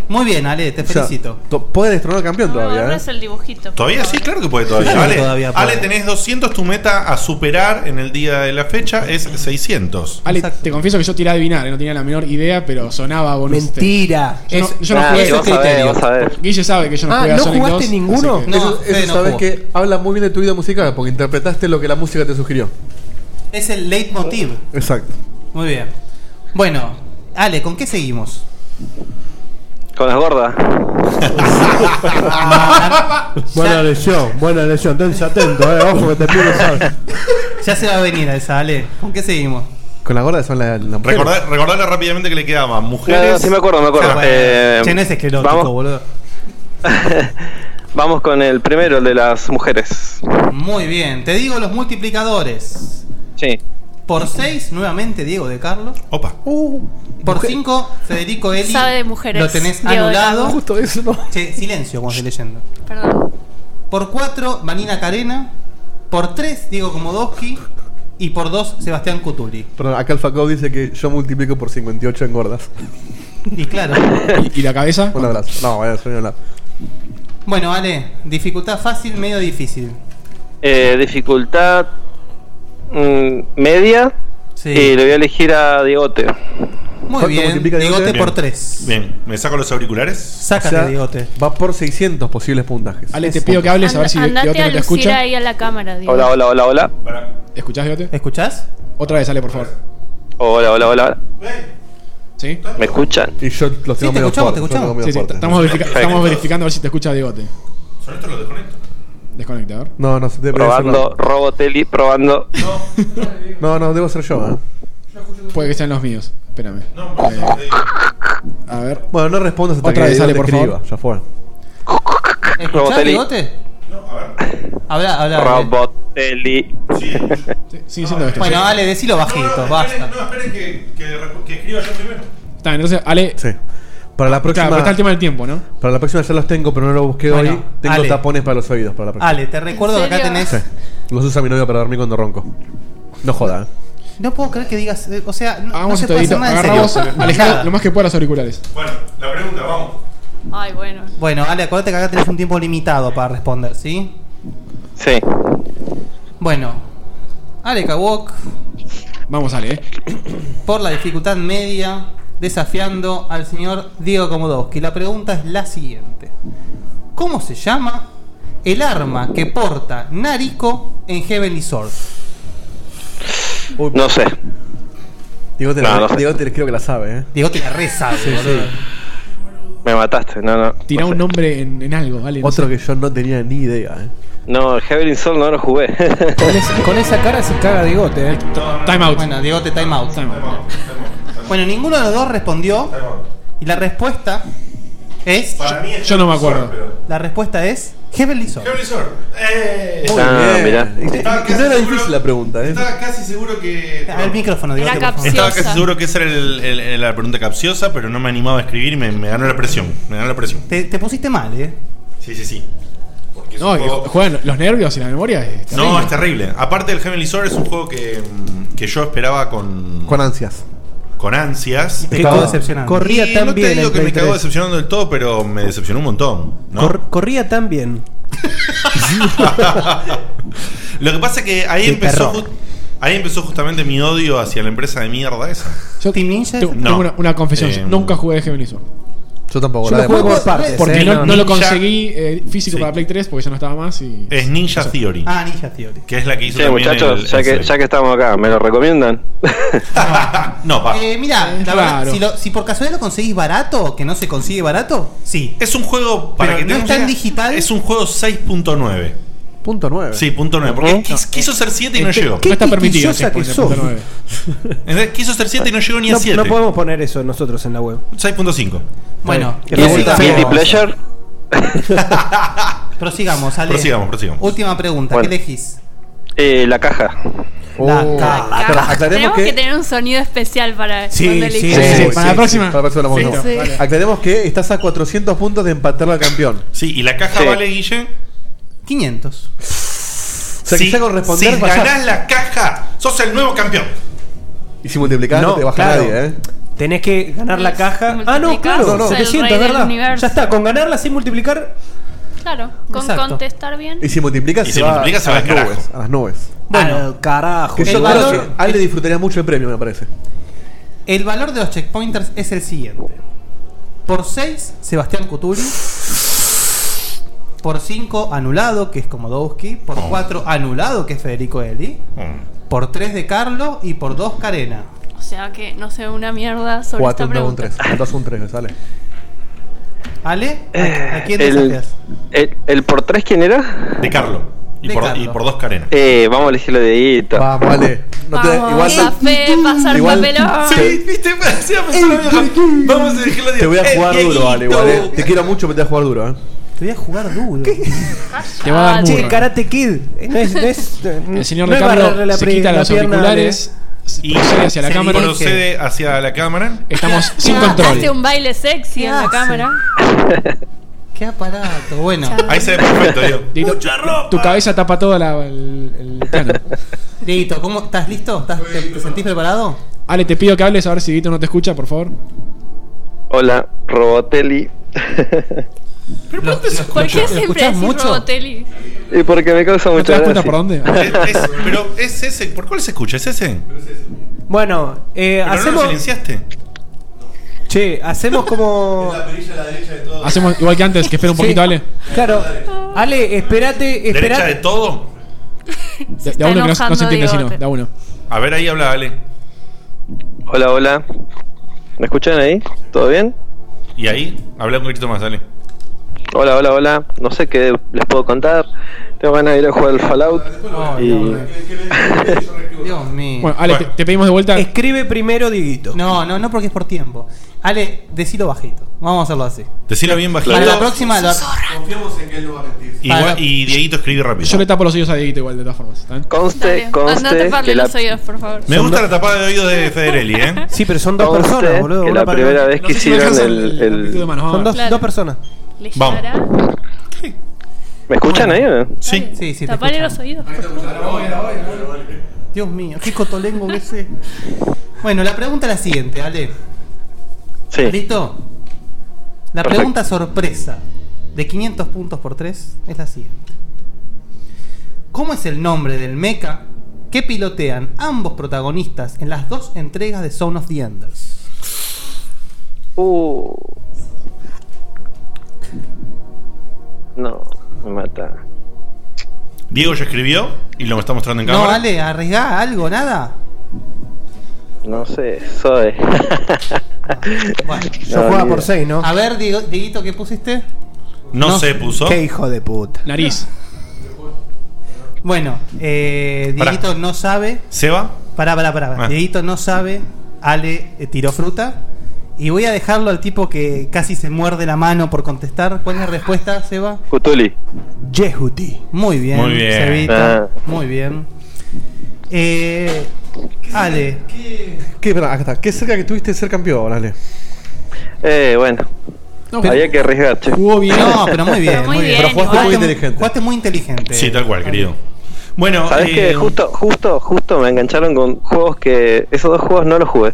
E: Muy bien, Ale, te
G: O sea,
E: felicito.
G: to- puede destronar campeón todavía, ¿eh?
H: Es el dibujito.
C: Todavía sí, claro que puede todavía.
G: Claro que
C: Ale,
G: todavía puede.
C: Ale, tenés 200, tu meta a superar en el día de la fecha es 600.
F: Ale, te confieso que yo tiré a adivinar, eh, no tenía la menor idea, pero sonaba bonus.
E: Mentira.
F: Yo no,
E: Es-
F: yo no
E: Ah,
F: jugué
E: eso es Vas a ver, criterio. vas a ver.
F: Guille sabe que yo no
G: Ah,
F: jugué a
G: ¿no
F: Sonic
G: jugaste
F: 2,
G: ninguno?
F: así que-
G: eso eso sabes que habla muy bien de tu vida musical, porque interpretaste lo que la música te sugirió.
E: Es el leitmotiv.
G: Exacto.
E: Muy bien. Bueno, Ale, ¿con qué seguimos?
P: Con las gordas.
K: Buena lesión, buena lesión. Tense atento, eh. Ojo que te pido sal.
E: Ya se va a venir a esa, Ale. ¿Con qué seguimos?
G: Con las gordas son las la
C: Recordá- recordale rápidamente que le quedaba mujeres.
P: No, no, sí me acuerdo, me acuerdo.
C: Ah, bueno.
P: Eh,
E: Che, no es esclerótico,
P: vamos.
E: boludo.
P: Vamos con el primero, el de las mujeres.
E: Muy bien, te digo los multiplicadores.
P: Sí.
E: Por 6, nuevamente Diego de Carlos. Uh.
C: Opa.
E: Por 5, Federico Eli.
H: Sabe de mujeres.
E: Lo tenés
H: Diego de
E: anulado.
H: Carlo.
G: Justo eso,
E: Che, silencio cuando estoy leyendo.
H: Perdón.
E: Por 4, Vanina Carena. Por 3, Diego Komodowski. Y por 2, Sebastián Cutuli.
G: Perdón, acá el Facao dice que yo multiplico por 58 en gordas.
E: Y claro.
F: ¿Y la cabeza?
G: Un abrazo. No, vaya, soy un abrazo.
E: Bueno, Ale, dificultad fácil, medio difícil.
P: Eh, dificultad mm, media.
E: Sí.
P: Y le voy a elegir a Diegote.
E: Muy bien, bigote por 3.
C: Bien, me saco los auriculares.
E: Sácate, bigote.
N: Va por 600 posibles puntajes.
F: Ale, te pido que hables a ver si
H: Andate
F: Diote no
H: a
F: te
H: lucir
F: escucha.
H: ahí a la cámara, Diego.
P: Hola, hola, hola, hola.
F: ¿Escuchás, Diote?
E: ¿Escuchás?
F: Otra vez, Ale, por favor.
P: Hola, hola, hola.
F: ¿Sí?
P: ¿Me escuchan?
N: Y yo los
F: Sí, te escuchamos, te escuchamos. Sí, sí, estamos, verifica- estamos verificando a ver si te escucha Diegote.
C: ¿Son esto lo desconecto?
F: Desconecta, a ver.
N: No, no, debe
P: Probando, Roboteli, probando.
N: ser- no, no, debo ser yo. ¿eh?
F: Puede que sean los míos. Espérame. Eh, a ver.
N: Bueno, no respondas hasta
F: Otra
N: que
F: vez, Ale,
N: te
F: por
N: escriba.
F: favor.
N: Ya fue.
E: ¿Escuchás,
P: Robotelli.
E: bigote? No, a ver. Habla, habla. Ale.
P: Roboteli.
F: Sigue siendo esto.
E: Bueno, Ale, decilo bajito, basta.
F: Está, entonces, Ale.
N: Sí. Para la próxima.
F: Claro, pero está el tema del tiempo, ¿no?
N: Para la próxima ya los tengo, pero no los busqué
F: Bueno,
N: hoy. Tengo
F: Ale.
N: tapones para los oídos para la próxima.
E: Ale, te recuerdo que acá tenés.
N: Sí. Los usa mi novio para dormir cuando ronco. No joda, ¿eh?
E: No puedo creer que digas. eh, O sea, no, no
F: Hagamos
E: se
F: esto,
E: puede hacer
F: Dieguito.
E: nada en
F: Agarra vos,
E: serio.
F: Alejandro, lo más que pueda los auriculares.
C: La pregunta, vamos.
H: Ay, bueno.
E: Bueno, Ale, acuérdate que acá tenés un tiempo limitado para responder, ¿sí?
P: Sí.
E: Bueno, Ale Kawok.
F: Vamos, Ale, eh.
E: Por la dificultad media, desafiando al señor Diego Komodowski. La pregunta es la siguiente: ¿Cómo se llama el arma que porta Nariko en Heavenly Sword?
P: No sé.
N: Diego te,
P: No,
N: la,
P: no sé.
N: Diego te creo que la sabe, ¿eh?
E: Diego te la reza.
N: Sí, sí.
P: Me mataste, no, no.
F: Tirá un nombre en, en algo, Ale.
N: Otro que yo no tenía ni idea, ¿eh?
P: No, Heavenly Soul no lo jugué.
D: Con esa cara se caga Diegote, eh.
F: Time out.
E: Bueno, Diegote, time out. Bueno, ninguno de los dos respondió. Y la respuesta es.
C: Para mí es
F: Yo no me acuerdo.
E: La respuesta es Heavenly Sword.
C: Heavenly Sword. ¡Eh!
E: Muy
P: Ah,
E: bien.
P: mirá.
N: Y- y- y no era difícil la pregunta, ¿eh?
C: Estaba casi seguro que.
E: Al micrófono, Diego.
H: Era capciosa.
C: Estaba casi seguro que esa era el- el- el- la pregunta capciosa, pero no me animaba a escribir y me, me ganó la presión. Me ganó la presión.
E: Te, te pusiste mal, ¿eh?
C: Sí, sí, sí.
F: No, que juegan los nervios y la memoria. es terrible.
C: No, es terrible. Aparte, el Heavenly Sword es un juego que, mm, que yo esperaba con,
N: Con ansias.
C: con ansias.
N: Te cagó decepcionando. Corría
C: Y
N: tan
C: no
N: bien
C: te digo
N: en
C: que me
N: Play
C: cagó
N: 3.
C: decepcionando del todo, pero me decepcionó un montón. ¿no?
D: Cor- corría tan bien.
C: Lo que pasa es que ahí
D: Te
C: empezó,
D: perró.
C: ju- ahí empezó justamente mi odio hacia la empresa de mierda esa.
F: Yo
E: Team Ninja.
F: tengo
C: No.
F: una, una confesión. yo
C: Eh,
F: nunca jugué Heavenly Sword.
N: Yo tampoco.
F: Yo
N: la
F: lo
N: de-
F: jugué
N: Bueno,
F: por partes, Porque
N: eh,
F: no,
N: no.
F: no lo
N: Ninja-
F: conseguí eh, físico para Play 3 porque ya no estaba más. Y...
C: Es Ninja Theory.
E: Ah, Ninja Theory.
C: Que es la que hizo
P: Che,
C: también
P: muchachos,
C: el-
P: ya,
C: el
P: que,
C: Zelda.
P: ya que estamos acá, ¿me lo recomiendan?
C: No, va.
E: Eh, mira, la verdad,
C: raro.
E: si, lo- si por casualidad lo conseguís barato, que no se consigue barato, sí.
C: Es un juego para
E: Pero
C: que
E: no
C: tengas
E: está en
C: idea,
E: digital.
C: Es un juego 6.9.
N: Punto 9.
C: Sí, punto 9. Porque quis- quiso ser 7 y no
D: Este-
C: llegó.
D: qué No está permitido quisquillosa
F: este,
D: 6.9. que sos.
C: Entonces, Quiso ser 7 y no llegó ni a
D: No-
C: 7.
D: No podemos poner eso nosotros en la web.
C: 6.5.
E: Bueno,
D: Que pregunta-
P: Guilty Pleasure.
E: Prosigamos, Ale.
C: Prosigamos, prosigamos.
E: Última pregunta,
P: Bueno.
E: ¿qué elegís?
P: Eh, la caja.
D: Oh.
E: La
N: Uh.
E: caja.
H: Ah,
F: este,
N: Aclara- aclaremos
H: tenemos
N: que-
H: que... tener un sonido especial para
N: Sí,
H: cuando
N: sí,
H: elegimos.
N: sí,
F: para la
N: sí,
F: próxima.
N: sí, para la próxima
F: Listo,
N: vamos.
F: vale.
N: Aclaremos que estás a 400 puntos de empatar al campeón.
C: Sí, y la caja
N: Sí.
C: vale, Guille.
E: 500.
N: O sea, que ya con responder
C: si
N: vayas.
C: ganás la caja, sos el nuevo campeón.
N: Y si multiplicás no,
D: No,
N: te baja
D: claro.
N: nadie, ¿eh?
D: Tenés que ganar la caja. Ah, no, claro,
N: No, no.
D: 700,
H: El rey del
D: ¿verdad?
H: universo.
D: Ya está, con ganarla sin multiplicar.
H: Claro, con
D: Exacto.
H: contestar bien.
N: Y si multiplicas,
C: Y si multiplicas, se va
N: a las
C: al carajo.
N: nubes. A las nubes.
D: Bueno, carajo.
N: Que yo
E: el
N: creo
E: valor-
N: que Ale disfrutaría mucho el premio, me parece.
E: El valor de los checkpointers es el siguiente. Por 6, Sebastián Cutuli. Por 5, anulado, que es Komodowski. Por
C: Oh.
E: 4, anulado, que es Federico Eli. Por 3 de Carlos y por 2 Carena.
H: O sea que no sé una mierda sobre
N: 4,
H: esta
N: 1, un
H: pregunta.
N: 3. 2, un 3, me sale.
E: ¿Ale? ¿A a
N: Eh,
E: quién
P: el,
E: desafías?
P: el, el por tres quién era?
C: De Carlo. Y,
E: De
C: por,
E: Carlo.
C: y por dos carenas.
P: Eh, vamos a elegirlo de Dieguito.
N: Vamos, Ale. No te,
H: Vamos,
N: igual,
H: café, pasar
N: igual-
H: papelón.
N: Sí,
C: viste, parecía pasar la vieja. Vamos a elegirlo de
N: te voy a
C: El
N: jugar duro, Ale. Igual, eh.
C: Eh, Dieguito.
N: Te quiero mucho, pero te voy a jugar duro, ¿eh?
E: Te voy a jugar Ah, duro.
F: Te va a dar
D: Ah, Che,
F: murra.
D: Karate Kid. No es, no es-
F: El señor
D: no es
F: Ricardo
D: barrerle la
F: se
D: pri-
F: quita
D: la
F: los
D: pierna eh. de-
F: auriculares,
C: Y
F: procede hacia la
C: se
F: cámara.
C: Procede hacia la cámara.
F: Estamos sin
H: Ah,
F: control.
H: Hace un baile sexy en la
E: hace?
H: cámara.
E: Qué aparato. Bueno,
C: Ahí se ve perfecto, Diego.
F: Dieguito, Tu cabeza tapa toda la, el, el plano.
E: Dieguito, ¿cómo estás listo? ¿Estás- te, te sentís preparado?
F: Ale, te pido que hables a ver si Dito no te escucha, por favor.
P: Hola, Robotelli.
E: ¿Lo, lo escuchas-
H: ¿Por qué
E: lo
H: siempre
E: escuchás
H: decís
E: mucho?
H: Robotelli?
P: y porque me causa
F: ¿No te
P: mucha
F: das cuenta
P: gracia.
F: por dónde?
C: Es- es- pero es ese. ¿Por cuál se escucha? ¿Es ese?
D: Bueno, eh,
C: Pero no lo
D: hacemos,
C: silenciaste.
D: Che, hacemos como.
F: Hacemos igual que antes, que espera un
D: Sí.
F: poquito, Ale.
D: Claro. Ale, espérate,
C: ¿Derecha de
D: espérate.
C: todo?
F: De, de a uno que no, no se entiende, sino de a uno.
C: A ver, ahí habla Ale.
P: Hola, hola. ¿Me escuchan ahí? ¿Todo bien?
C: Y ahí, habla un grito más, Ale.
P: Hola, hola, hola. No sé qué les puedo contar. Tengo ganas de ir a jugar al Fallout. y...
E: Dios mío.
F: Bueno, Ale, Te, te pedimos de vuelta.
D: Escribe primero, Dieguito.
E: No, no, no porque es por tiempo. Ale, decilo bajito. Vamos a hacerlo así.
C: Decilo bien bajito.
E: Para la próxima. la-
I: Confiamos en que él no va a mentir.
C: Igual- y Dieguito escribe rápido.
F: Yo le tapo los oídos a Dieguito igual, de todas formas. ¿está bien?
P: Conste,
H: Anda a
P: conste.
H: taparle
P: que la-
H: los oídos, por favor.
C: Me gusta la tapada de oídos de Federelli, ¿eh?
D: Sí, pero son dos
P: Conste
D: personas, boludo.
P: Que
D: una
P: la
D: para
P: primera
D: cada-
P: vez que hicieron el. el-
D: Son dos,
H: Claro.
D: dos personas.
H: ¿Le
P: Vamos.
H: llegará?
P: ¿Me escuchan ahí? o no?
C: Sí.
E: Sí, sí, te
H: Tapale
E: escuchamos.
H: los oídos. por favor.
E: Dios mío, qué cotolengo que ese. Bueno, la pregunta es la siguiente, Ale.
P: Sí.
E: ¿Listo? La
P: Perfecto.
E: pregunta sorpresa de 500 puntos por 3 es la siguiente. ¿Cómo es el nombre del mecha que pilotean ambos protagonistas en las dos entregas de Zone of the Enders?
P: Uh. No, me mata.
C: Diego ya escribió y lo está mostrando en
E: No,
C: cámara.
E: Ale, arriesgá algo, nada.
P: No sé, soy.
E: Bueno,
P: yo jugaba por
E: seis, ¿no? A ver, Diego- Dieguito, ¿qué pusiste?
C: No, se puso.
E: Qué
D: hijo de puta.
F: Nariz.
E: Bueno, eh,
C: Pará.
E: Dieguito no sabe.
C: ¿Seba?
E: Pará, pará, pará.
C: Ah.
E: Dieguito no sabe. Ale eh, tiró fruta. Y voy a dejarlo al tipo que casi se muerde la mano por contestar. ¿Cuál es la respuesta, Seba?
P: Cutuli.
E: Jehuti. Muy bien,
P: Muy bien.
E: Sebita.
P: Ah.
E: Muy bien. Eh, Ale.
G: ¿Qué, pará, acá está. ¿Qué cerca que estuviste de ser campeón, Ale?
P: Eh, bueno.
E: No,
P: Había
E: pero-
P: que arriesgar, che.
E: Jugó bien. No, pero muy bien.
P: Pero muy
E: muy bien.
P: bien, Pero jugaste igual. muy inteligente.
E: Jugaste muy inteligente.
C: Sí, tal cual, querido. Bueno,
P: Sabes
C: eh,
P: que justo, justo, justo me engancharon con juegos que. Esos dos juegos no los jugué.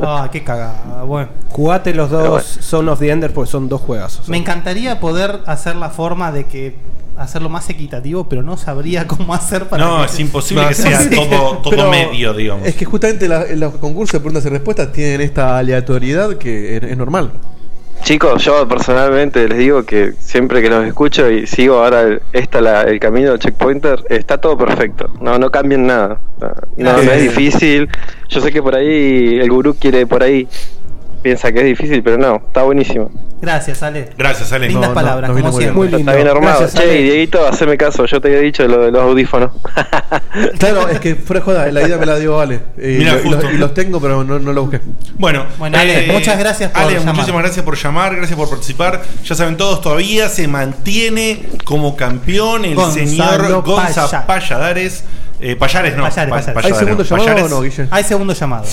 E: Ah, qué cagada. Bueno.
D: Jugate los dos Son of the Ender porque son dos juegazos.
E: Me encantaría poder hacer la forma de que hacerlo más equitativo, pero no sabría cómo hacer para
C: No,
E: que-
C: es imposible que sea
E: Sí.
C: todo, todo
G: Pero-
C: medio, digamos.
G: Es que justamente la- los concursos de preguntas y respuestas tienen esta aleatoriedad que es, es normal.
P: Chicos, yo personalmente les digo que siempre que los escucho y sigo ahora el, esta la- el camino del checkpointer, está todo perfecto. No, no cambien nada. No, no
G: Eh.
P: es difícil. Yo sé que por ahí el gurú quiere por ahí. Piensa que es difícil, pero no, está buenísimo.
E: Gracias, Ale.
C: Gracias, Ale.
E: Lindas palabras, como siempre.
P: Está- está bien armado. che, y Dieguito, haceme caso, yo te había dicho lo de los audífonos.
G: Claro, es que fuera de joda, la idea me la dio Ale. Y,
P: Mirá,
G: lo- y los,
P: justo.
G: y los tengo, pero no, no lo busqué.
C: Bueno, eh,
E: Bueno, Ale, muchas gracias por
C: Ale,
E: llamar.
C: muchísimas gracias por llamar, gracias por participar. Ya saben todos, todavía se mantiene como campeón el
E: Gonzalo
C: señor Gonza
E: Paya.
C: Palladares. Eh, Payares no.
E: Payares,
C: Pa-
E: Payares.
C: Palladares, no, Payares.
E: Hay segundo llamado.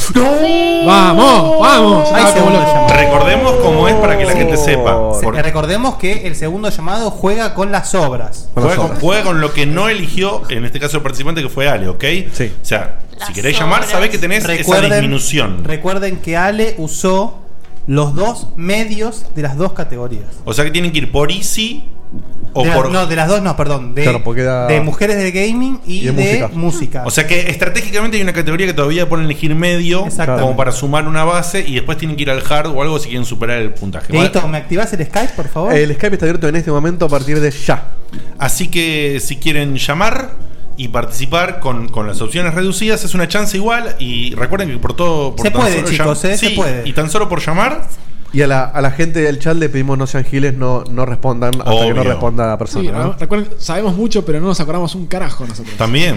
F: ¡Vamos! ¡Vamos!
E: Hay segundo llamado.
C: Recordemos cómo es para que la gente sepa.
E: Se-
C: Porque
E: Recordemos que el segundo llamado juega con las obras.
C: Juega con, juega con lo que no eligió, en este caso el participante, que fue Ale, ¿ok? Sí. O sea, si querés llamar, sabés que tenés esa disminución.
E: Recuerden que Ale usó los dos medios de las dos categorías.
C: O sea que tienen que ir por Easy o
E: De la-
C: por.
E: No, de las dos no, perdón. De,
C: Claro, porque da-
E: de mujeres del gaming y,
C: y de
E: de,
C: música.
E: música.
C: O sea que estratégicamente hay una categoría que todavía ponen elegir medio como para sumar una base y después tienen que ir al hard o algo si quieren superar el puntaje. ¿vale?
E: Dieguito, ¿me activás el Skype, por favor?
G: El Skype está abierto en este momento a partir de ya.
C: Así que si quieren llamar y participar con, con las opciones reducidas es una chance igual y recuerden que por todo... Por
G: Se puede, chicos,
C: llam-
G: eh, se
C: Sí,
G: puede.
C: Y tan solo por llamar...
G: Y a la, a la gente del chat le pedimos no sean giles, no, no respondan hasta que no
C: Obvio.
G: responda la persona.
F: Sí,
G: ¿no?
F: ¿no? recuerden, sabemos mucho, pero no nos acordamos un carajo nosotros.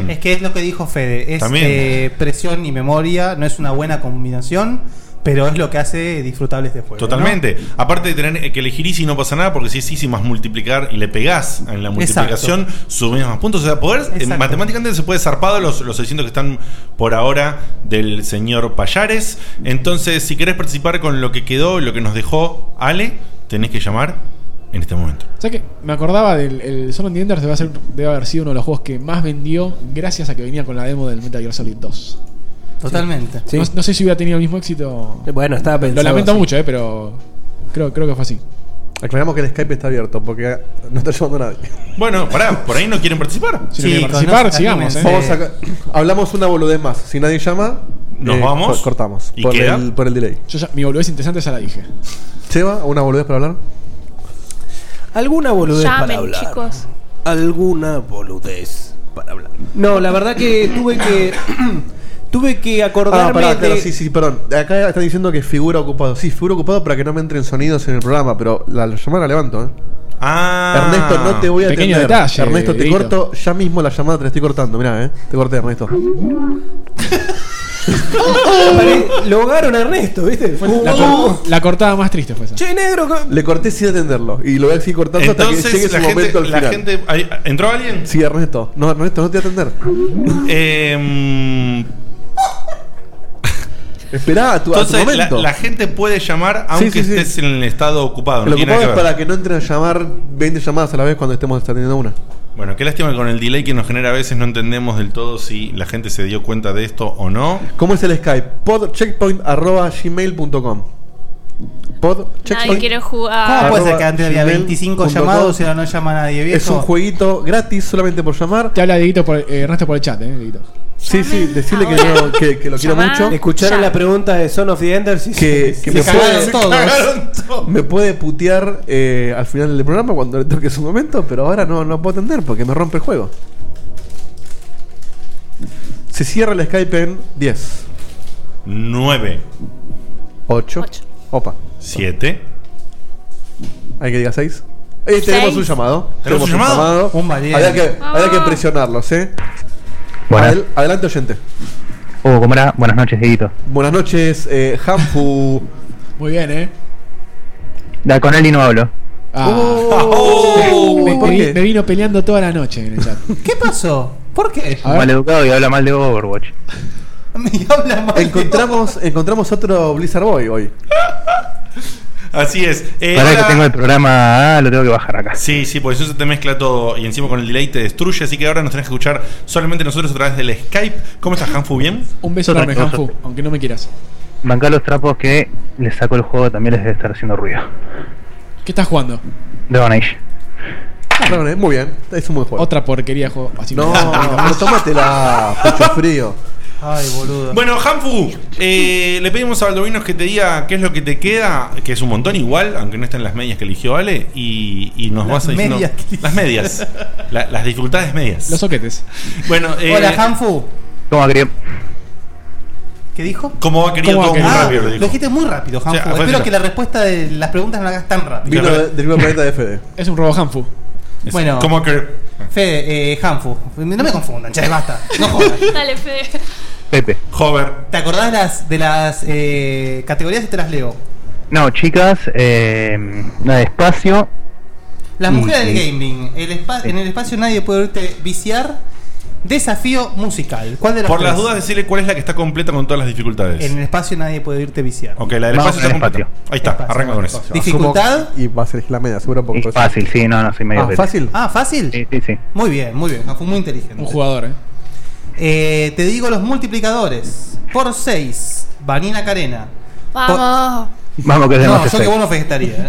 E: Es que es lo que dijo Fede. Es
F: También.
E: eh, presión y memoria. No es una buena combinación, pero es lo que hace disfrutable este juego. ¿no?
C: Totalmente. Aparte de tener que elegir Easy no pasa nada porque si es Easy más multiplicar y le pegás en la multiplicación, subís más puntos. O sea, poder, eh,
E: Exacto.
C: matemáticamente se puede zarpado los, los 600 que están por ahora del señor Payares. Entonces, si querés participar con lo que quedó, lo que nos dejó Ale, tenés que llamar en este momento.
F: ¿Sabes qué? Me acordaba del el Solo Enders debe, ser- debe haber sido uno de los juegos que más vendió gracias a que venía con la demo del Metal Gear Solid 2.
E: Totalmente.
F: No, no sé si hubiera tenido el mismo éxito.
D: Bueno, estaba
F: Lo
D: pensado
F: lamento
D: así.
F: mucho, eh, pero creo, creo que fue así.
G: Aclaramos que el Skype está abierto porque no está llamando nadie.
C: Bueno, pará, por ahí no quieren participar.
F: Si no quieren participar, sigamos. eh.
G: Vamos a- hablamos una boludez más. Si nadie llama, eh,
C: ¿Nos vamos?
G: co- Cortamos.
C: ¿Y
G: por,
C: queda?
G: El, por el delay.
F: Yo ya, mi boludez interesante ya la dije.
G: Seba, ¿una boludez para hablar?
D: ¿Alguna boludez para
H: Llamen,
D: hablar?
H: chicos.
D: Alguna boludez para hablar. No, la verdad que tuve que. tuve que acordarme
G: Ah, pará, claro,
D: de.
G: sí, sí, perdón. Acá están diciendo que figura ocupado. Sí, figura ocupado para que no me entren sonidos en el programa, pero la llamada la levanto, ¿eh?
C: Ah,
G: Ernesto, no te voy a
C: pequeño
G: atender.
C: detalle,
G: Ernesto, te
C: Dieguito.
G: corto ya mismo la llamada, te la estoy cortando, mirá, ¿eh? Te corté, Ernesto.
D: Pare- Lo hogaron a Ernesto, ¿viste?
F: La, cor- la cortada más triste fue esa.
D: Che, negro. co-
G: Le corté sin atenderlo y lo voy a seguir cortando hasta que llegue
C: Entonces,
G: su
C: la gente,
G: momento al
C: la
G: final.
C: gente. ahí- ¿Entró alguien?
G: Sí, Ernesto. No, Ernesto, no te voy a atender.
C: Eh,
G: Esperá a tu, a tu
C: Entonces, la,
G: momento.
C: la gente puede llamar aunque
G: Sí, sí, sí.
C: estés en el estado ocupado.
G: lo
C: no tiene nada que
G: ocupado es
C: ver.
G: para que no entren a llamar 20 llamadas a la vez cuando estemos atendiendo una.
C: Bueno, qué lástima que con el delay que nos genera a veces no entendemos del todo si la gente se dio cuenta de esto o no.
G: ¿Cómo es el Skype? podcheckpoint.gmail.com
H: Nadie
G: Podcheckpoint.
H: quiere
F: Ah,
H: jugar.
E: ¿Cómo puede ser que antes había 25 llamados y ahora no llama nadie, viejo?
G: Es un jueguito gratis solamente por llamar.
F: Te habla Dieguito por, eh, Ernesto por el chat, ¿eh? Dieguito.
G: Sí, sí, decirle que,
F: ahora.
G: yo- que- que lo quiero
F: Llamá
G: mucho.
D: Escucharon la pregunta de Son of the Enders y
G: que, que me, puede,
C: todos.
G: me puede putear eh, al final del programa cuando le toque su momento, pero ahora no, no puedo atender porque me rompe el juego. Se cierra el Skype en 10,
C: 9,
G: 8, opa.
C: 7.
G: Hay que diga 6. tenemos
C: Seis.
G: un llamado.
C: ¿Tenemos un llamado? Un valiente.
G: Había que, había que presionarlos, ¿eh? Adel- adelante, oyente.
Q: Oh, ¿cómo era? Buenas noches, Dieguito.
G: Buenas noches, eh, Hanfu.
F: Muy bien, ¿eh?
Q: Da, con él y no hablo.
G: Oh.
F: me,
Q: ¿por
F: me vi-
Q: qué?
F: me vino peleando toda la noche en el chat.
E: Oh, ¿Qué pasó? ¿Por qué?
F: A ver.
Q: Maleducado y habla mal de Overwatch.
G: encontramos, encontramos otro Blizzard Boy hoy.
C: Así es. Eh,
Q: Pará
C: ahora-
Q: que tengo el programa A, ah, lo tengo que bajar acá.
C: Sí, sí, porque eso se te mezcla todo y encima con el delay te destruye. Así que ahora nos tenés que escuchar solamente nosotros a través del Skype. ¿Cómo estás, Hanfu? ¿Bien?
F: Un beso
Q: Otra
F: enorme,
Q: cosa.
F: Hanfu, aunque no me quieras.
Q: Bancar los trapos que les saco el juego también les debe estar haciendo ruido.
F: ¿Qué estás jugando?
Q: Dragon Age.
G: Dragon Age, eh, muy bien, es un buen juego.
F: Otra porquería de juego. Así
G: No, pero tómatela, pecho frío.
E: Ay, boludo.
C: Bueno, Hanfu, eh, le pedimos a Baldovino que te diga qué es lo que te queda, que es un montón igual, aunque no estén las medias que eligió Ale, y, y nos
E: Las
C: vas a diciendo-
E: medias que eligió.
C: Las medias. La- las dificultades medias.
F: Los soquetes.
C: Bueno, eh,
E: Hola, Hanfu.
Q: ¿Cómo va, querido?
E: ¿Qué dijo?
C: ¿Cómo va, querido?
E: ¿Cómo va,
C: Todo muy
E: querido?
C: rápido,
E: Ah,
C: le
E: lo
C: dijo.
E: dijiste muy rápido,
C: O sea,
E: Hanfu.
C: fue
E: Espero
C: ya.
E: que la respuesta de las preguntas no la hagas tan rápido.
G: Vino de- del mismo planeta de Fede.
F: Es un robo Hanfu.
E: Bueno,
C: ¿Cómo que?
E: Fede, eh, Hanfu. No me confundan, che, basta. No jodan.
H: Dale, Fede.
Q: Pepe.
C: Hover.
E: ¿Te acordás de las, de las eh, categorías? Te las leo.
Q: No, chicas, eh, nada de espacio.
E: Las
Q: Y-
E: mujeres del
Q: y-
E: gaming. El espa- En el espacio nadie puede oírte viciar. Desafío musical. ¿Cuál de las
C: Por las
E: tres?
C: dudas, decirle cuál es la que está completa con todas las dificultades.
E: En el espacio nadie puede oírte viciar.
C: Ok, la del
E: Vamos
C: espacio está
E: con el
C: completa. Ahí está,
E: Espacio,
C: arranca con eso.
E: espacio. ¿Dificultad?
G: Y va a ser la media, seguro un poco.
Q: Y fácil, sí, no, no, soy medio
G: Ah,
Q: pete.
G: fácil.
E: Ah, fácil.
Q: Sí, sí, sí.
E: Muy bien, muy bien. Fue muy inteligente.
F: Un jugador, ¿eh?
E: Eh, te digo los multiplicadores. Por 6, Vanina Carena.
H: Vamos.
Q: Vamos que
E: No,
Q: tenemos
E: yo
Q: seis.
E: que vos no festaría. ¿eh?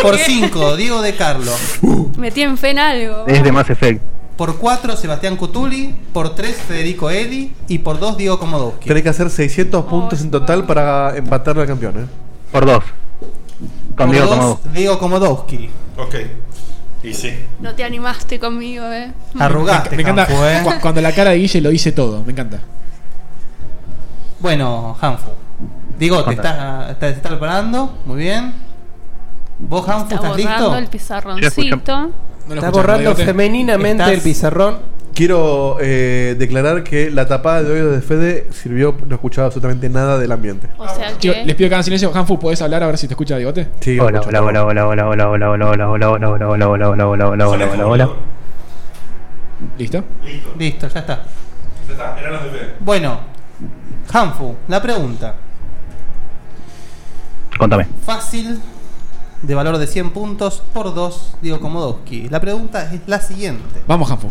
E: Por 5, Diego de Carlo.
H: Metí en fe en algo.
Q: Es de Mass Effect.
E: Por 4, Sebastián Cutuli. Por 3, Federico Eli. Y por 2, Diego Comodowski.
G: Tenés que hacer 600 puntos en total para empatar al campeón, ¿eh?
Q: Por dos.
E: Por dos, Diego Komodowski.
C: Ok. Y sí.
H: No te animaste conmigo, eh.
E: Arrugaste,
F: Me, enca- me encanta
E: Hanfu, ¿eh?
F: cu- cuando la cara de Guille lo dice todo. Me encanta.
E: Bueno, Hanfu. Digo, te
F: Contame.
E: estás, estás- te estás preparando. Muy bien. ¿Vos, Hanfu,
H: Está
E: estás
H: borrando
E: listo?
H: el pizarroncito.
D: Está borrando femeninamente el pizarrón.
G: Quiero eh, declarar que la tapada de oídos de Fede sirvió, no escuchaba absolutamente nada del ambiente.
H: O sea
F: Tío,
H: que.
F: les pido que hagan silencio. Hanfu, ¿podés hablar a ver si te escucha Digote?
G: Sí,
Q: Hola, hola, hola, hola, hola, hola, hola, hola, hola, hola, hola, hola, hola, hola, hola, hola, hola, hola, hola, hola.
F: ¿Listo?
E: Listo, ya está.
C: Ya está, eran los de Fede.
E: Bueno, Hanfu, la pregunta.
Q: Contame.
E: Fácil, de valor de 100 puntos, por 2, Diego Komodowski. La pregunta es la siguiente.
F: Vamos, Hanfu.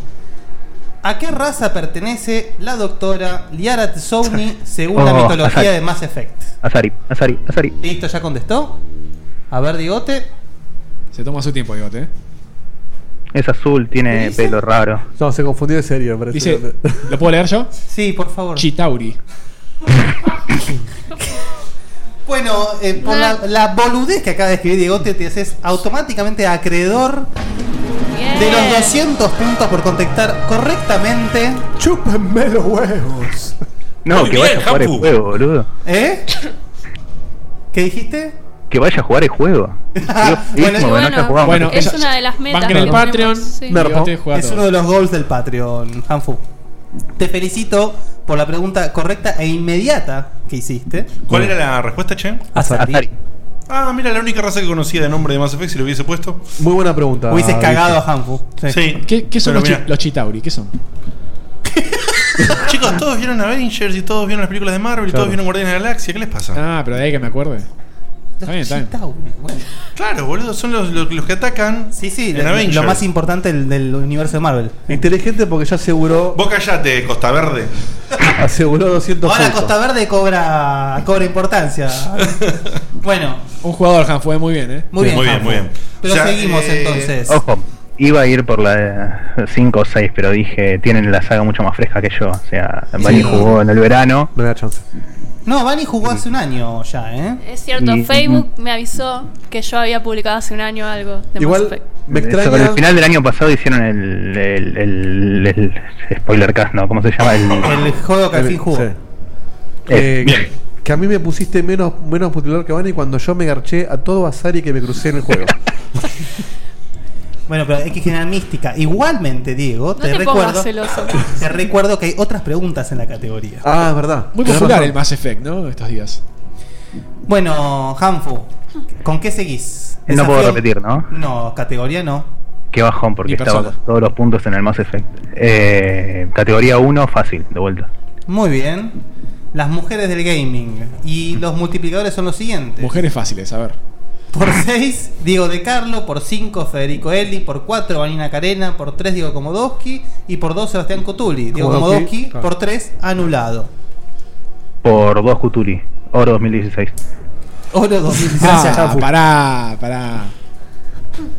E: ¿A qué raza pertenece la doctora Liara Tsouni según la
Q: Oh,
E: mitología
Q: Azari.
E: de Mass Effect?
Q: Azari, Azari, Azari.
E: ¿Listo? ¿Ya contestó? A ver, Digote.
F: Se toma su tiempo, Digote. ¿eh?
Q: Es azul, tiene pelo raro.
G: No, se confundió de serio, me parece.
F: Dice, ¿lo puedo leer yo?
E: Sí, por favor.
F: Chitauri.
E: Bueno, eh, por la, la boludez que acaba de escribir Diegote, te haces automáticamente acreedor de los 200 puntos por contestar correctamente. Chúpenme los huevos.
Q: No,
E: Muy
Q: que
E: bien,
Q: vaya a jugar el
E: Japu.
Q: juego, boludo.
E: ¿Eh? ¿Qué dijiste?
Q: Que vaya a jugar el juego.
E: Bueno,
Q: Mismo, bueno, ya jugamos.
E: bueno,
H: es una de las metas.
E: Banquen
H: que tenemos, sí.
E: Es uno de los goals del Patreon, Hanfu. Te felicito por la pregunta correcta e inmediata que hiciste.
C: ¿Cuál era la respuesta, Che?
E: Azari.
C: Ah, mira, la única raza que conocía de nombre de Mass Effect si lo hubiese puesto.
G: Muy buena pregunta.
E: Hubieses cagado a Hanfu.
C: Sí.
F: ¿Qué, qué son
C: Pero
F: los, chi-
C: mira.
F: los Chitauri? ¿Qué son?
C: Chicos, todos vieron Avengers y todos vieron las películas de Marvel y
F: Claro.
C: todos vieron Guardianes de la Galaxia. ¿Qué les pasa?
F: Ah, pero de ahí que me acuerde. Está bien, está bien.
C: Claro, boludo, son los, los- los que atacan. Sí, sí,
E: Lo- Lo más importante del, del universo de Marvel.
G: Inteligente porque ya aseguró.
C: Vos callate, Costa Verde.
G: Aseguró 200
E: Ahora
G: puntos.
E: Costa Verde cobra, cobra importancia. bueno.
F: Un jugador, Han, fue muy bien, ¿eh?
E: Muy bien, Hanfu. Pero
F: O sea,
E: seguimos
F: eh,
E: entonces.
Q: Ojo, iba a ir por la 5 o 6, pero dije, tienen la saga mucho más fresca que yo. O sea, Bani jugó en el verano.
G: No da chance.
E: No, Bani jugó hace
G: Mm.
E: un año ya, ¿eh?
H: Es cierto,
Q: Y- mm.
H: Facebook me avisó que yo había publicado hace un año algo. de Mass Effect.
G: me extraña-
Q: Eh, Sobre el final del año pasado hicieron el, el, el- el spoiler cast, ¿no? ¿Cómo se llama? El,
E: El juego que al fin jugó.
G: Sí. Eh, que a mí me pusiste menos, menos putulor que Vani cuando yo me garché a todo Asari que me crucé en el juego.
E: Bueno, pero hay que generar mística. Igualmente, Diego,
H: No
E: te,
H: te
E: recuerdo.
H: pongas celoso.
E: Te recuerdo que hay otras preguntas en la categoría.
G: Ah, es verdad.
F: Muy popular el Mass Effect, ¿no? Estos días.
E: Bueno, Hanfu, ¿con qué seguís?
Q: No puedo
E: Desafío-
Q: repetir, ¿no?
E: No, categoría no.
Q: Qué bajón, porque
E: Ni
Q: estaba
E: persona.
Q: con todos los puntos en el Mass Effect. Eh, categoría 1, fácil, de vuelta.
E: Muy bien. Las mujeres del gaming. Y los multiplicadores son los siguientes.
F: Mujeres fáciles, a ver.
E: Por 6, Diego de Carlo. Por 5, Federico Eli. Por 4, Vanina Carena. Por 3, Diego Komodowski. Y por 2, Sebastián Cotuli. Diego
Q: Komodowski,
E: Komodowski,
Q: claro.
E: por 3, anulado.
Q: Por 2 Cutuli, Oro 2016.
E: Oro 2016.
F: Ah, pará, pará.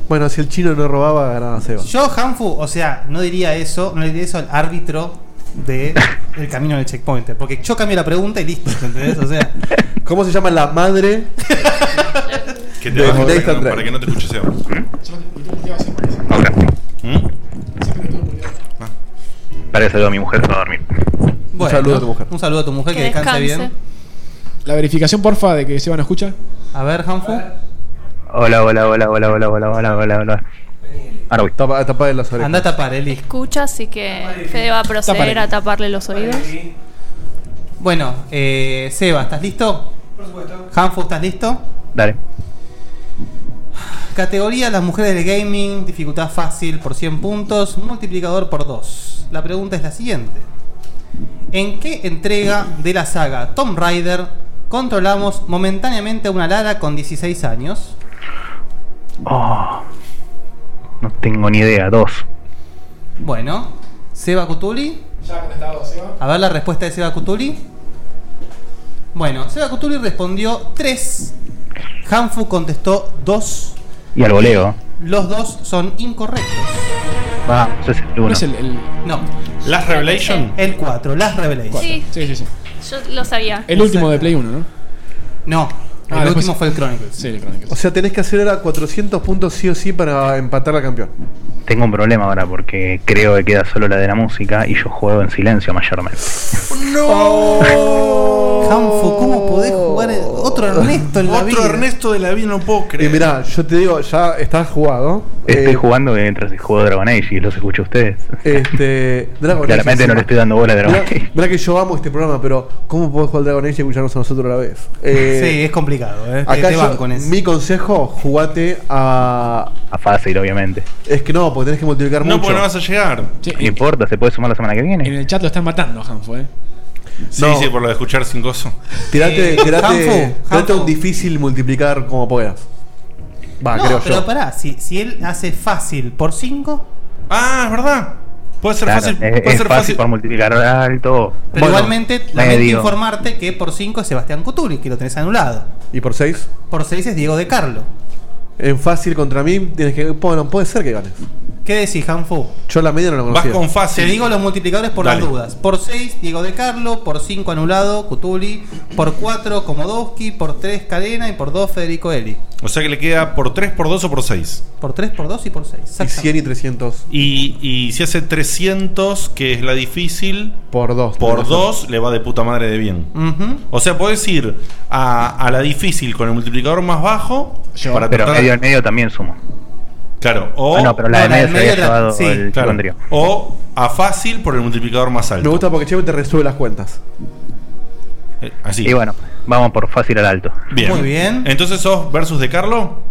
G: Bueno, si el chino no robaba, ganaba Seba.
E: Yo, Hanfu, o sea, no diría eso, no le diría eso al árbitro de el camino del checkpointer. Porque yo cambio la pregunta y listo, ¿entendés? O sea.
G: ¿Cómo se llama la madre?
C: Que te
G: De-
C: bajo
G: de
C: para, que
G: Instant
C: no,
G: Drive.
C: para que no te escuche Seba. ¿Mm?
Q: Ahora,
C: Ah.
Q: para que ¿Mm? saludo a mi mujer para dormir.
E: Bueno,
F: saludo a tu mujer.
E: Un saludo a tu mujer, que, descanse, bien.
F: La verificación, porfa, de que Seba no escucha.
E: A ver, Hanfu.
Q: Hola, hola, hola, hola, hola, hola, hola, hola, hola. Ahora voy.
G: Tapa, tapa de las orejas.
E: Anda a tapar, Eli.
H: Escucha, así que Fede va a proceder
E: Tapale.
H: a taparle los oídos.
E: Bueno, eh, Seba, ¿estás listo? Por supuesto. Hanfu, ¿estás listo?
Q: Dale.
E: Categoría las mujeres del gaming, dificultad fácil por 100 puntos, multiplicador por 2. La pregunta es la siguiente. ¿En qué entrega de la saga Tomb Raider controlamos momentáneamente a una Lara con 16 años?
Q: Oh, no tengo ni idea, dos.
E: Bueno, Seba Cutuli.
F: Ya contestado, Seba.
E: A ver la respuesta de Seba Cutuli. Bueno, Seba Cutuli respondió 3. Hanfu contestó 2.
Q: Y al voleo.
E: Los dos son incorrectos.
Q: Va, Ah, yo es el uno.
E: No.
C: ¿Las Revelation?
E: El 4, Las Revelation.
H: Sí.
F: Sí, sí, sí.
H: Yo lo sabía.
F: El último de Play 1, ¿no?
E: No,
F: Ah,
E: el
F: después-
E: último fue el Chronicles.
F: Sí, el Chronicles.
G: O sea, tenés que hacer ahora 400 puntos sí o sí para empatar al campeón.
Q: Tengo un problema ahora porque creo que queda solo la de la música y yo juego en silencio mayormente.
C: ¡No!
E: Hanfo, ¿cómo podés jugar el- otro Ernesto en la
C: Oh. Otro
E: vida?
C: Ernesto de la vida no puedo
G: Y
C: creer.
G: mirá, yo te digo, ya estás jugado.
E: Eh,
Q: Estoy jugando mientras juego Dragon Age y los escucho a ustedes.
G: Este. Dragon Age
Q: Claramente no
G: encima.
Q: le estoy dando bola a Dragon
G: Mirá,
Q: Age.
G: mirá que yo amo este programa, pero ¿cómo podés jugar al Dragon Age y escucharnos a nosotros a la vez? Eh,
E: sí, es complicado. eh. Te-
G: Acá
E: te
G: yo-
E: van con eso.
G: mi consejo, jugate a.
Q: A fácil, obviamente.
G: Es que no, porque tenés que multiplicar mucho.
C: a llegar.
Q: No importa, se puede sumar la semana que viene.
F: En el chat lo están matando, Hanfo, ¿eh?
C: Sí,
G: No.
C: sí, por lo de escuchar sin gozo.
G: Tirate,
C: Eh,
G: tirate,
C: Hanfo,
G: tirate
C: Hanfo.
G: un difícil multiplicar como puedas. Va,
E: no,
G: ah, creo
E: pero
G: yo.
E: pará, si, si él hace fácil por 5.
C: Ah, es verdad. Puede
Q: Claro, es, es fácil, para multiplicar alto.
E: Pero igualmente, lamento
Q: medio.
E: informarte que por 5 es Sebastián Cutuli, que lo tenés anulado.
G: ¿Y por 6?
E: Por 6 es Diego de Carlo.
G: En fácil contra mí, tienes que. Bueno, puede ser que ganes.
E: ¿Qué decís, Hanfu?
G: Yo la media no la conocía.
E: Te digo los multiplicadores por
G: Dale.
E: las dudas. Por 6, Diego de Carlo. Por 5, anulado, Cutuli. Por 4, Komodowski. Por 3, Cadena. Y por 2, Federico Eli.
C: O sea que le queda por 3, por 2 o por 6.
E: Por 3, por 2 y por 6.
G: Y 100 y 300.
C: Y, y si hace 300, que es la difícil,
G: por 2.
C: Por
G: tenés
C: 2 le va de puta madre de bien. O sea, podés ir a, a la difícil con el multiplicador más bajo para
Q: pero
C: tratar-
Q: medio al medio también sumo.
C: Claro, o
Q: Ah, no, pero la de medio se había llevado el chico
C: claro.
Q: Andrío.
C: O a fácil por el multiplicador más
G: Me
C: alto.
G: gusta porque Chego te resuelve las cuentas.
C: Eh, Así.
Q: Y bueno, vamos por fácil al alto.
C: Bien. Muy bien. Entonces sos versus de Carlo.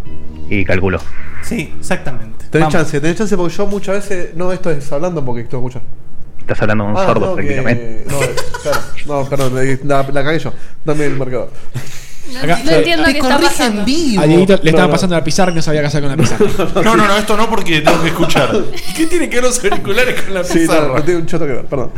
Q: Y calculo.
E: Sí, exactamente.
G: Tenés chance, tenés chance porque yo muchas veces. No, esto es hablando porque esto escucha.
Q: Estás hablando de un
G: Ah,
Q: sordo
G: no, que-
Q: prácticamente.
G: No, eh, claro, no, perdón, eh, la, la cagué yo. Dame el marcador.
F: no
E: eh,
F: entiendo
C: eh,
A: qué está pasando.
F: A Dieguito le estaba pasando la pizarra y no sabía qué hacer con la pizarra.
C: No, no, no, esto no porque tengo que escuchar. ¿Qué tiene que ver los auriculares con la
G: Sí, no,
C: pizarra?
G: no tiene un choto que ver, perdón.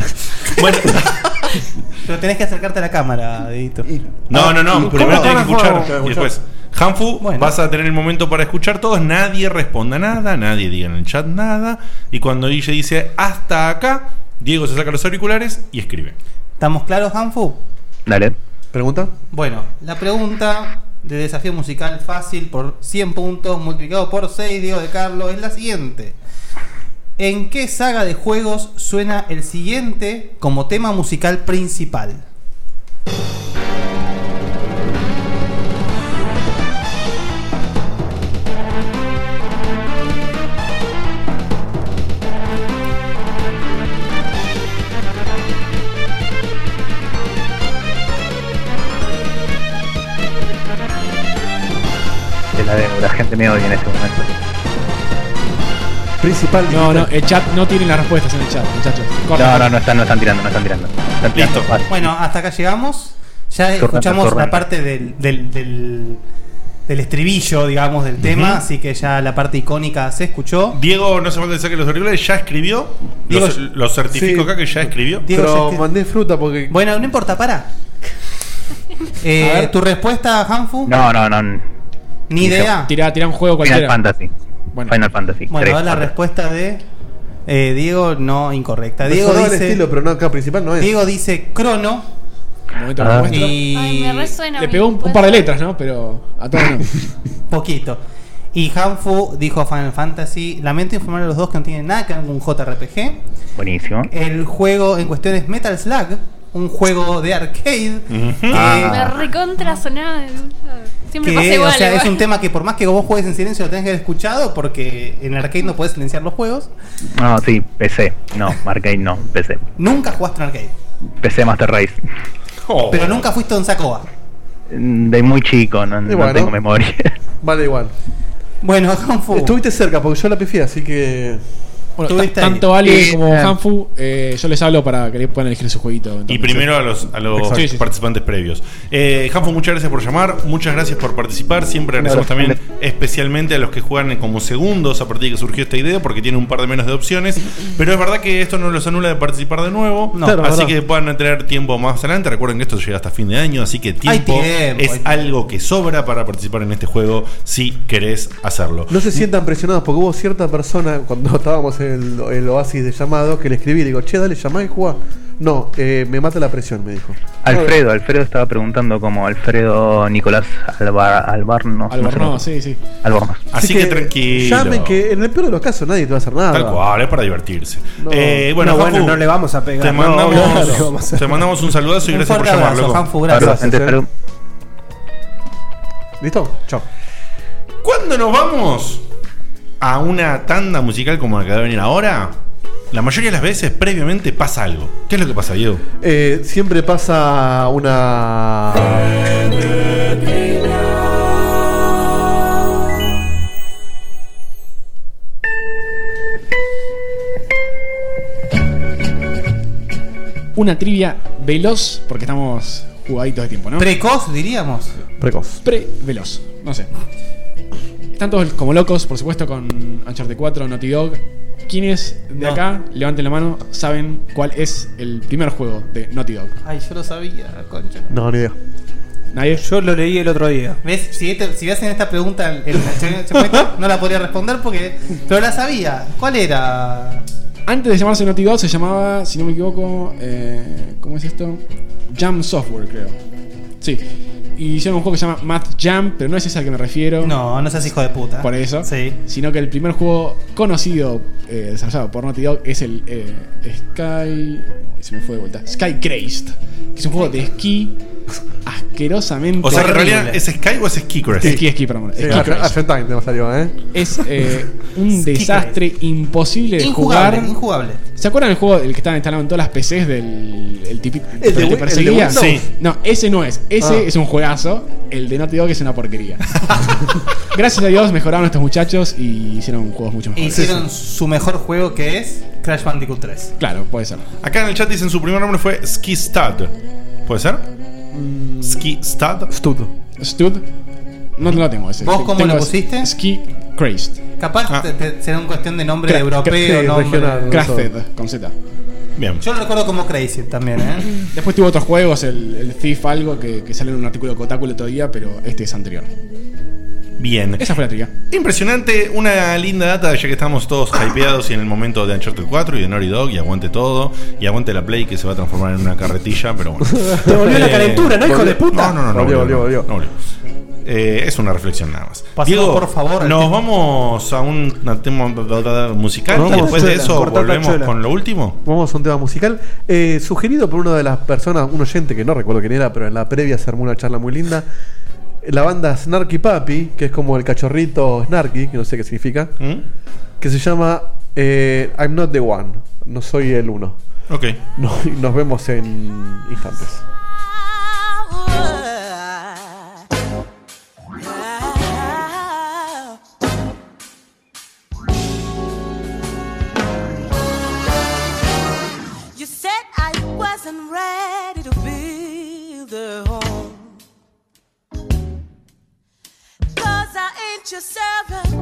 E: Pero tenés que acercarte a la cámara, Edito.
C: No, no, no. Primero tenés que escuchar. Y después. Hanfu,
E: Bueno.
C: vas a tener el momento para escuchar todos. Nadie responda nada, nadie diga en el chat nada. Y cuando Guille dice hasta acá, Diego se saca los auriculares y escribe.
E: ¿Estamos claros, Hanfu?
Q: Dale.
G: ¿Pregunta?
E: Bueno, la pregunta de desafío musical fácil por 100 puntos multiplicado por 6, Diego de Carlos, es la siguiente. ¿En qué saga de juegos suena el siguiente como tema musical principal?
Q: Es la deuda. La gente me odia en este momento.
G: Principal.
F: No, no, el chat no tiene las respuestas en el chat, muchachos. Corta.
Q: No, no, no están, no están tirando, no están tirando. Están tirando fácil.
E: Bueno, hasta acá llegamos. Ya
Q: Tormenta,
E: escuchamos la
Q: tormenta.
E: parte del, del, del- del estribillo, digamos, del tema,
C: Ujú.
E: así que ya la parte icónica se escuchó.
C: Diego, no se falta que saque los auriculares, ya escribió. Lo,
E: Diego,
C: cer- lo certifico
E: sí.
C: acá que ya escribió.
E: Diego, Pero ya escribió.
G: mandé fruta porque.
E: Bueno, no importa, para. Eh, ¿Tu respuesta, Hanfu?
Q: No, no, no.
E: Ni idea.
F: Tira, tira un juego
Q: Final
E: cualquiera.
Q: Fantasy. Final Fantasy.
E: Bueno,
Q: tres,
E: ahora la
Q: cuatro.
E: respuesta de eh, Diego no incorrecta. Diego
G: Sonaba el
E: dice,
G: estilo, pero no acá principal no es.
E: Diego dice crono.
F: Momento de respuesta.
E: Y
F: Ay, me
E: resuena.
F: Le pegó un, un par de letras, ¿no? Pero a todos no.
E: Poquito. Y Hanfu dijo Final Fantasy. Lamento informar a los dos que no tienen nada que ver con un JRPG.
Q: Buenísimo.
E: El juego en cuestión es Metal Slug, un juego de arcade. que-
H: Me recontra sonaba. Siempre pasa
E: que, Ah. o
H: igual.
E: sea,
H: igual.
E: es un tema que por más que vos juegues en silencio lo tenés que haber escuchado porque en el arcade no puedes silenciar los juegos.
Q: No, sí, PC. No, Arcade no, PC.
E: Nunca jugaste en arcade,
Q: PC Master Race.
F: Oh,
E: pero nunca fuiste un Sacoa.
Q: Mm, De muy chico, no, no
G: bueno.
Q: tengo memoria.
G: Vale, igual.
E: Bueno, Hanfu.
G: Estuviste cerca porque yo la pifié, así que.
F: Bueno, ta- tanto Ali como
Q: Ah.
F: Hanfu, eh, yo les hablo para que puedan elegir su jueguito.
C: Y
F: entonces.
C: primero a los, a los
F: Exacto. Sí, sí, sí.
C: participantes previos. Eh, Hanfo, muchas gracias por llamar, muchas gracias por participar. Siempre agradecemos
Q: Un abrazo.
C: también especialmente a los que juegan como segundos a partir de que surgió esta idea, porque tiene un par de menos de opciones. Pero es verdad que esto no los anula de participar de nuevo.
E: No.
C: así
E: Claro, verdad.
C: que puedan tener tiempo más adelante. Recuerden que esto llega hasta fin de año, así que
E: Hay
C: tiempo,
E: tiempo,
C: es
E: hay tiempo.
C: algo que sobra para participar en este juego si querés hacerlo.
G: No se sientan presionados porque hubo cierta persona cuando estábamos en el, el oasis de llamado que le escribí y digo, che, dale, llamá y jugá. No, eh, me mata la presión, me dijo.
Q: Alfredo, Alfredo estaba preguntando como Alfredo Nicolás Albar, Albarno.
G: Albornoz,
F: sí, sí.
Q: Albornoz.
C: Así que, tranquilo.
G: Llamen que en el peor de los casos nadie te va a hacer nada.
C: Tal cual, es para divertirse.
G: No.
C: Eh, bueno,
G: No, bueno,
C: Hanfu,
G: no le vamos a pegar.
C: Te
G: No,
C: mandamos,
G: no le vamos a-
C: te mandamos un saludazo y
G: Un
C: gracias por
G: fuerte
C: llamar,
G: abrazo,
C: loco.
G: Hanfu, gracias.
Q: Saludos, gente, salud.
G: ¿Listo? Chao.
C: ¿Cuándo nos vamos a una tanda musical como la que va a venir ahora? La mayoría de las veces previamente pasa algo. ¿Qué es lo que pasa, Diego?
G: Eh, siempre pasa una.
F: Una trivia veloz, porque estamos jugaditos de tiempo, ¿no?
E: Precoz, diríamos.
G: Precoz.
F: Pre-veloz, no sé. Están todos como locos, por supuesto, con Uncharted 4, Naughty Dog. ¿Quiénes de acá, levanten la mano, saben cuál es el primer juego de Naughty Dog?
E: Ay, yo lo sabía, concha.
G: No, ni idea.
F: ¿Nadie?
D: Yo lo leí el otro día.
E: ¿Ves? Si, te- si hacen esta pregunta, el- el- no la podría responder porque. Pero la sabía. ¿Cuál era?
F: Antes de llamarse Naughty Dog se llamaba, si no me equivoco, eh, ¿cómo es esto? Jam Software, creo. Sí. Y hicieron un juego que se llama Math Jam, pero no es ese al que me refiero.
E: No, no seas hijo de puta.
F: Por eso. Sí. Sino que el primer juego conocido eh, desarrollado por Naughty Dog es el eh, Sky. Se me fue de vuelta. Sky Crazed. Que es un juego de esquí asquerosamente.
C: O sea que en
F: horrible.
C: realidad es Sky o es Ski Crash.
F: Esquí, esquí, perdón.
C: Sí,
F: Esquí
N: ah,
C: Ar-
F: Crash.
N: Argentine te salió, ¿eh?
F: Es eh, un desastre imposible de
E: Injugable,
F: jugar.
E: injugable.
F: ¿Se acuerdan del juego el que estaba instalado en todas las PCs del el tipi- que
E: de
F: te
E: Win- el de
F: perseguía?
E: Windows. Sí.
F: No, ese no es. Ese
E: Ah.
F: es un juegazo. El de Naughty Dog es una porquería. Gracias a Dios mejoraron estos muchachos y hicieron juegos mucho mejores.
E: ¿E Hicieron su mejor juego que es Crash Bandicoot 3.
F: Claro, puede ser.
C: Acá en el chat dicen su primer nombre fue Ski Stud. ¿Puede ser?
G: Mm.
C: Ski Stud.
N: Stud.
F: Stud. No lo tengo ese.
E: ¿Vos cómo
F: Tengo
E: lo
F: es-
E: pusiste?
F: Ski Crazed.
E: Capaz te- te- será un cuestión de nombre
F: Cra-
E: europeo,
F: Ah. sí,
E: nombre.
F: regional, Crafted, con Z.
C: Bien.
E: Yo lo recuerdo como Crazy también, ¿eh?
F: Después tuvo otros juegos, el, el Thief algo, que, que sale en un artículo de Kotaku el otro día, pero este es anterior.
C: Bien.
F: Esa fue la trivia.
C: Impresionante, una linda data, ya que estamos todos hypeados y en el momento de Uncharted 4 y de Naughty Dog, y aguante todo, y aguante la Play que se va a transformar en una carretilla, pero bueno. Eh,
D: Te volvió la calentura, ¿no, hijo
C: volvió-
D: de puta?
C: No, no, no, no,
D: Volvió,
C: volvió, no, no volvió. Eh, es una reflexión nada más.
E: Pasemos, por favor, al
C: Nos
E: tema.
C: vamos a un a tema musical y
N: Vamos,
C: después de
N: Chuela,
C: eso
N: cortá la
C: volvemos
N: Chuela.
C: con lo último.
N: Vamos a un tema musical. eh, sugerido por una de las personas, un oyente que no recuerdo quién era, pero en la previa se armó una charla muy linda. La banda Snarky Papi, que es como el cachorrito Snarky, que no sé qué significa,
C: ¿Mm?
N: que se llama eh, I'm Not the One. No soy el uno.
C: Ok.
N: No- y nos vemos en instantes.
R: You said I wasn't ready to build a home. Cause I ain't your servant,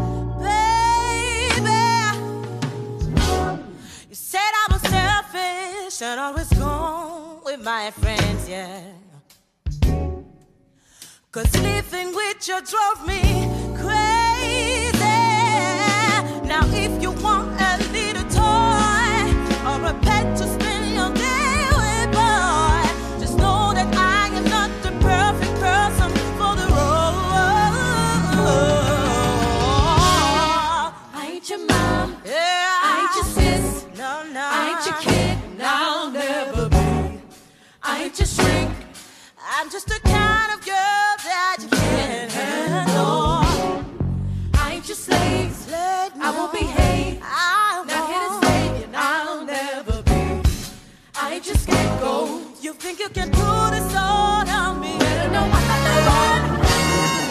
R: baby. You said I was selfish and always gone with my friends, yeah. Cause living with you drove me crazy. Now, if you want a little toy or a pet to spend your day with, boy, just know that I am not the perfect person for the role.
A: I ain't your mom.
R: Yeah. I
A: ain't your sis.
R: No, no.
A: I ain't your kid. and I'll never be. I ain't your shrink.
R: I'm just the kind of girl that you can't handle.
A: I ain't your slave. I won't behave.
R: I
A: Not here to save you. and I'll never be. I ain't your scapegoat.
R: You think you can put this on on me?
A: Better know I'm not the one.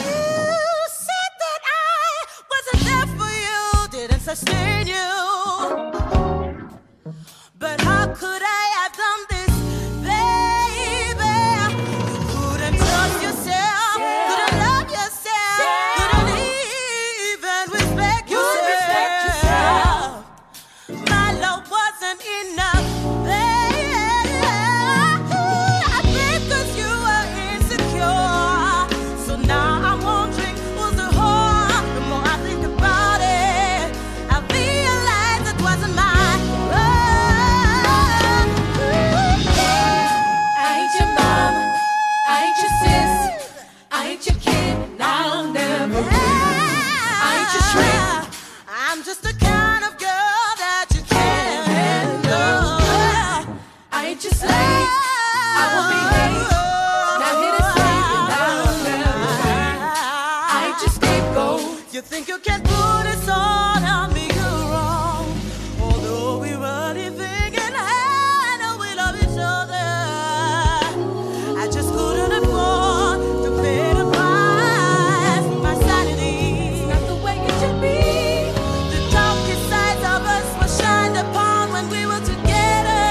R: You said that I wasn't there for you, didn't sustain you. But how could I have done this, baby? You couldn't trust yourself, couldn't love yourself, couldn't even respect yourself. My love wasn't enough, baby. I think 'cause you were insecure. So now I'm wondering who's the whore. The more I think about it, I realize it wasn't mine. Oh, oh.
A: I ain't your mom. I ain't your sis. I ain't your kid. and I'll never be. I ain't your shrink.
R: I'm just the kind of girl that you can't handle.
A: I ain't your slave. I won't behave. Not here to save you. and I'll never be. I ain't your scapegoat.
R: You think you can put this on on me? You're wrong. Although we were living in hell and we love each other, I just couldn't afford to pay the price for my sanity. It's not the way it should be. The darkest sides of us were shined upon when we were together.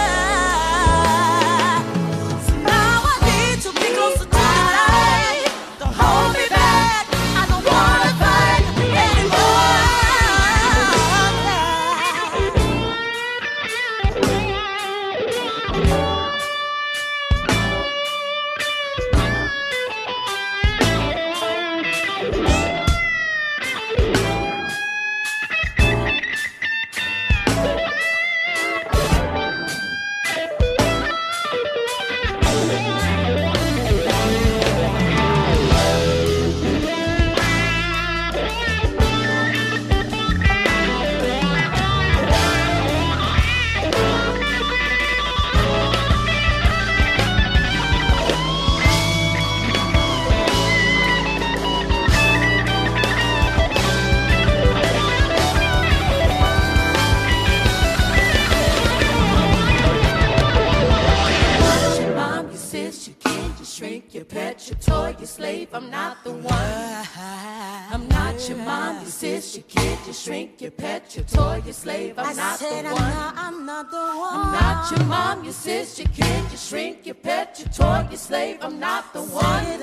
R: Now I need to be closer to the light. Don't hold me back. I don't wanna fight anymore. kid, your shrink, your pet, your toy, your slave. I'm not the one. I'm not your mom, your sis, your kid, your shrink, your pet, your toy, your slave. I'm
S: I
R: not the
S: said I'm
R: one.
S: not-
R: I'm not the one. I'm not your mom, your sis, your kid, your shrink, your pet, your toy, your slave. I'm not the one. I'm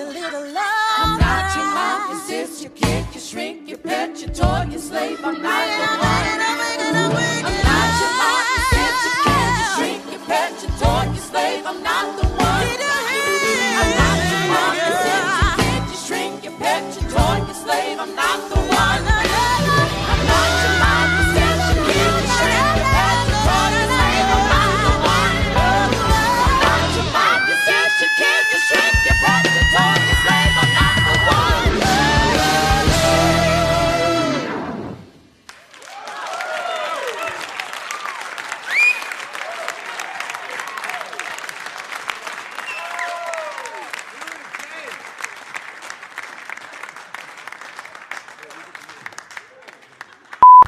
R: not your mom, your sis, your kid, your shrink, your pet, your toy, your slave. I'm not the one. I'm not your mom, your sis, your kid, your shrink, your pet, your toy, your slave. I'm not the one. I'm not your mom, your sis, your kid, your shrink, your pet, your toy, your slave. I'm not the one. I'm not your mom, your sis, your kid, your shrink, your pet, your toy, your slave. I'm not the one. I'm not your mom, your sis, your kid, your shrink, your pet, your toy, your slave. I'm not the one.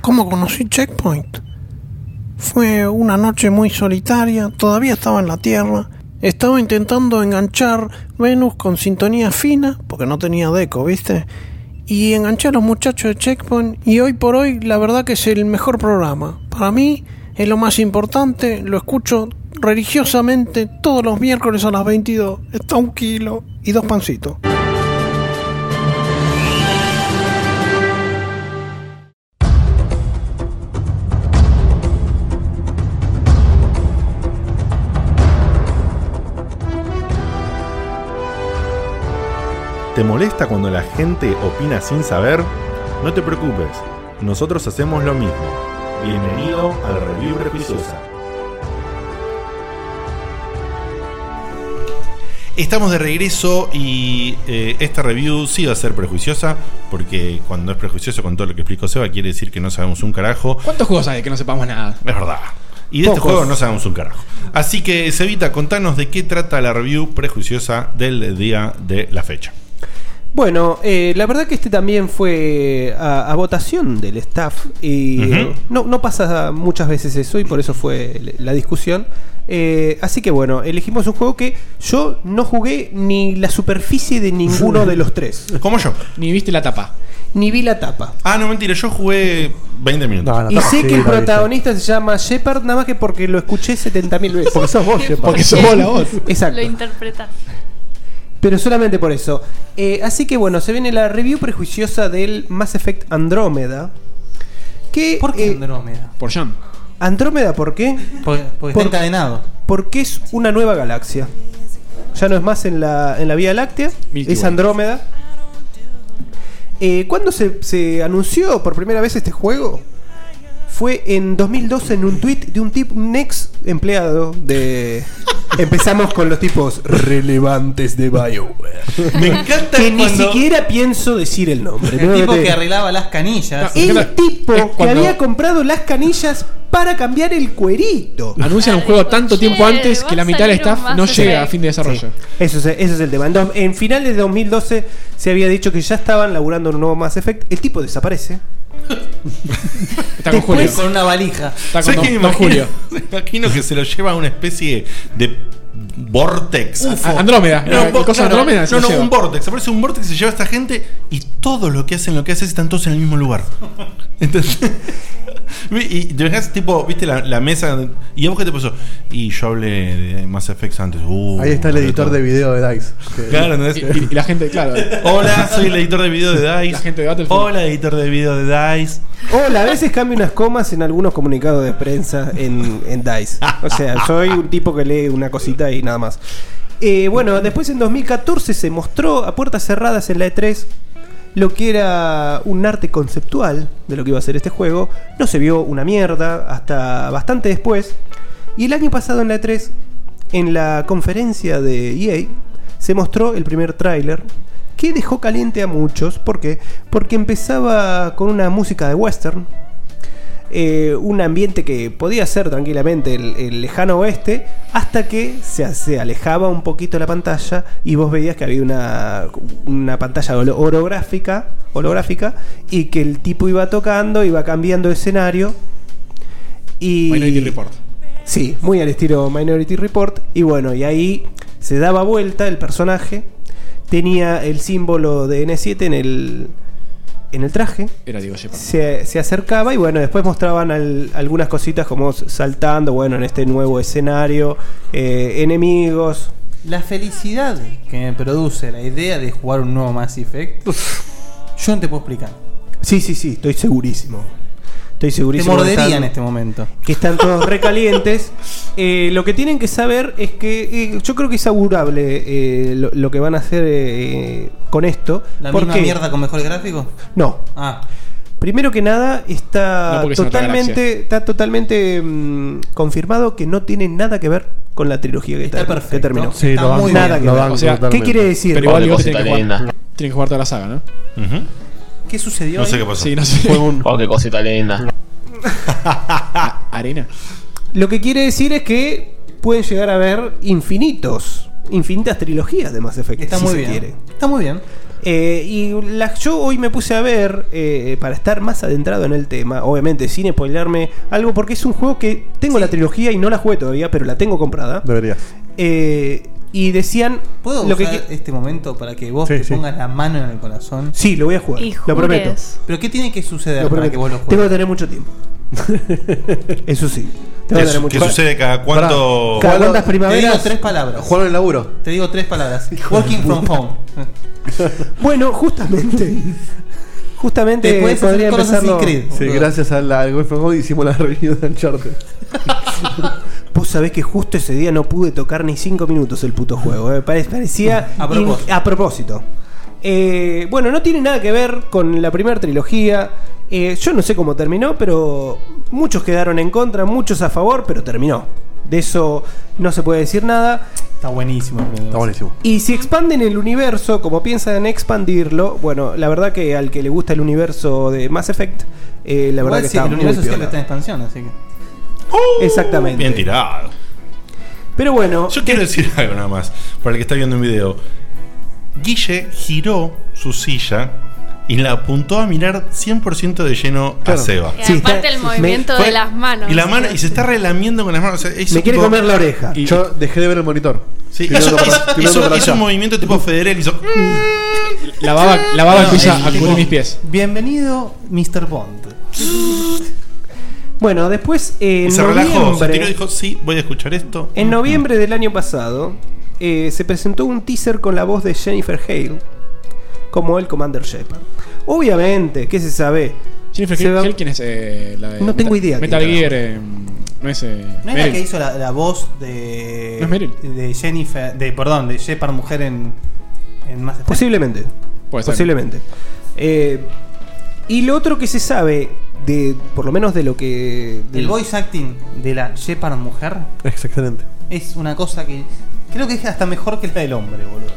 T: ¿Cómo conocí Checkpoint? Fue una noche muy solitaria, todavía estaba en la Tierra. Estaba intentando enganchar Venus con sintonía fina, porque no tenía deco, ¿viste? Y enganché a los muchachos de Checkpoint y hoy por hoy la verdad que es el mejor programa. Para mí es lo más importante, lo escucho religiosamente todos los miércoles a las 22. Está un kilo y dos pancitos.
B: ¿Te molesta cuando la gente opina sin saber? No te preocupes, nosotros hacemos lo mismo. Bienvenido al Review Repisosa.
C: Estamos de regreso y eh, esta review sí va a ser prejuiciosa, porque cuando es prejuicioso con todo lo que explicó Seba, quiere decir que no sabemos un carajo.
F: ¿Cuántos juegos hay que no sepamos nada?
C: Es verdad. Y de este
F: Pocos.
C: juego no sabemos un carajo. Así que, Sebita, contanos de qué trata la review prejuiciosa del día de la fecha.
D: Bueno, eh, la verdad que este también fue a, a votación del staff y
C: Ujú.
D: eh, no, no pasa muchas veces eso y por eso fue l- la discusión. Eh, así que bueno, elegimos un juego que yo no jugué ni la superficie de ninguno de los tres.
C: Como yo.
F: Ni viste la tapa.
D: Ni vi la tapa.
C: Ah, no, mentira, yo jugué 20 minutos.
D: Y sé que el protagonista se llama Shepard nada más que porque lo escuché 70.000 veces. Porque sos vos, Shepard.
F: Porque sos vos la voz.
D: Exacto.
H: Lo interpretas.
D: Pero solamente por eso. Eh, así que bueno, se viene la review prejuiciosa del Mass Effect Andrómeda. Que, ¿Por qué
E: Andrómeda?
F: Por John.
D: ¿Andrómeda por qué?
E: Porque, porque está encadenado.
D: Porque es una nueva galaxia. Ya no es más en la, en la Vía Láctea, es
E: Way.
D: Andrómeda. Eh, ¿Cuándo se, se anunció por primera vez este juego? Fue en 2012 en un tweet de un tipo, un ex empleado de. Empezamos con los tipos relevantes de BioWare.
C: Me encanta
D: que ni
E: cuando-
D: siquiera pienso decir el nombre.
E: El
D: Creo
E: tipo
D: te-
E: que arreglaba las canillas.
D: el tipo que
E: cuando-
D: había comprado las canillas para cambiar el cuerito.
F: Anuncian un juego tanto tiempo antes que la mitad del staff no llega a fin de desarrollo.
D: Eso es, ese es el tema. En, dos- en finales de 2012 se había dicho que ya estaban laburando en un nuevo Mass Effect. El tipo desaparece.
F: Está
D: con Después- Julio.
E: Con una valija.
C: ¿Sabes qué me imagino? Me imagino que se lo lleva a una especie de vortex.
F: Ufo. Andrómeda.
C: No,
F: Eh,
C: vo-
F: cosa
C: claro,
F: Andrómeda se
C: no,
F: lo
C: no,
F: lleva.
C: un vortex. Aparece un vortex, se lleva a esta gente y todos los que hacen lo que hacen están todos en el mismo lugar. Entonces, y te dejas tipo, viste la, la mesa. ¿Y a vos qué te pasó? Y yo hablé de Mass Effects antes. Uh,
G: Ahí está el editor de video de Dice. Que-
C: Claro, ¿no es?
F: Y, y- y la gente, claro.
C: Hola, soy el editor de video de Dice.
F: La gente de Battlefield.
C: Hola, editor de video de Dice.
D: Hola, a veces cambio unas comas en algunos comunicados de prensa en, en DICE. O sea, soy un tipo que lee una cosita y nada más. Eh, bueno, después en 2014 se mostró a puertas cerradas en la E3 lo que era un arte conceptual de lo que iba a ser este juego. No se vio una mierda hasta bastante después. Y el año pasado en la E E3, en la conferencia de EA, se mostró el primer tráiler que dejó caliente a muchos. ¿Por qué? Porque empezaba con una música de western. eh, un ambiente que podía ser tranquilamente el, el lejano oeste, hasta que se, se alejaba un poquito la pantalla y vos veías que había una, una pantalla holo- holográfica, holográfica y que el tipo iba tocando, iba cambiando de escenario. Y,
F: Minority Report.
D: Sí, muy al estilo Minority Report. Y bueno, y ahí se daba vuelta el personaje, tenía el símbolo de N7 en el, en el traje,
F: Era Diego Shepard.
D: se, se acercaba y bueno, después mostraban al- algunas cositas como saltando, bueno, en este nuevo escenario, eh, enemigos.
E: La felicidad que me produce la idea de jugar un nuevo Mass Effect, yo no te puedo explicar.
D: Sí, sí, sí, estoy segurísimo. Estoy
E: Te
D: segurísimo. que
E: mordería
D: están-
E: en este momento.
D: Que están todos recalientes. Eh, lo que tienen que saber es que eh, yo creo que es augurable eh, lo, lo que van a hacer eh, con esto.
E: ¿La
D: ¿Por
E: misma
D: qué?
E: mierda con Ah, mejores gráficos?
D: No. Primero que nada,
E: No,
D: está
E: porque es en otra
D: totalmente,
E: galaxia.
D: está totalmente mm, confirmado que no tiene nada que ver con la trilogía que, ter- que terminó.
F: Sí, lo banco,
D: nada que
F: lo
D: ver.
F: banco
D: O sea, ¿Qué
F: totalmente.
D: quiere decir?
F: Pero igual digo que tienen que, jugar, tienen que jugar toda la saga, ¿no?
E: ¿Qué sucedió?
F: No sé
E: ahí?
F: qué pasó. Sí, no sé.
E: Fue
S: Oh, qué cosita linda.
F: Arena.
D: Lo que quiere decir es que pueden llegar a ver infinitos, infinitas trilogías de Mass Effect.
E: Está
D: si
E: muy
D: se
E: bien.
D: quiere.
E: Está muy bien.
D: Eh, y la- yo hoy me puse a ver, eh, para estar más adentrado en el tema, obviamente sin spoilarme algo, porque es un juego que tengo la trilogía y no la jugué todavía, pero la tengo comprada.
N: Deberías.
D: Eh, y decían
E: ¿Puedo
D: lo que
E: usar este momento para que vos
D: Sí,
E: te
D: sí.
E: pongas la mano en el corazón?
D: Sí, lo voy a jugar. Y Lo prometo. jures.
E: ¿Pero qué tiene que suceder
D: Lo
E: para
D: prometo.
E: que vos lo
D: Tengo que
E: juegues?
D: tener mucho tiempo. Eso sí.
C: ¿Qué,
D: Tengo que tener
C: su-
D: mucho
C: qué
D: tiempo.
C: sucede cada cuánto?
D: Cada cuántas
E: Te
D: primaveras.
E: digo tres palabras.
N: Juan en el laburo.
E: Te digo tres palabras. Working from home.
D: Bueno, justamente. Justamente
E: Te puedes hacer
D: podría
E: cosas
D: empezarlo.
E: sin creed.
N: Sí,
E: Boludo.
N: gracias al algoritmo from Home hicimos la review de Uncharted.
D: Vos sabés que justo ese día no pude tocar ni cinco minutos el puto juego. eh. Pare- Parecía
E: A propósito.
D: in- a propósito. Eh, bueno, no tiene nada que ver con la primera trilogía. Eh, yo no sé cómo terminó, pero muchos quedaron en contra, muchos a favor, pero terminó. De eso no se puede decir nada.
E: Está buenísimo. Está
N: buenísimo.
D: Y si expanden el universo, como piensan expandirlo, bueno, la verdad que al que le gusta el universo de Mass Effect, eh, la verdad
E: Igual
D: que
E: sí,
D: está
E: el
D: muy
E: universo siempre
D: piola.
E: está en expansión, así que.
D: Exactamente.
C: Bien tirado.
D: Pero bueno.
C: Yo quiero decir algo nada más, para el que está viendo un video. Guille giró su silla y la apuntó a mirar 100% de lleno
D: Claro.
C: a Seba.
H: Y aparte el movimiento de las manos.
C: Y la mano, y se está relamiendo con las manos. o sea, es
N: Me quiere
C: tipo-
N: comer la oreja. Yo dejé de ver el monitor.
C: Sí,
N: Estoy
C: hizo,
N: mirando para-
C: hizo-
N: estoy mirando
C: hizo-
N: para
C: hizo un
N: allá.
C: movimiento tipo Federer. Hizo.
F: La baba, la baba
C: No,
F: empieza
C: es
F: a cubrir
C: tipo-
F: mis pies.
E: Bienvenido, Mr. Bond.
D: Bueno, después eh,
C: Y
D: en
C: se relajó, se tiró y
D: noviembre,
C: dijo: Sí, voy a escuchar esto. Mm.
D: en noviembre del año pasado eh, se presentó un teaser con la voz de Jennifer Hale como el Commander Shepard. Obviamente, ¿qué se sabe?
F: Jennifer
D: Se
F: Hill,
D: va-
F: Hill, ¿quién es? Eh, la de
D: No tengo
F: Meta-
D: idea
F: Metal
D: quién
F: Gear. eh, no es. Eh,
E: ¿No es la
F: Meryl.
E: que hizo la, la voz de.
F: ¿No es Meryl?
E: De Jennifer. De, perdón, de Shepard Mujer en. En Mass Effect?
D: Posiblemente.
E: Puede ser.
D: Posiblemente. Eh, y lo otro que se sabe, de por lo menos de lo que. de-
E: El voice acting de la Shepard Mujer
N: Excelente.
E: es una cosa que. Creo que es hasta mejor que la del hombre, boludo.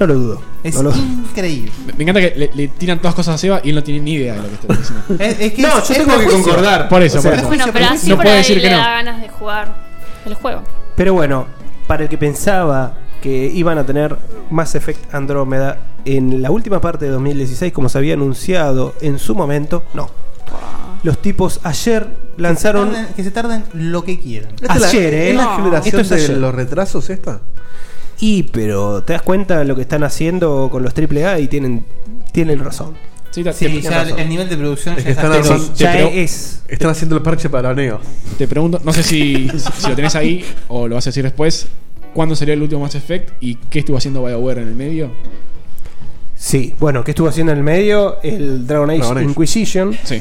D: No lo dudo.
E: Es
F: No lo-
E: increíble.
F: Me- Me encanta que le, le tiran todas cosas a Seba y él no tiene ni idea de lo que está diciendo.
E: Es, es que
F: No,
E: es-
F: yo
E: es
F: tengo que
E: prejuicio.
F: concordar. Por eso,
E: O sea,
F: por eso.
H: Bueno,
E: prejuicio,
H: pero
E: prejuicio.
H: así
F: No
H: por
F: puede
H: ahí
F: decir
H: le
F: que no.
H: da ganas de jugar el juego.
D: Pero bueno, para el que pensaba que iban a tener Mass Effect Andrómeda en la última parte de 2016, como se había anunciado en su momento, no. Los tipos ayer lanzaron.
E: Tarden- que se tarden lo que quieran.
D: Esta es la- Ayer, ¿eh?
N: ¿Es la
D: No. Esto
N: generación
D: es
N: de
D: ayer.
N: los retrasos esta?
D: Y pero, ¿te das cuenta de lo que están haciendo con los AAA? Y tienen, tienen razón.
F: Sí,
E: Sí, ya el, el nivel de producción
N: Es
E: ya
N: que están,
E: es
N: armando-
E: ya
N: están haciendo el parche para Neo.
F: Te pregunto, no sé si, si lo tenés ahí o lo vas a decir después. ¿Cuándo salió el último Mass Effect y qué estuvo haciendo BioWare en el medio?
D: Sí, bueno, ¿qué estuvo haciendo en el medio? El Dragon Age,
F: Dragon Age.
D: Inquisition.
F: Sí.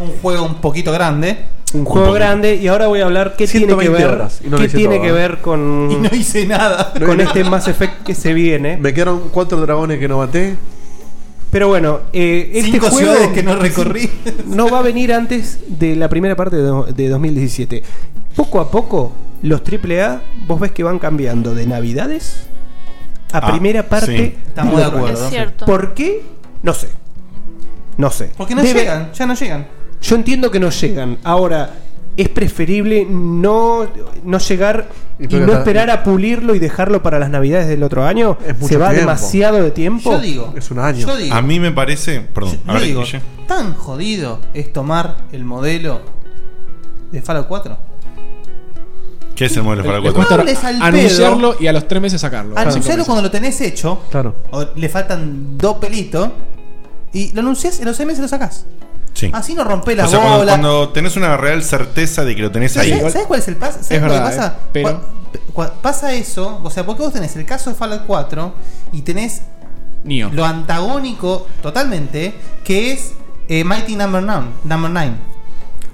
E: un juego un poquito grande.
D: Un juego grande y ahora voy a hablar qué tiene que
N: 120
D: ver,
N: horas, y no lo
D: qué
N: hice
D: tiene
N: todo,
D: que
N: ¿eh?
D: ver con
E: Y no hice nada.
D: con este Mass Effect que se viene.
N: Me quedaron cuatro dragones que no maté.
D: Pero bueno, eh, este
N: Cinco
D: juego
N: ciudades que no recorrí.
D: no va a venir antes de la primera parte de, do- de 2017. Poco a poco, los AAA, vos ves que van cambiando de Navidades a
E: Ah,
D: primera parte.
E: sí. Estamos de acuerdo. Es cierto.
D: ¿Por qué? No sé. No sé.
E: Porque no
D: Debe-
E: llegan, ya no llegan.
D: Yo entiendo que no llegan. Ahora, es preferible no, no llegar y,
E: pero
D: no
E: la-
D: esperar a pulirlo y dejarlo para las Navidades del otro año. Se
C: mucho
D: va
C: tiempo.
D: demasiado de tiempo.
E: Yo digo.
N: Es un
E: año. Yo digo.
C: A mí me parece. Perdón,
E: Yo
C: a ver,
E: digo,
C: Guille.
E: tan jodido es tomar el modelo de Fallout 4.
C: ¿Qué es el modelo para
F: Les
C: cuatro?
F: cuesta
E: Muebles al
F: anunciarlo y a los tres meses sacarlo.
E: Anunciarlo cuando lo tenés hecho.
G: Claro.
E: O le faltan dos pelitos. Y lo anunciás en los seis meses lo sacás.
C: Sí.
E: Así no rompés la
C: O sea,
E: bola.
C: cuando, cuando tenés una real certeza de que lo tenés
E: ¿Sabes,
C: ahí.
E: sabes cuál es el pas- sabes
C: Es
E: lo que
C: verdad,
E: pasa?
C: eh, pero-
E: Cua- cua- Pasa eso, o sea, porque vos tenés el caso de Fallout 4 y tenés
F: Neo.
E: lo antagónico totalmente que es eh, Mighty Number 9. Number Nine.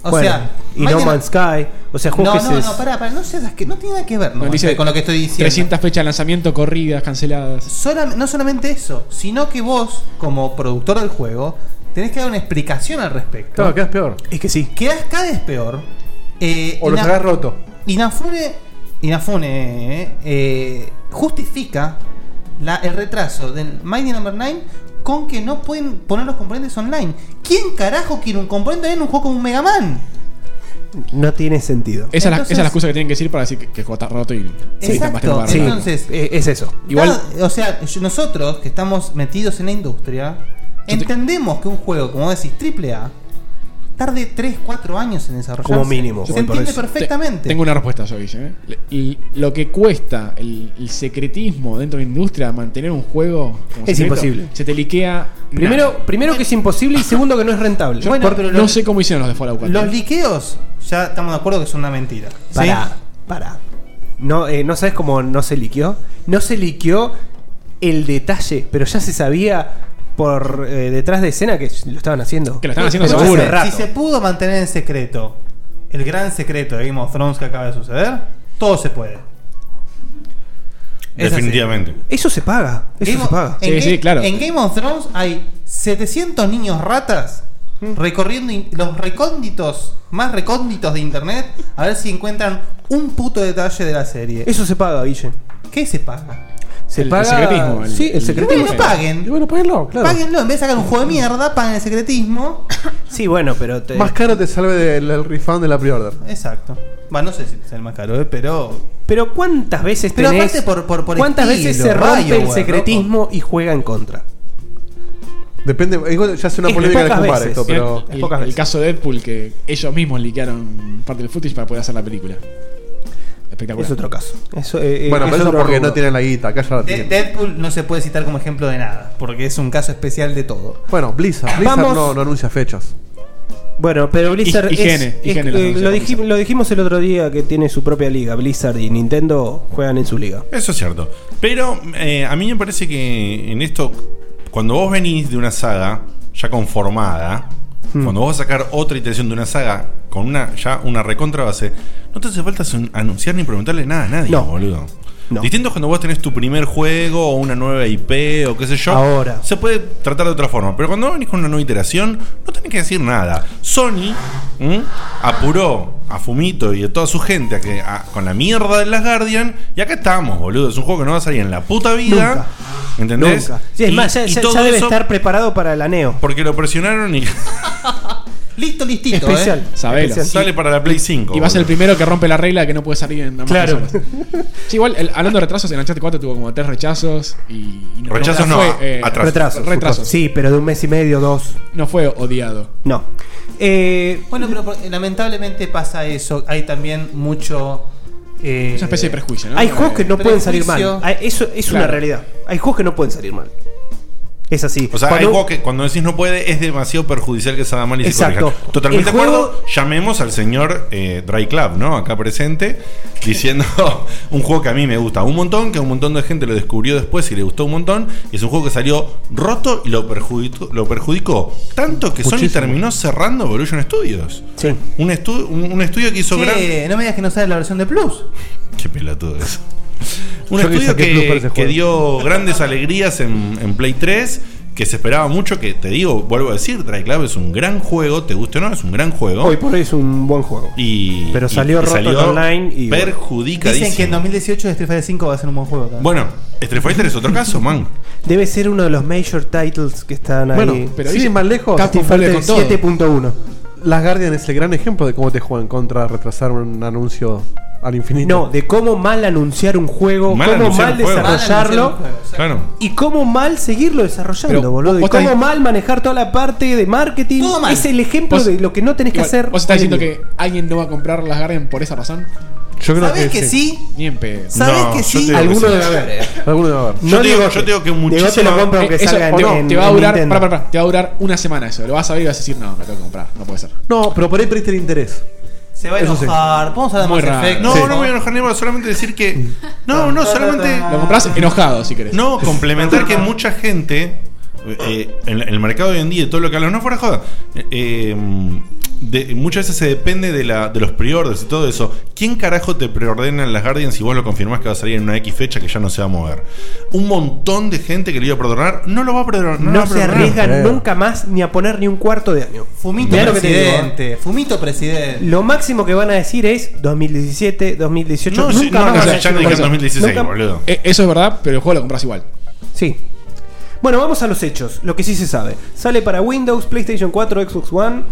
E: O
D: Bueno,
E: sea,
D: y
E: Mighty
D: No
E: Nu-
D: Man's Sky. O sea,
E: No,
D: juegos que
E: no,
D: se-
E: no, pará, pará, no seas que no tiene nada que ver no,
F: Nos dice
E: con lo que estoy diciendo.
F: 300 fechas de lanzamiento corridas, canceladas.
E: Solam- no solamente eso, sino que vos, como productor del juego, tenés que dar una explicación al respecto.
G: Claro, quedas peor.
E: Es que sí. Quedas cada vez peor. Eh,
G: O lo
E: Ina-
G: sacás roto.
E: Inafune, Inafune eh, eh, justifica la- el retraso del Mighty Number 9 con que no pueden poner los componentes online. ¿Quién carajo quiere un componente online en un juego como un Mega Man?
D: No tiene sentido.
F: Esa, es la-
E: Entonces-
F: esa es la excusa que tienen que decir para decir que, que el juego está roto y
E: Sí,
F: está más
E: Exacto.
F: tiempo para arreglarlo.
E: Entonces,
D: es eso.
F: Eh, Igual-
E: Nada, o sea, yo- nosotros que estamos metidos en la industria, entendemos que un juego, como decís, triple A, tarde 3, 4 años en desarrollarse. Se entiende
F: Te-
E: perfectamente.
F: Tengo una respuesta yo, Guille. ¿eh? Le- Y lo que cuesta el, el secretismo dentro de la industria mantener un juego como
D: Es imposible.
F: Se te liquea.
D: Primero, primero que es imposible y segundo que no es rentable.
F: Yo por- no sé cómo hicieron los de Fallout 4.
E: Los liqueos, ya estamos de acuerdo que son una mentira. ¿sí?
D: Pará, pará. No, eh, ¿No sabes cómo no se liqueó? No se liqueó el detalle, pero ya se sabía por eh, detrás de escena que lo estaban haciendo. Que
E: Pero si- Si se pudo mantener en secreto el gran secreto de Game of Thrones que acaba de suceder, todo se puede. Es así.
C: Definitivamente.
D: Eso se paga. Eso
E: Game
D: se
E: of-
D: paga.
E: En, Ga- en Game of Thrones hay 700 niños ratas
D: Mm.
E: recorriendo in- los recónditos, más recónditos de internet, a ver si encuentran un puto detalle de la serie.
D: Eso se paga, Guille.
E: ¿Qué se paga?
D: Se El- paga- el secretismo, el- sí, el secretismo.
E: Bueno, paguen.
G: bueno, páguenlo,
D: claro.
E: Páguenlo, en vez de sacar un juego de mierda, paguen el secretismo.
D: Sí, bueno, pero te.
G: Más caro te salve del el refund de la pre-order.
E: Exacto. Va, no sé si es el más caro, eh, pero.
D: Pero cuántas veces
E: Pero
D: tenés-
E: aparte por- por- por
D: ¿Cuántas
E: estilo,
D: veces se rompe
E: Bioware,
D: el
E: loco.
D: secretismo y juega en contra?
G: Depende, igual ya es una polémica de fumar esto, pero.
F: El, el caso de Deadpool, que ellos mismos liquearon parte del footage para poder hacer la película. Espectacular.
D: Es otro caso. Eso,
G: bueno, pero eso porque no tienen la guita, acá ya la
E: De-
G: tienen.
E: Deadpool no se puede citar como ejemplo de nada, porque es un caso especial de todo.
G: Bueno, Blizzard, Blizzard
E: Vamos.
G: no, no anuncia fechas.
D: Bueno, pero Blizzard
G: Y- y
D: es-
G: Gene, y
D: es-
G: Gene las
D: eh,
G: anuncia
D: lo,
G: con
D: dijim- lo dijimos el otro día que tiene su propia liga. Blizzard y Nintendo juegan en su liga.
C: Eso es cierto. Pero eh, a mí me parece que en esto, cuando vos venís de una saga ya conformada,
D: Mm.
C: cuando vos vas a sacar otra iteración de una saga con una ya una recontra base, no te hace falta sun- anunciar ni preguntarle nada a nadie, boludo. Distinto es cuando vos tenés tu primer juego o una nueva IP o qué sé yo.
D: Ahora.
C: Se puede tratar de otra forma. Pero cuando vos venís con una nueva iteración, no tenés que decir nada. Sony ¿m? apuró a Fumito y a toda su gente a que, a- con la mierda de las Guardian. Y acá estamos, boludo. Es un juego que no va a salir en la puta vida.
D: Nunca.
C: ¿Entendés?
D: Nunca. Sí, es
C: Y-
D: más, ya,
C: y
D: ya-
C: todo
D: ya debe
C: eso
D: estar preparado para el aneo.
C: Porque lo presionaron y.
E: Listo, listito.
D: Especial.
E: ¿eh?
F: Sabelo.
C: Sale para la Play 5.
F: Y va a ser el
C: boludo.
F: primero que rompe la regla de que no puede salir en ambas
C: Claro.
F: consolas. Sí, igual, el- hablando de retrasos, en Uncharted 4 tuvo como tres rechazos y... y no-
C: Rechazos no,
F: eh,
D: Retrasos.
F: retrasos.
D: Sí, pero de un mes y medio, dos.
F: No fue odiado.
D: No. eh,
E: bueno, pero por- lamentablemente pasa eso. Hay también mucho. eh,
F: Es una especie de prejuicio,
D: Hay juegos que no pueden salir
E: prejuicio.
D: mal. Ah, Eso es una
E: Claro.
D: realidad. Hay juegos que no pueden salir mal. Es así.
C: O sea,
D: Cuando-
C: hay juegos que cuando decís no puede, es demasiado perjudicial que salga mal y se
D: Exacto.
C: corrija. Totalmente
D: El
C: de
D: juego-
C: acuerdo. Llamemos al señor eh, Dry Club, ¿no? Acá presente, diciendo un juego que a mí me gusta un montón, que un montón de gente lo descubrió después y le gustó un montón. Y es un juego que salió roto y lo perjudicó, lo perjudicó tanto que Sony
E: Muchísimo.
C: terminó cerrando Evolution Studios. Sí. Un, estu- un, un estudio que hizo
E: Che,
C: gran.
E: no me digas que no sabes la versión de Plus.
C: Qué pelotudo es. Un
E: Yo le
C: estudio
E: saqué plus para
C: que,
E: ese
C: que
E: juego.
C: dio grandes alegrías en, en Play 3, que se esperaba mucho, que te digo, vuelvo a decir, Dry Club es un gran juego, te guste o no, es un gran juego.
D: Hoy por hoy es un buen juego.
C: Y,
D: Pero
C: y-
D: salió
C: y
D: roto en online y bueno.
C: perjudicadísimo.
E: Dicen que en 2018 Street Fighter 5 va a ser un buen juego. también.
C: Bueno, Street Fighter es otro caso, man.
D: Debe ser uno de los major titles que están ahí.
G: Bueno, pero sí, más lejos.
D: Captain Falcon 7.1.
G: Las Guardian es el gran ejemplo de cómo te juegan contra retrasar un anuncio al infinito.
D: No, de cómo mal anunciar un juego,
G: Mal
D: cómo
G: anunciar
D: mal
G: un juego. Mal
D: desarrollarlo
G: anunciar un juego,
C: Claro.
D: y cómo mal seguirlo desarrollando,
F: Pero
D: boludo. Y
F: vos
D: cómo
F: estás-
D: mal manejar toda la parte de marketing. Es el ejemplo
F: Vos-
D: de lo que no tenés que
F: igual,
D: hacer.
F: ¿Vos estás
D: hoy en
F: diciendo
D: día.
F: que alguien no va a comprar las Guardian por esa razón?
G: Yo creo
E: ¿Sabés que sí?
F: Ni en pedo.
E: ¿Sabés que sí?
F: Alguno
E: Alguno
F: debe haber.
G: Alguno debe haber.
F: Yo te digo- yo te
C: digo que
F: muchísimo
C: muchísima-
E: aunque salga
F: Eh, te,
E: en- en-
F: te va a
E: en
F: durar,
E: Nintendo.
F: pará, pará, pará, te va a durar una semana eso. Lo vas a ver y vas a decir, no, me lo tengo que comprar. No puede ser.
G: No, pero por ahí perdiste el interés.
E: Se va a
G: Eso sí.
E: enojar. Vamos a dar
F: Muy
E: más
F: raro.
E: efecto.
C: No, no me voy a enojar ni más, solamente decir que. No, no, solamente.
F: Lo compras enojado, si querés.
C: No, complementar que mucha gente. eh, en la- en el mercado de hoy en día, y todo lo que hablan, no fuera joda. eh, eh, de- muchas veces se depende de, la, de los preorders y todo eso. ¿Quién carajo te preordena en las Guardians si vos lo confirmás que va a salir en una X fecha que ya no se va a mover? Un montón de gente que le iba a perdonar no lo va a perdonar.
D: No,
C: lo va a
D: se
C: perdonar.
D: arriesgan
F: Eh.
D: nunca más ni a poner ni un cuarto de año.
E: Fumito
D: Mirá lo que te digo,
E: presidente. Fumito presidente.
D: ¿eh? Lo máximo que van a decir es 2017, 2018.
E: No,
D: nunca
E: sí,
D: más
E: no,
D: van a
E: o sea,
D: decir
E: ya no
D: nunca
E: dijeron
D: más.
E: 2016,
D: Nunca-
E: boludo.
F: Eh, Eso es verdad, pero el juego lo compras igual.
D: Sí. Bueno, vamos a los hechos, lo que sí se sabe. Sale para Windows, PlayStation 4, Xbox One.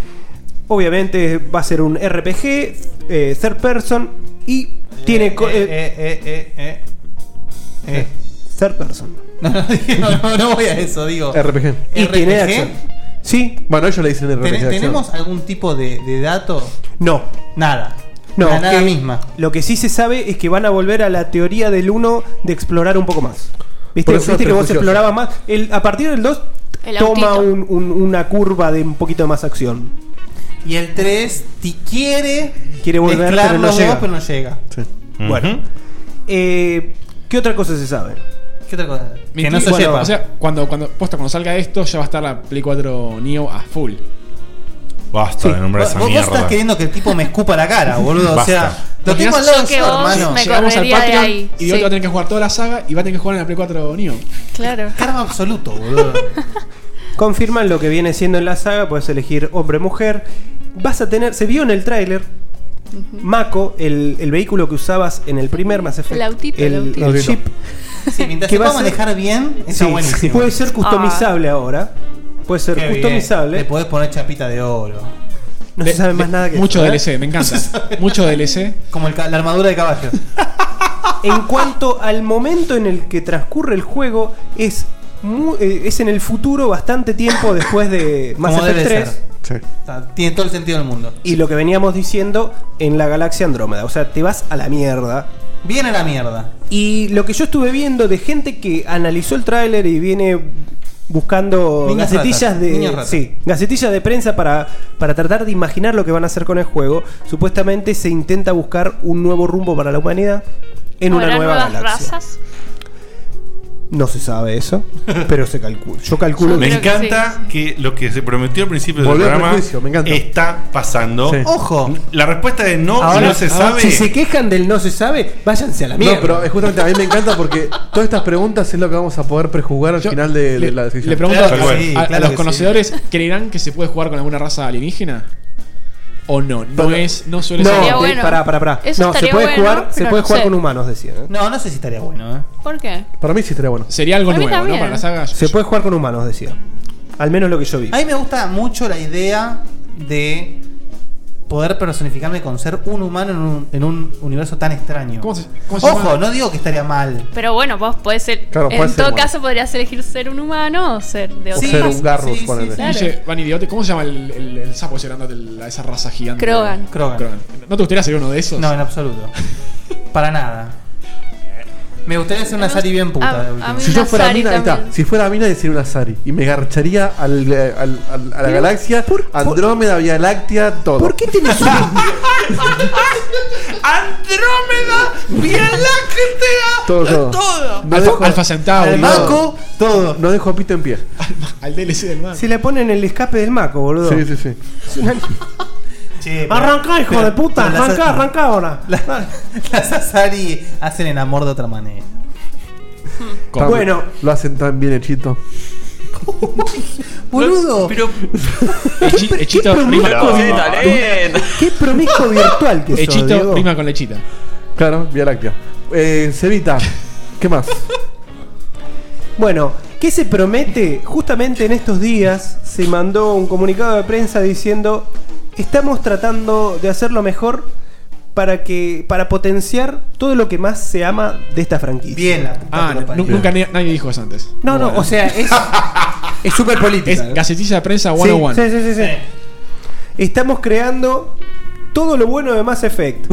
D: Obviamente va a ser un RPG, eh, third person y tiene... co-
E: Eh,
D: eh,
E: eh, eh, eh, eh. eh.
D: Third person.
E: No, no, no, no voy a eso, digo.
G: RPG.
D: Y tiene
E: RPG.
D: acción. Sí.
G: Bueno, ellos le dicen RPG.
E: ¿Tene-
G: acción.
E: ¿Tenemos algún tipo de, de dato?
D: No.
E: Nada.
D: No,
E: La nada
D: que-
E: misma.
D: Lo que sí se sabe es que van a volver a la teoría del 1 de explorar un poco más. ¿Viste,
G: Por eso
D: viste
G: es
D: que vos
G: prejuicioso.
D: explorabas más? El- a partir del 2
E: El
D: toma
E: autito.
D: un- un- una curva de un poquito más acción.
E: Y el 3 ti quiere,
D: Quiere volver,
E: mezclar
D: pero no
E: los
D: llega.
E: dos, pero no llega.
F: Mm.
D: Bueno. Eh, ¿Qué otra cosa se sabe?
E: ¿Qué otra cosa?
F: Mentí- bueno, O sea, cuando, cuando, posta, cuando salga esto, ya va a estar la Play 4 Neo a full.
C: Basta de nombrar
E: Vos,
C: esa
E: vos
C: mierda.
E: estás queriendo que el tipo me escupa la cara, boludo. O sea,
C: Basta.
E: lo tengo al lado de su hermano.
F: Llegamos al Patreon
O: ahí,
F: y Diego
O: sí.
F: va a tener que jugar toda la saga y va a tener que jugar en la Play 4 Neo.
O: Claro.
E: Karma absoluto, boludo.
D: Confirman lo que viene siendo en la saga, puedes elegir hombre-mujer. Vas a tener, se vio en el tráiler, Mako, el, el vehículo que usabas en el primer Mass Effect.
E: El autito, el
D: el,
E: autito.
D: el
E: Autito.
D: chip.
E: Sí, mientras
D: Que
E: se
D: va
E: pueda
D: a ser-
E: manejar bien, está
D: Sí,
E: buenísimo.
D: sí, Puede ser
F: Ah.
D: customizable ahora. Puede ser
E: Qué bien.
D: customizable.
E: Le podés poner chapita de oro.
D: No se sabe más nada que
F: Mucho
D: eso, ¿eh?
F: DLC, me encanta. Mucho DLC.
E: Como el ca- la armadura de caballo.
D: En cuanto al momento en el que transcurre el juego, es, mu- eh, es en el futuro, bastante tiempo después de Mass
E: Como
D: Effect
E: debe
D: 3.
E: ser. Está- Tiene todo el sentido del mundo.
D: Y lo que veníamos diciendo en la galaxia Andrómeda. O sea, te vas a la mierda.
E: Bien a la mierda.
D: Y lo que yo estuve viendo de gente que analizó el tráiler y viene buscando
E: Niñas
D: gacetillas
E: ratas, niñas
D: de
E: ratas.
D: sí, gacetillas de prensa para, para tratar de imaginar lo que van a hacer con el juego, supuestamente se intenta buscar un nuevo rumbo para la humanidad en una
H: ¿Habrá
D: nueva
H: nuevas
D: galaxia.
H: razas?
D: No se sabe eso, pero se calcula. Yo calculo
C: Me
D: que-
C: encanta que, lo que se prometió al principio
D: Volvió
C: del
D: al
C: programa
D: prejuicio, me encanta.
C: está pasando.
D: Sí. Ojo.
C: La respuesta de no, no ah, se sabe.
D: Si se quejan del no se sabe, váyanse a la mierda.
G: No, pero eh, justamente a mí me encanta porque todas estas preguntas es lo que vamos a poder prejuzgar al final de, de
F: Le,
G: la decisión.
F: le pregunto a- a, a los
G: que
F: conocedores, ¿creerán que se puede jugar con alguna raza alienígena? ¿O no? No es, no suele
D: No,
F: ser.
D: te- pará, pará, pará.
H: Eso
D: no, se
H: estaría
D: puede
H: bueno,
D: jugar, se
H: pero
D: puede
H: no
D: jugar
H: sé.
D: con humanos, decía. ¿eh?
E: No, no sé si estaría bueno, ¿eh?
H: ¿Por qué?
D: Para mí sí estaría bueno.
F: Sería algo
H: Para mí nuevo, ¿no? también. Para la saga.
D: Se puede jugar con humanos, decía. Al menos lo que yo vi.
E: A mí me gusta mucho la idea de poder personificarme con ser un humano en un, en un universo tan extraño.
F: ¿Cómo se- cómo se
E: Ojo,
F: llama?
E: no digo que estaría mal.
H: Pero bueno, vos podés ser.
E: Claro,
H: en
E: puede ser
H: todo
E: humano.
H: caso, podrías elegir ser un humano o ser de
F: O
H: otra
F: ser
H: raza.
F: un
G: garro,
H: Sí, sí,
G: ponele.
H: claro.
F: Guille, Van Idiote, ¿cómo se llama el, el- el sapo ese grandote, el- esa raza gigante?
H: Krogan.
E: Krogan.
F: ¿No te gustaría ser uno de esos?
E: No, en absoluto. Para nada. Me gustaría hacer una Sari bien puta. de última.
G: Si yo fuera mina, ahí está. Si fuera mina, decir una Sari. Y me garcharía al, eh, al- al- a la galaxia, Andrómeda, Vía Láctea, todo. ¿Por
D: qué tienes un.?
R: Andrómeda, bien la
G: todo, todo.
R: todo.
G: No
F: Alfa-
G: dejo-
F: Alfa Centauri.
G: Al Maco, todo. No dejo a Pito en pie.
F: Al DLC del man.
D: Se le ponen el escape del maco, boludo.
G: Sí, sí, sí.
E: Che, pero-
D: Arrancá, hijo
E: pero-
D: de puta.
E: pero las-
D: Arrancá, arrancá ahora.
E: Las Sari hacen el amor de otra manera.
G: Tan-
E: Bueno.
G: Lo hacen tan bien hechito.
E: Boludo.
C: Pero.
F: Hechito prima.
E: eh.
D: Qué promiscuo virtual que sos,
F: Hechito
D: Diego.
F: prima con lechita.
G: Claro, Vía Láctea. Eh, Cevita, ¿qué más?
D: Bueno, ¿qué se promete? Justamente en estos días se mandó un comunicado de prensa diciendo estamos tratando de hacerlo mejor para que para potenciar todo lo que más se ama de esta franquicia.
E: Bien, la puta
F: Ah,
D: que lo
F: nu-
D: parió.
F: nunca ni- nadie dijo eso antes.
D: No, no, o sea, es es súper política. ¿eh?
F: Es gacetilla de prensa 101.
D: Sí, sí, sí, sí. Estamos creando todo lo bueno de Mass Effect.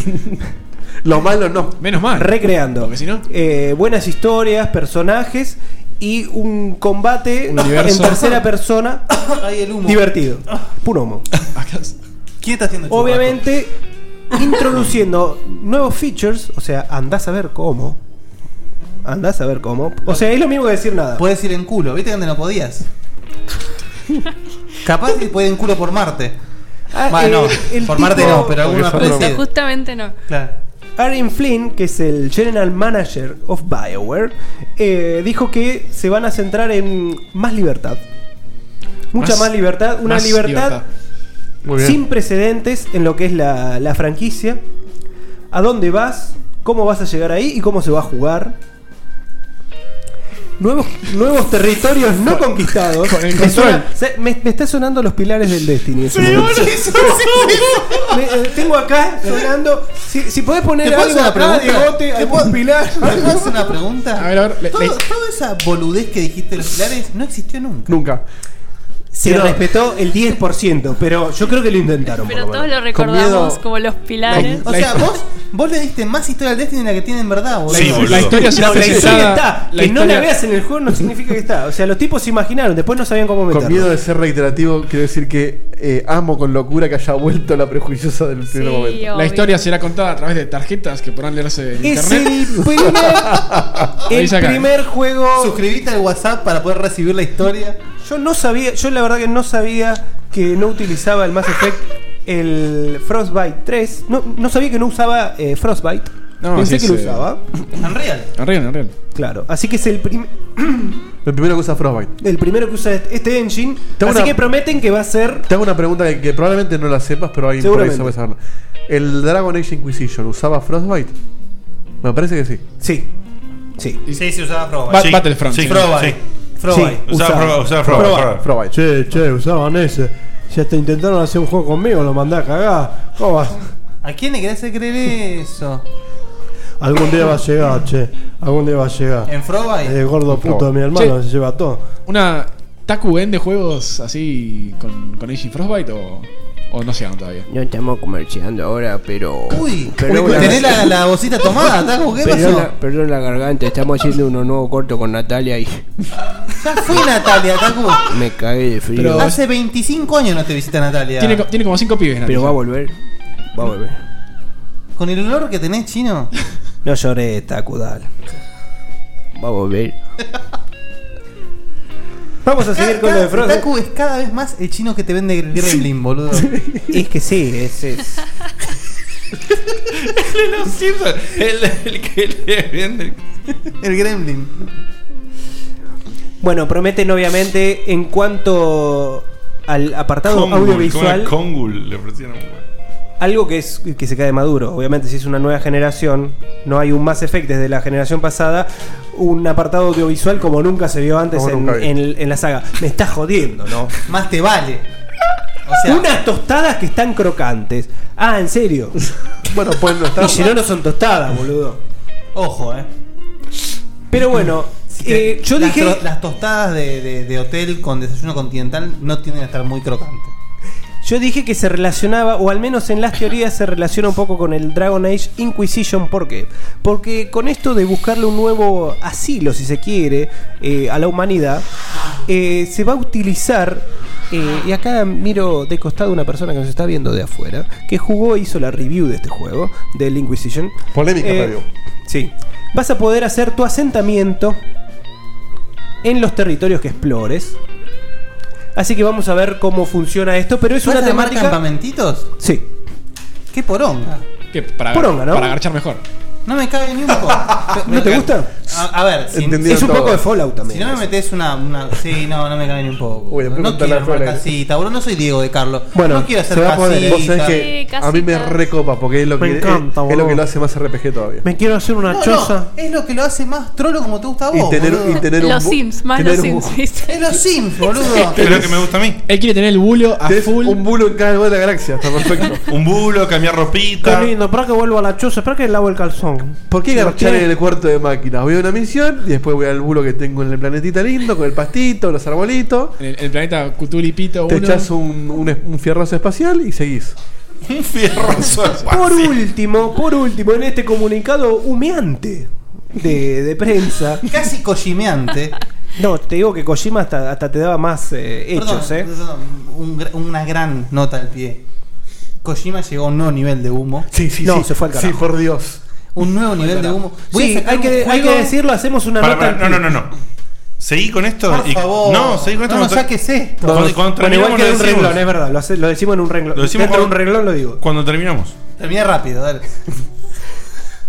N: Lo malo no.
F: Menos mal.
D: Recreando. Eh, buenas historias, personajes y un combate
E: Universo.
D: en tercera persona
E: Ahí el humo. Ah.
D: divertido. Puro humo.
E: ¿Quién está haciendo churrasco?
D: Obviamente, introduciendo nuevos features, o sea, andás a ver cómo. Andás a ver cómo. O sea, es lo mismo que decir nada.
E: Puedes ir en culo, ¿viste donde no podías? Capaz que puede en culo por Marte.
D: Ah,
E: bueno,
D: eh, el
E: por Marte
D: tipo-
E: no, pero alguna
H: Pero
E: especie.
H: Justamente no.
D: Aaron Flynn, que es el General Manager of BioWare, eh, dijo que se van a centrar en más libertad. Mucha
E: Más-
D: más, libertad. Una
E: más
D: libertad,
E: libertad. Muy bien.
D: sin precedentes en lo que es la, la franquicia. ¿A dónde vas? ¿Cómo vas a llegar ahí? ¿Y cómo se va a jugar? Nuevos, nuevos territorios no conquistados. Me, suena- se- me- me está sonando los pilares del Destiny. ese momento. Me- eh, tengo acá sonando. Si, si podés poner
E: ¿Te puedo
D: algo
E: hacer una
D: acá,
E: pregunta?
D: Diegote,
E: ¿Te
D: algún
E: puedo-
D: pilar.
E: ¿Te puedo hacer una pregunta?
F: A ver, a ver.
E: Todo- Toda esa boludez que dijiste de los pilares no existió nunca.
N: Nunca.
D: Se
E: Pero-
D: respetó el 10%, pero yo creo que lo intentaron.
H: Pero
D: por lo
H: todos lo
D: menos.
H: recordamos como los pilares.
E: O sea, vos, vos le diste más historia al Destiny de la que tiene en verdad, boludo.
D: No, no, la historia está. que no la veas en el juego no significa que está. O sea, los tipos se imaginaron, después no sabían cómo
N: Con
D: meterlo.
N: miedo de ser reiterativo, quiero decir que eh, amo con locura que haya vuelto la prejuiciosa del primer momento.
F: La historia será contada a través de tarjetas que podrán leerse en
D: Es
F: internet.
D: el primer,
F: Ahí
D: el
F: saca.
D: primer juego.
E: Suscribite al WhatsApp para poder recibir la historia.
D: Yo no sabía, yo la verdad que no sabía que no utilizaba el Mass Effect el Frostbite 3. No, no sabía que no usaba eh, Frostbite.
F: No,
D: Pensé
F: sí,
D: que lo
F: sí.
D: usaba.
E: Unreal.
F: Unreal, Unreal.
D: Claro, así que es el, prim-
N: El primero que usa Frostbite.
D: el primero que usa este engine.
N: Tengo
D: así
N: una-
D: que prometen que va a ser.
N: Te hago una pregunta que, que probablemente no la sepas, pero alguien por ahí
D: Seguramente.
N: sabe saberla. ¿El Dragon Age Inquisition usaba Frostbite? Me parece que sí.
D: Sí. Sí.
E: Sí, se usaba Frobite.
N: Ba- Sí. Battlefront, sí.
E: Frobite.
N: Sí.
E: Frobite.
N: Sí, usaba Frobite. Usaba Frobite, Frobite. Frobite.
K: Che, che, usaban ese. Si hasta intentaron hacer un juego conmigo, lo mandé a cagar. ¿Cómo vas?
E: ¿A quién le querés hacer creer eso?
K: Algún día va a llegar, che. Algún día va a llegar.
E: ¿En Frobite?
K: El gordo
F: En
K: puto de mi
F: Frobite.
K: hermano
F: Che.
K: se lleva todo.
F: ¿Una Taku vende juegos así con, con Age Frostbite o, o no se llaman todavía?
S: No estamos comerciando ahora, pero.
E: Uy,
S: Perdón,
E: uy, tenés la, la bocita tomada, Taco, ¿qué
S: perdón
E: pasó?
S: la, perdón la garganta, estamos haciendo uno nuevo corto con Natalia y
E: Ya fui Natalia, Taco.
S: me cagué de frío.
E: Pero hace 25 años no te visita Natalia.
S: Tiene co-
F: tiene como 5 pibes,
S: Pero va a volver. Va a volver.
E: Con el olor que tenés, chino.
D: No lloré, Taku, dale.
S: Va a volver.
D: Vamos a seguir con lo de Frostbite.
E: Taku es cada vez más el chino que te vende Gremlin, boludo.
D: Es que sí, es. es.
E: el de los Simpsons. El, que le vende. El Gremlin.
D: Bueno, prometen obviamente en cuanto al apartado
B: Kongul,
D: audiovisual.
B: ¿cómo era? Kongul le ofrecieron.
D: Algo que es que se cae maduro. Obviamente, si es una nueva generación, no hay un Mass Effect desde la generación pasada. Un apartado audiovisual como nunca se vio antes
E: Como
D: en,
E: nunca vi.
D: en- en la saga. Me estás jodiendo, ¿no?
E: Más te vale.
D: Unas tostadas que están crocantes. Ah, ¿en serio?
N: bueno, pues no
D: Y si no, no son tostadas, boludo.
E: Ojo, eh.
D: Pero bueno, eh, yo
E: Las
D: dije.
E: tro- las tostadas de, de- de hotel con desayuno continental no tienden a estar muy crocantes.
D: Yo dije que se relacionaba, o al menos en las teorías se relaciona un poco con el Dragon Age Inquisition. ¿Por qué? Porque con esto de buscarle un nuevo asilo, si se quiere, eh, a la humanidad, eh, se va a utilizar, eh, y acá miro de costado una persona que nos está viendo de afuera, que jugó e hizo la review de este juego, del Inquisition.
N: Polémica
D: Eh,
N: review.
D: Sí. Vas a poder hacer tu asentamiento en los territorios que explores. Así que vamos a ver cómo funciona esto, pero es
E: ¿Vas
D: una
E: a armar
D: temática.
E: campamentitos?
D: Sí.
E: ¿Qué poronga?
F: Ah. Que para,
D: Poronga, ¿no?
F: para agarchar mejor.
E: No me cabe ni un poco. Me-
D: ¿No te gusta?
E: A, a ver, si,
D: Entendieron Es un todo. poco de Fallout también.
E: Si no me metes una, una. Sí, no, no me cabe ni un poco. no
N: preguntarle
E: quiero
N: a
E: armar
N: Fallout.
E: casita, boludo. No soy Diego de Carlos.
N: Bueno,
E: no quiero hacer
N: se va a poder.
E: casita.
N: Vos sabés que a mí me recopa porque es lo que,
E: Me encanta,
N: es, es lo que
E: boludo.
N: lo hace más RPG todavía.
D: Me quiero hacer
E: No, no, es lo que lo hace más trolo como te gusta a
N: Y
E: vos.
N: tener-
E: boludo.
N: y tener un Los bu- Sims, más tener los un bu- Sims,
E: Es los Sims, boludo.
B: Es lo que me gusta a mí.
F: Él quiere tener el bulo a full.
N: Un bulo en cada lugar de la galaxia, está perfecto.
B: un bulo, cambiar ropita.
D: Qué lindo, para que vuelva a la choza, para que lavo el calzón.
N: ¿Por qué
D: Si lo
N: garchar en
D: tiene-
N: el cuarto de máquinas? Voy a una misión y después voy al bulo que tengo en el planetita lindo, con el pastito, los arbolitos.
F: En el, el planeta Cutulipito
N: Te
F: uno.
N: echas un, un, es- un fierrazo espacial y seguís.
C: Un fierroso al
D: Por
C: vacío.
D: último, por último, en este comunicado humeante de, de prensa.
E: Casi cojimeante.
D: No, te digo que Kojima hasta, hasta te daba más eh,
E: Perdón,
D: hechos, ¿eh?
E: perdón, un gra- una gran nota al pie. Kojima llegó a un nuevo nivel de humo.
N: Sí, sí,
E: no,
D: sí, se fue al carajo.
N: por Dios.
E: Un nuevo nivel de humo. Voy a
D: Sí,
E: sacar
D: hay
E: un
D: que, hay
E: juego-
D: que decirlo, hacemos una
C: Pará,
D: nota.
C: pará, no, no, no, no. Seguí con esto.
D: Por
C: y-
D: favor.
C: No, seguí con esto.
D: No,
C: cuando-
D: no saques
E: esto.
C: Cuando, cuando
D: Bueno,
C: terminemos
D: igual queda
C: lo
D: un
C: decimos.
D: renglón, eh. es verdad. Lo, hace- lo decimos en un renglón.
C: Lo decimos
D: Dentro de
C: cuando-
D: un renglón lo digo.
C: Cuando terminamos.
E: Termina rápido, dale.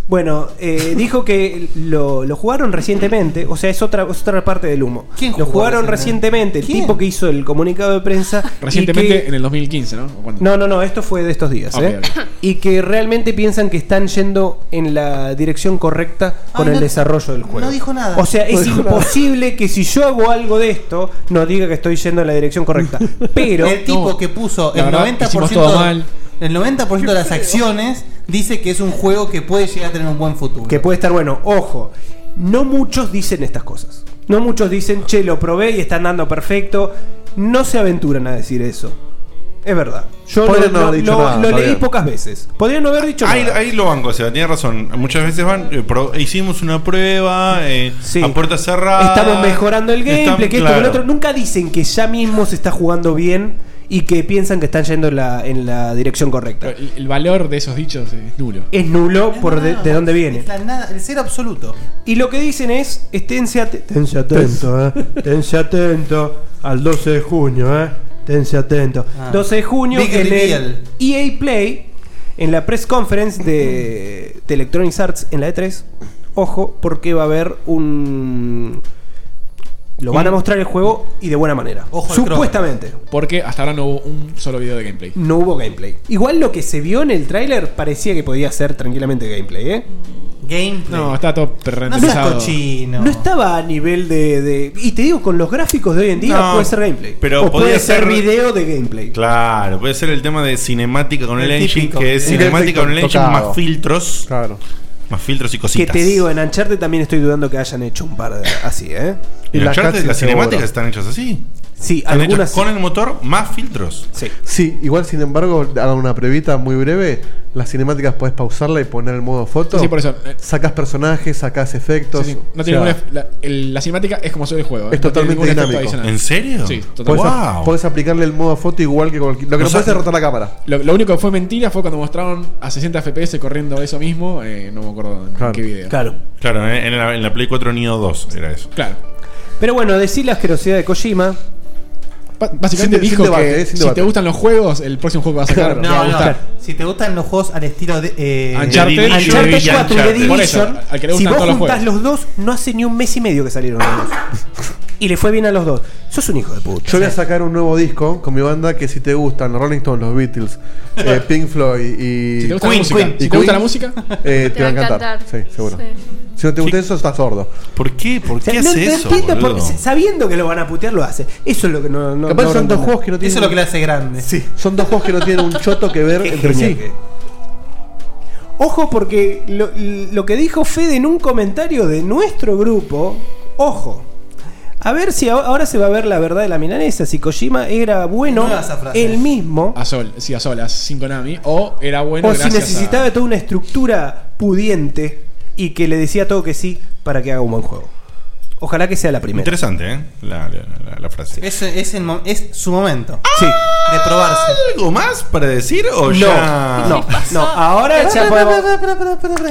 D: Bueno, eh, dijo que lo, lo jugaron recientemente, o sea, es otra, es otra parte del humo.
E: ¿Quién
D: lo
E: jugó
D: jugaron
E: recientemente?
D: recientemente, el tipo que hizo el comunicado de prensa. y
F: Recientemente,
D: que-
F: en el 2015, ¿no? ¿O cuándo?
D: No, no, no, esto fue de estos días,
F: Ok,
D: ¿eh? Y que realmente piensan que están yendo en la dirección correcta con el desarrollo del juego.
E: No dijo nada.
D: O sea,
E: No
D: es
E: dijo nada.
D: imposible que si yo hago algo de esto, no diga que estoy yendo en la dirección correcta. Pero.
E: el tipo que puso
D: La
E: el
D: verdad,
E: 90%,
D: hicimos todo mal.
E: el 90 de las acciones dice que es un juego que puede llegar a tener un buen futuro.
D: Que puede estar bueno. Ojo, no muchos dicen estas cosas. No muchos dicen, che, lo probé y está andando perfecto. No se aventuran a decir eso. Es verdad. Yo lo,
C: Podrían no
D: lo-
C: haber dicho
D: lo-
C: nada,
D: lo leí
C: Fabián.
D: pocas veces. Podrían no haber dicho
C: Ahí,
D: nada.
C: ahí lo banco, o sea, tiene razón. Muchas veces van, eh, pro- hicimos una prueba eh, a puerta cerrada.
D: Estamos mejorando el gameplay,
C: Estamos-
D: que esto, que
C: claro.
D: lo otro. Nunca dicen que ya mismo se está jugando bien y que piensan que están yendo en la, en la dirección correcta.
F: El, el valor de esos dichos es nulo.
D: Es nulo por de, de dónde viene.
E: Es la nada, el ser absoluto.
D: Y lo que dicen es, esténse atentos.
K: Tense atento, eh. Tense atento al 12 de junio, eh. Tense atento.
E: Ah.
D: 12 de junio
K: Ah. Big
D: en
K: reveal.
D: el EA Play, en la press conference de, de Electronic Arts en la E3. Ojo, porque va a haber un. Lo van a mostrar el juego y de buena manera. Supuestamente.
F: Porque hasta ahora no hubo un solo video de gameplay.
D: No hubo gameplay. Igual lo que se vio en el tráiler parecía que podía ser tranquilamente gameplay, ¿eh?
E: Gameplay.
F: No, está todo renderizado.
D: No estaba a nivel de, de- Y te digo, con los gráficos de hoy en día
C: No,
D: puede ser gameplay.
C: pero
D: o puede
C: podía
D: ser,
C: ser-
D: video de gameplay.
C: Claro, puede ser el tema de cinemática con el,
D: El
C: engine,
D: típico.
C: que es
D: El
C: cinemática con el engine
D: típico tocado.
C: más filtros. Claro. Más filtros y
D: Que
C: cositas.
D: te digo, en Uncharted también estoy dudando que hayan hecho un par de así, ¿eh?
C: En Uncharted las cinemáticas están hechas así.
D: Sí,
C: Están hechas
D: algunas sí.
C: con el motor más filtros.
D: Sí.
N: Sí, igual sin embargo, hagan una previta muy breve. Las cinemáticas podés pausarla y poner el modo foto.
F: Sí, por eso. eh.
N: Sacás personajes, sacás efectos.
F: Sí, sí. No tiene
N: O sea,
F: ningún ef- la, el- la cinemática es como suele el juego. ¿eh?
N: Es
F: No tiene
N: totalmente
F: ningún efecto
N: dinámico.
F: adicional. Sí,
N: Podés,
F: totalmente.
N: a- podés aplicarle el modo foto igual que cualquier. Lo que
F: No
N: no, podés
F: sé-
N: es rotar la cámara.
F: Lo, lo único que fue mentira fue cuando mostraron a 60 FPS corriendo eso mismo. eh, no me acuerdo en qué video.
C: Claro, eh, en en la, en la Play 4 Neo 2 era eso.
F: Claro.
D: Pero bueno, decir la asquerosidad de Kojima.
F: Básicamente dijo que
N: eh,
F: si te gustan los juegos, el próximo juego que vas a sacar te va a
E: No, no,
F: gustar.
E: Si te gustan los juegos al estilo de. Eh,
F: Uncharted, The Division.
D: Uncharted
F: Y
D: 4 y The
F: Uncharted. Por eso,
D: Division,
F: al que le
D: si
F: gustan
D: vos
F: todos los
D: juntás los dos, no hace ni un mes y medio que salieron los dos. y le fue bien a los dos. Sos un hijo de puta.
N: Yo voy a sacar un nuevo disco con mi banda que si te gustan los Rolling Stones, los Beatles, eh, Pink Floyd y
F: Si te gusta la música. Si te gusta la música,
N: eh, te, va a encantar. Sí, seguro. Si no te gusta eso, estás sordo.
C: ¿Por qué? ¿Por
N: qué
D: no te entiendo por- sabiendo que lo van a putear, lo hace. Eso es lo que no. no
N: Capaz
D: no
N: son dos
D: entiendo.
N: juegos que no tienen.
E: grande.
N: Sí, son dos juegos que no tienen un choto que ver
D: Qué
N: entre
D: genial
N: sí.
D: que- Ojo, porque lo, lo que dijo Fede en un comentario de nuestro grupo. Ojo. A ver si ahora, ahora se va a ver la verdad de la milanesa. Si Kojima era bueno,
F: Nueva esa frase.
D: el mismo.
F: a sol, sí, a solas, sin Konami. O era bueno
D: o si
F: gracias
D: necesitaba toda una estructura pudiente y que le decía todo que sí para que haga un buen juego. Ojalá que sea la primera.
C: Interesante, ¿eh? La, la- la- la frase.
E: Es, es el mo- es su momento.
D: Sí.
E: De probarse.
C: ¿Algo más para decir o
E: No,
C: ya?
E: no,
D: no, ahora ya podemos-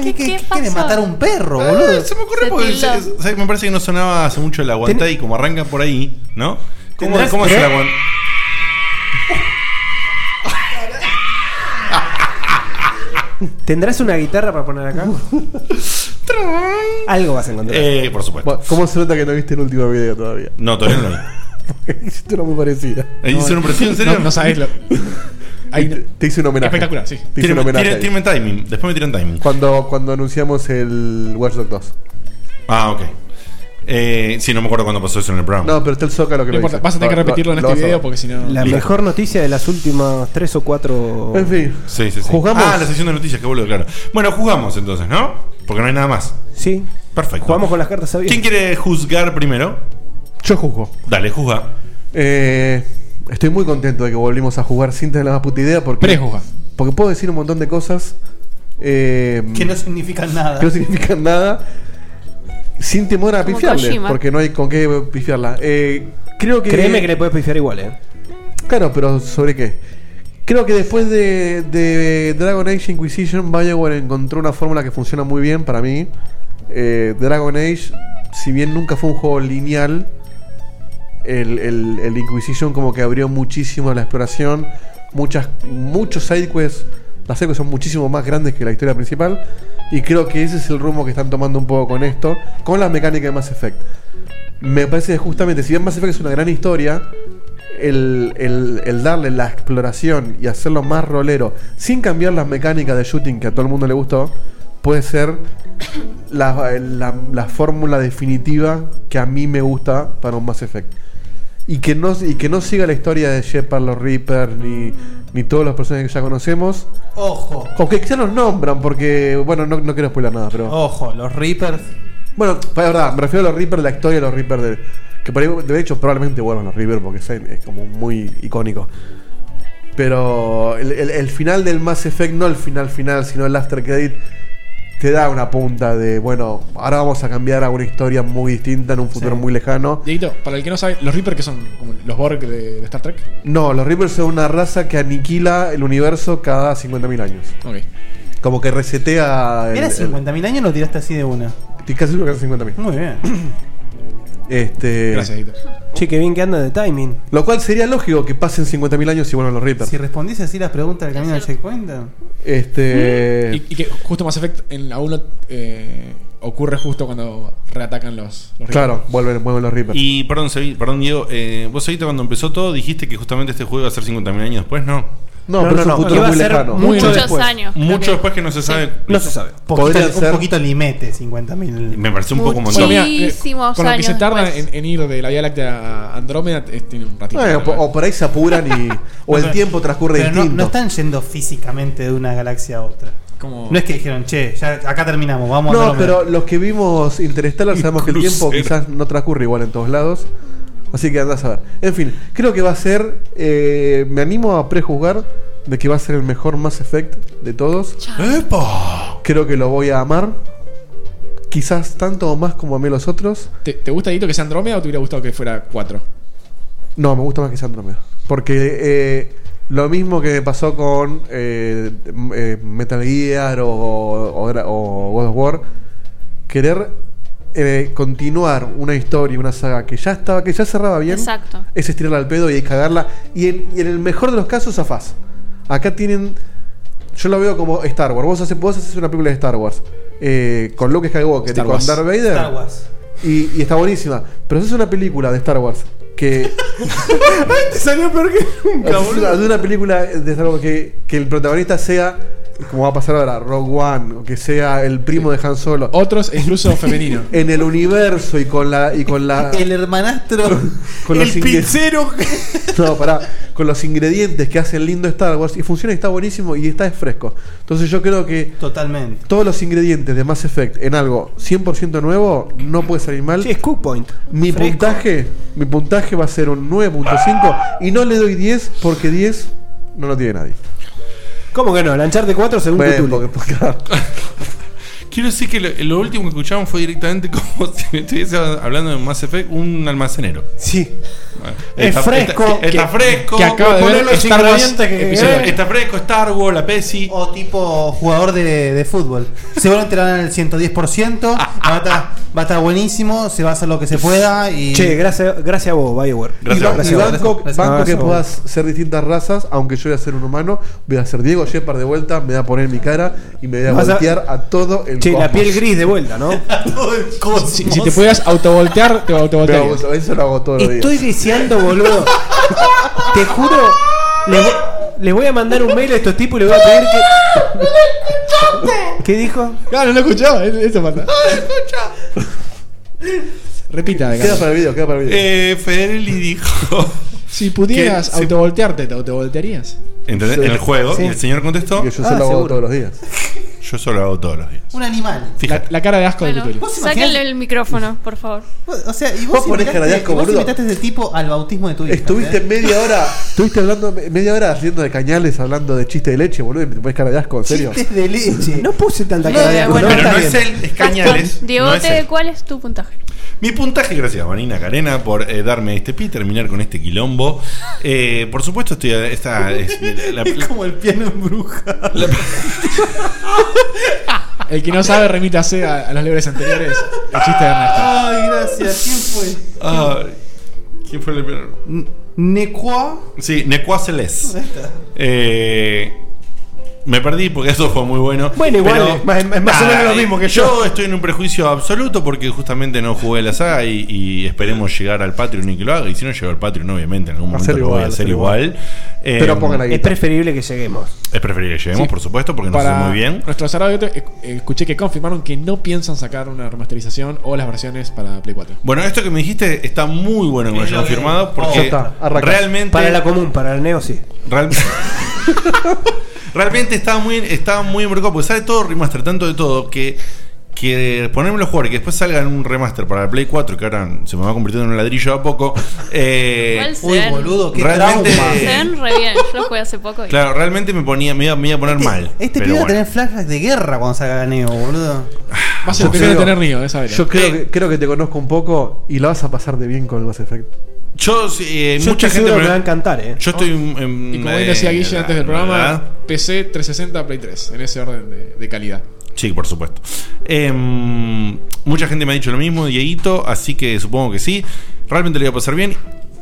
E: ¿Qué, qué, quiere matar a un perro,
C: Ah,
E: boludo?
C: se me ocurre porque se- se- me parece que no sonaba hace mucho el aguantá y como arranca por ahí, ¿no? ¿Cómo,
E: ¿Tendrás-
C: cómo es el
E: ¿Eh?
C: aguantá?
D: ¿Tendrás una guitarra para poner acá? Algo vas a encontrar.
C: Eh, por supuesto.
N: Bueno, ¿Cómo se nota que no viste el último video todavía?
C: No, todavía no lo vi.
N: Hiciste una muy parecida.
C: Eh, ¿hice una parecida, en serio?
F: No, no sabés lo-
N: te, te hice un homenaje.
F: Espectacular, sí.
N: Te hice un
C: Tírenme-
N: homenaje.
C: tíren- tírenme timing. Después me tiran timing.
N: Cuando, cuando anunciamos el Watch Dogs 2.
C: Ah, ok. Eh, sí, no me acuerdo cuándo pasó eso en el programa.
N: No, pero está el Zócalo que
F: No importa, vas a tener que repetirlo en este video porque si no.
D: La
C: Listo.
D: mejor noticia de las últimas tres o cuatro.
N: En fin.
C: Sí, sí, sí.
D: ¿Jugamos?
C: Ah, la sección de noticias, que boludo, claro. Bueno, jugamos entonces, ¿no? Porque no hay nada más.
D: Sí.
C: Perfecto.
D: Jugamos con las cartas abiertas.
C: ¿Quién quiere juzgar primero?
N: Yo juzgo.
C: Dale, juzga.
N: Eh, estoy muy contento de que volvimos a jugar sin tener la más puta idea porque.
F: Prejuzga.
G: Porque puedo decir un montón de cosas. eh,
E: Que no significan nada.
G: que no significan nada. Sin temor a
E: Como
G: pifiarle,
E: Kojima.
G: porque no hay con qué pifiarla. Eh, creo que.
D: Créeme que le puedes pifiar igual, eh.
G: Claro, pero ¿sobre qué? Creo que después de, de Dragon Age Inquisition, BioWare encontró una fórmula que funciona muy bien para mí. Eh, Dragon Age, si bien nunca fue un juego lineal, el, el- el Inquisition como que abrió muchísimo la exploración. Muchas, muchos sidequests, las sidequests son muchísimo más grandes que la historia principal. Y creo que ese es el rumbo que están tomando un poco con esto, con las mecánicas de Mass Effect. Me parece que justamente, si bien Mass Effect es una gran historia, el, el- el darle la exploración y hacerlo más rolero, sin cambiar las mecánicas de shooting que a todo el mundo le gustó, puede ser la, la- la fórmula definitiva que a mí me gusta para un Mass Effect. Y que no, y que no siga la historia de Shepard, los Reapers, ni, ni todos los personajes que ya conocemos.
E: Ojo.
G: O que quizá los nombran, porque, bueno, no, no quiero spoiler nada, pero...
E: Ojo, los Reapers.
G: Bueno, es verdad, me refiero a los Reapers, la historia de los Reapers. De, que por ahí, de hecho, probablemente vuelvan los Reapers porque es, es como muy icónico. Pero el, el- el final del Mass Effect, no el final final, sino el After Credit, te da una punta de, bueno, ahora vamos a cambiar a una historia muy distinta en un futuro
F: Sí.
G: muy lejano.
F: Dieguito, para el que no sabe, los Reaper que son como los Borg de, de Star Trek.
G: No, los Reapers son una raza que aniquila el universo cada 50.000 años.
F: Ok.
G: Como que resetea. el-
E: ¿Era
G: el-
E: 50.000 años o lo tiraste así de una?
G: Casi lo que hace 50.000.
E: Muy bien.
G: Este.
E: Gracias, Dieguito.
D: Che, que bien que anda de timing.
G: Lo cual sería lógico que pasen 50.000 años y vuelvan los Reapers.
E: Si respondiese así las preguntas del camino del checkpoint.
G: Este.
E: Mm,
F: Y, y que justo Mass Effect en la 1 eh, ocurre justo cuando reatacan los, los Reaper.
G: Claro, vuelven, vuelven los Reapers.
C: Y perdón, Sebi- perdón Diego, eh, vos ahorita cuando empezó todo dijiste que justamente este juego iba a ser 50.000 años después, ¿no?
G: No, No, pero no, es un no, futuro que va a muy ser lejano.
E: mucho Muchos después. años, creo
C: Mucho
E: que-
C: después que no se sabe.
E: No se sabe.
C: Podría
E: Poquito- un
C: ser-
E: poquito limete, 50.000.
C: Me parece un poco un
F: Bueno,
C: montón.
F: mira, eh,
H: Muchísimos
F: con lo que
H: años
F: se tarda
H: después.
F: en, en ir de la Vía Láctea a Andrómeda, eh, tiene un ratito.
G: Eh, o, po- o por ahí se apuran y. O el tiempo transcurre
E: Pero no-
G: distinto.
E: No, están yendo físicamente de una galaxia a otra. No es que dijeron, che, ya acá terminamos, vamos a
G: No,
E: Andrómeda".
G: pero los que vimos Interstellar sabemos que el tiempo quizás no transcurre igual en todos lados. Así que andás a ver. En fin, creo que va a ser. eh, me animo a prejuzgar de que va a ser el mejor Mass Effect de todos. Creo que lo voy a amar. Quizás tanto o más como amé los otros.
F: ¿Te, te gusta, Dieguito, que sea Andrómeda o te hubiera gustado que fuera 4?
G: No, me gusta más que sea Andrómeda. Porque eh, lo mismo que pasó con eh, m- eh, Metal Gear o, o- o- o God of War, querer eh, continuar una historia, una saga que ya estaba, que ya cerraba bien,
H: Exacto.
G: es estirarla al pedo y cagarla. Y en, y en el mejor de los casos, zafás. Acá tienen. Yo lo veo como Star Wars. Vos haces, vos haces una película de Star Wars eh, con Luke Skywalker
E: Star
G: y con
E: Wars.
G: Darth Vader.
E: Star Wars.
G: Y, y está buenísima. Pero haces una película de Star Wars que.
E: Te salió peor que nunca,
G: Haces una, haces una película de Star Wars que, que el protagonista sea, como va a pasar ahora, Rogue One, o que sea el primo de Han Solo.
F: Otros, incluso femenino.
G: en el universo y con la. Y con la
E: El hermanastro.
G: con
E: el
G: los ingres-
E: pizzero.
G: No, pará. Con los ingredientes que hacen lindo Star Wars. Y funciona, y está buenísimo y está es fresco. Entonces yo creo que.
E: Totalmente.
G: Todos los ingredientes de Mass Effect en algo 100% nuevo no puede salir mal. Sí, es
D: Point.
G: Mi puntaje, mi puntaje va a ser un 9.5 y no le doy 10 porque 10 no lo tiene nadie.
D: ¿Cómo que no? Lancharte 4 según
G: Bueno,
D: Cthulhu.
G: porque- porque-
C: Quiero decir que lo, lo último que escucharon fue directamente como si me estuviese hablando de Mass Effect, un almacenero. Ah,
G: Sí.
E: Es fresco.
C: Está, está
E: Que-
C: fresco.
E: que acaba de Poner ver los Star Wars ingredientes que- episodio
C: Eh, Está, está fresco, Star Wars, la Pepsi.
E: O tipo jugador de, de fútbol. Seguramente le van a dar el 110%. va, a estar, va a estar buenísimo, se va a hacer lo que se pueda. Y
D: Che, gracias, gracias a vos, Bioware.
G: y ba- y banco, banco
D: Gracias
G: que
D: a vos.
G: puedas ser distintas razas, aunque yo voy a ser un humano, voy a ser Diego Shepard de vuelta, me voy a poner mi cara y me voy a
D: Vas a-
G: voltear a, todo el
D: Che, la
G: cosmos.
D: piel gris de vuelta, ¿no?
F: Si, si te pudieras autovoltear, te autovoltearías.
G: Pero eso lo hago todos los días.
D: Estoy deseando, boludo. Te juro, les, vo- les voy a mandar un mail a estos tipos y les voy a pedir que. ¿Qué dijo?
F: Claro, no lo escuchó, eso pasa. Repita,
G: Queda para el video, queda para el video.
C: Eh, Federelli dijo.
F: Si pudieras
C: Que-
F: autovoltearte, ¿te autovoltearías?
C: ¿Entendés?
F: Sí.
C: En el juego,
F: Sí.
C: y el señor contestó.
F: Que yo se Ah, lo hago seguro. todos los
G: días.
C: Yo solo hago todos los días.
E: Un animal.
F: La, la cara de asco de Cthulhu.
E: ¿Vos
H: Sáquenle el micrófono, por favor.
E: O sea, y vos,
G: Vos ponés cara de asco,
E: vos
G: boludo.
E: invitaste a ese tipo al bautismo de tu hija.
G: Estuviste
E: ¿eh?
G: media hora, estuviste hablando me- media hora haciendo de cañales, hablando de chiste de leche, boludo, y me pones cara de asco, en serio.
E: Chistes de leche.
G: No
E: puse tanta
G: cara de asco.
C: Pero no es él, es Cañales. no es
H: Diegote,
C: él.
H: ¿cuál es tu puntaje?
C: Mi puntaje, gracias Vanina Carena por eh, darme este pie y terminar con este quilombo. Eh, por supuesto, estoy. Esta, es, la-
E: Es como el piano en bruja.
F: El que no sabe, remítase a, a los libros anteriores. El chiste de Ernesto.
E: Ay, gracias. ¿Quién fue?
C: Ah, ¿Quién fue el primero?
E: Nequa.
C: Mm, Sí, Necua Celeste.
E: Ahí está.
C: Eh, me perdí porque eso fue muy bueno.
E: Bueno, igual, es más- es más o menos lo
C: eh,
E: mismo que yo.
C: Yo estoy en un prejuicio absoluto porque justamente no jugué la saga y, y esperemos llegar al Patreon y que lo haga. Y si no llego al Patreon, obviamente en algún
D: Va a ser
C: momento lo voy a
D: igual,
C: hacer
D: va a
C: igual.
D: ser
C: Eh,
D: Es preferible que lleguemos.
C: es preferible que lleguemos,
F: Sí.
C: por supuesto, porque nos
F: Para
C: hace muy bien.
F: Nuestro cerrado de otro, eh, escuché que confirmaron que no piensan sacar una remasterización o las versiones para Play 4.
C: Bueno, esto que me dijiste está muy bueno que me lo hayan firmado porque
D: Ya está, arranca.
C: realmente.
D: Para la común, para el neo, sí.
C: Real- Realmente estaba muy, estaba muy embarcado, porque sale todo remaster, tanto de todo, que, que ponérmelo a jugar y que después salga en un remaster para el Play 4, que ahora se me va convirtiendo en un ladrillo a poco. eh,
H: Igual Zen.
C: realmente,
H: Zen, re bien. Yo lo jugué hace poco. y-
C: Claro, realmente me ponía, me iba, me iba a poner mal.
E: Este
C: pero
E: pibe va a
C: bueno.
E: tener flashbacks de guerra cuando salga la Neo, boludo.
F: Va
E: a ser el primero en tener Neo, esa era.
G: Yo creo, que, creo que te conozco un poco y la vas a pasar de bien con el Mass Effect.
C: Yo, eh,
G: Yo
C: mucha
G: estoy
C: gente me-
G: seguro que me va a
D: encantar, eh.
C: Yo estoy. em,
F: Y como
C: eh,
F: bien decía Guille antes del programa,
C: ¿verdad?
F: PC 360, Play 3, en ese orden de, de calidad.
C: Sí, por supuesto. Em, mucha gente me ha dicho lo mismo, Dieguito, así que supongo que sí. Realmente le voy a pasar bien.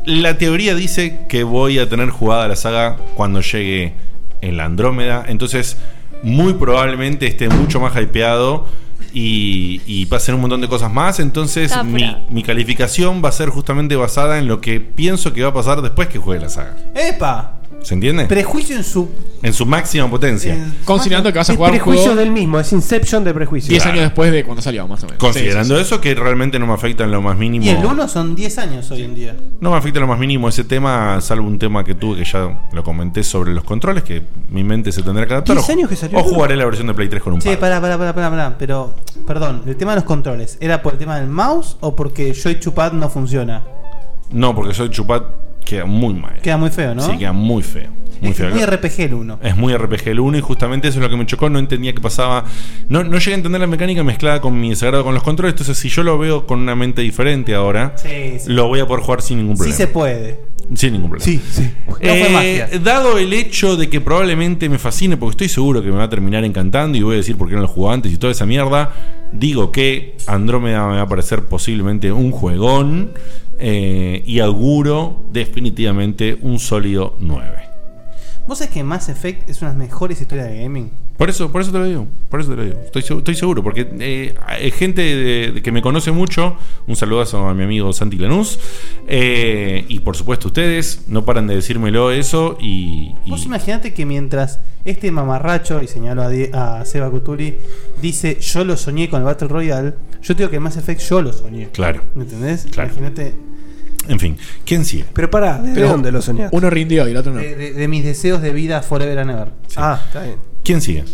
C: La teoría dice que voy a tener jugada la saga cuando llegue en la Andrómeda. Entonces, muy probablemente esté mucho más hypeado y, y pasen un montón de cosas más. Entonces,
E: Está
C: mi,
E: apurado.
C: mi calificación va a ser justamente basada en lo que pienso que va a pasar después que juegue la saga.
E: ¡Epa!
C: ¿Se entiende?
E: Prejuicio en su.
C: en su máxima potencia.
F: Considerando que vas a jugar un
D: prejuicios
F: juego
D: del mismo, es Inception de prejuicios.
F: 10 años después de cuando salió, más o menos.
C: Considerando eso, que realmente no me afecta en lo más mínimo.
E: Y el 1 son 10 años hoy en día.
C: No me afecta en lo más mínimo ese tema, salvo un tema que tuve que ya lo comenté sobre los controles, que mi mente se tendrá que adaptar.
E: 10
C: o-
E: años que salió.
C: O jugaré la versión de Play 3 con un
E: Che,
C: par.
E: pará, pará, pará, pará, pará. Pero, perdón, el tema de los controles, ¿era por el tema del mouse o porque Joy Chupad no funciona?
C: No, porque soy chupat, queda muy mal.
E: Queda muy feo, ¿no?
C: Sí, queda muy feo. Muy
E: Es
C: feo.
E: muy RPG el 1.
C: Es muy RPG el 1 y justamente eso es lo que me chocó, no entendía qué pasaba. No, no llegué a entender la mecánica mezclada con mi desagrado con los controles, entonces si yo lo veo con una mente diferente ahora,
E: Sí, sí.
C: lo voy a poder jugar sin ningún
E: Sí
C: problema.
E: se puede.
C: Sin ningún problema.
E: Sí, sí. No fue
C: Eh,
E: magia.
C: Dado el hecho de que probablemente me fascine, porque estoy seguro que me va a terminar encantando y voy a decir por qué no lo jugaba antes y toda esa mierda, digo que Andrómeda me va a parecer posiblemente un juegón eh, y auguro definitivamente un sólido 9.
E: ¿Vos sabés que Mass Effect es una de las mejores historias de gaming?
C: Por eso, por eso te lo digo, por eso te lo digo. Estoy, segu- estoy seguro, porque eh, hay gente de- de que me conoce mucho, un saludazo a mi amigo Santi Lanús, eh, y por supuesto ustedes no paran de decírmelo eso y, y-
E: Vos imaginate que mientras este mamarracho, y señalo a, Die- a Seba Cutuli, dice yo lo soñé con el Battle Royale, yo te digo que Mass Effect yo lo soñé.
C: Claro.
E: ¿Me entendés? Imagínate.
C: En fin, ¿quién sigue?
D: Pero pará, ¿de
E: Pero
D: dónde lo soñaste?
F: Uno rindió y el otro no.
E: De, de- de mis deseos de vida forever and ever.
D: Ah, está bien.
C: ¿Quién sigue?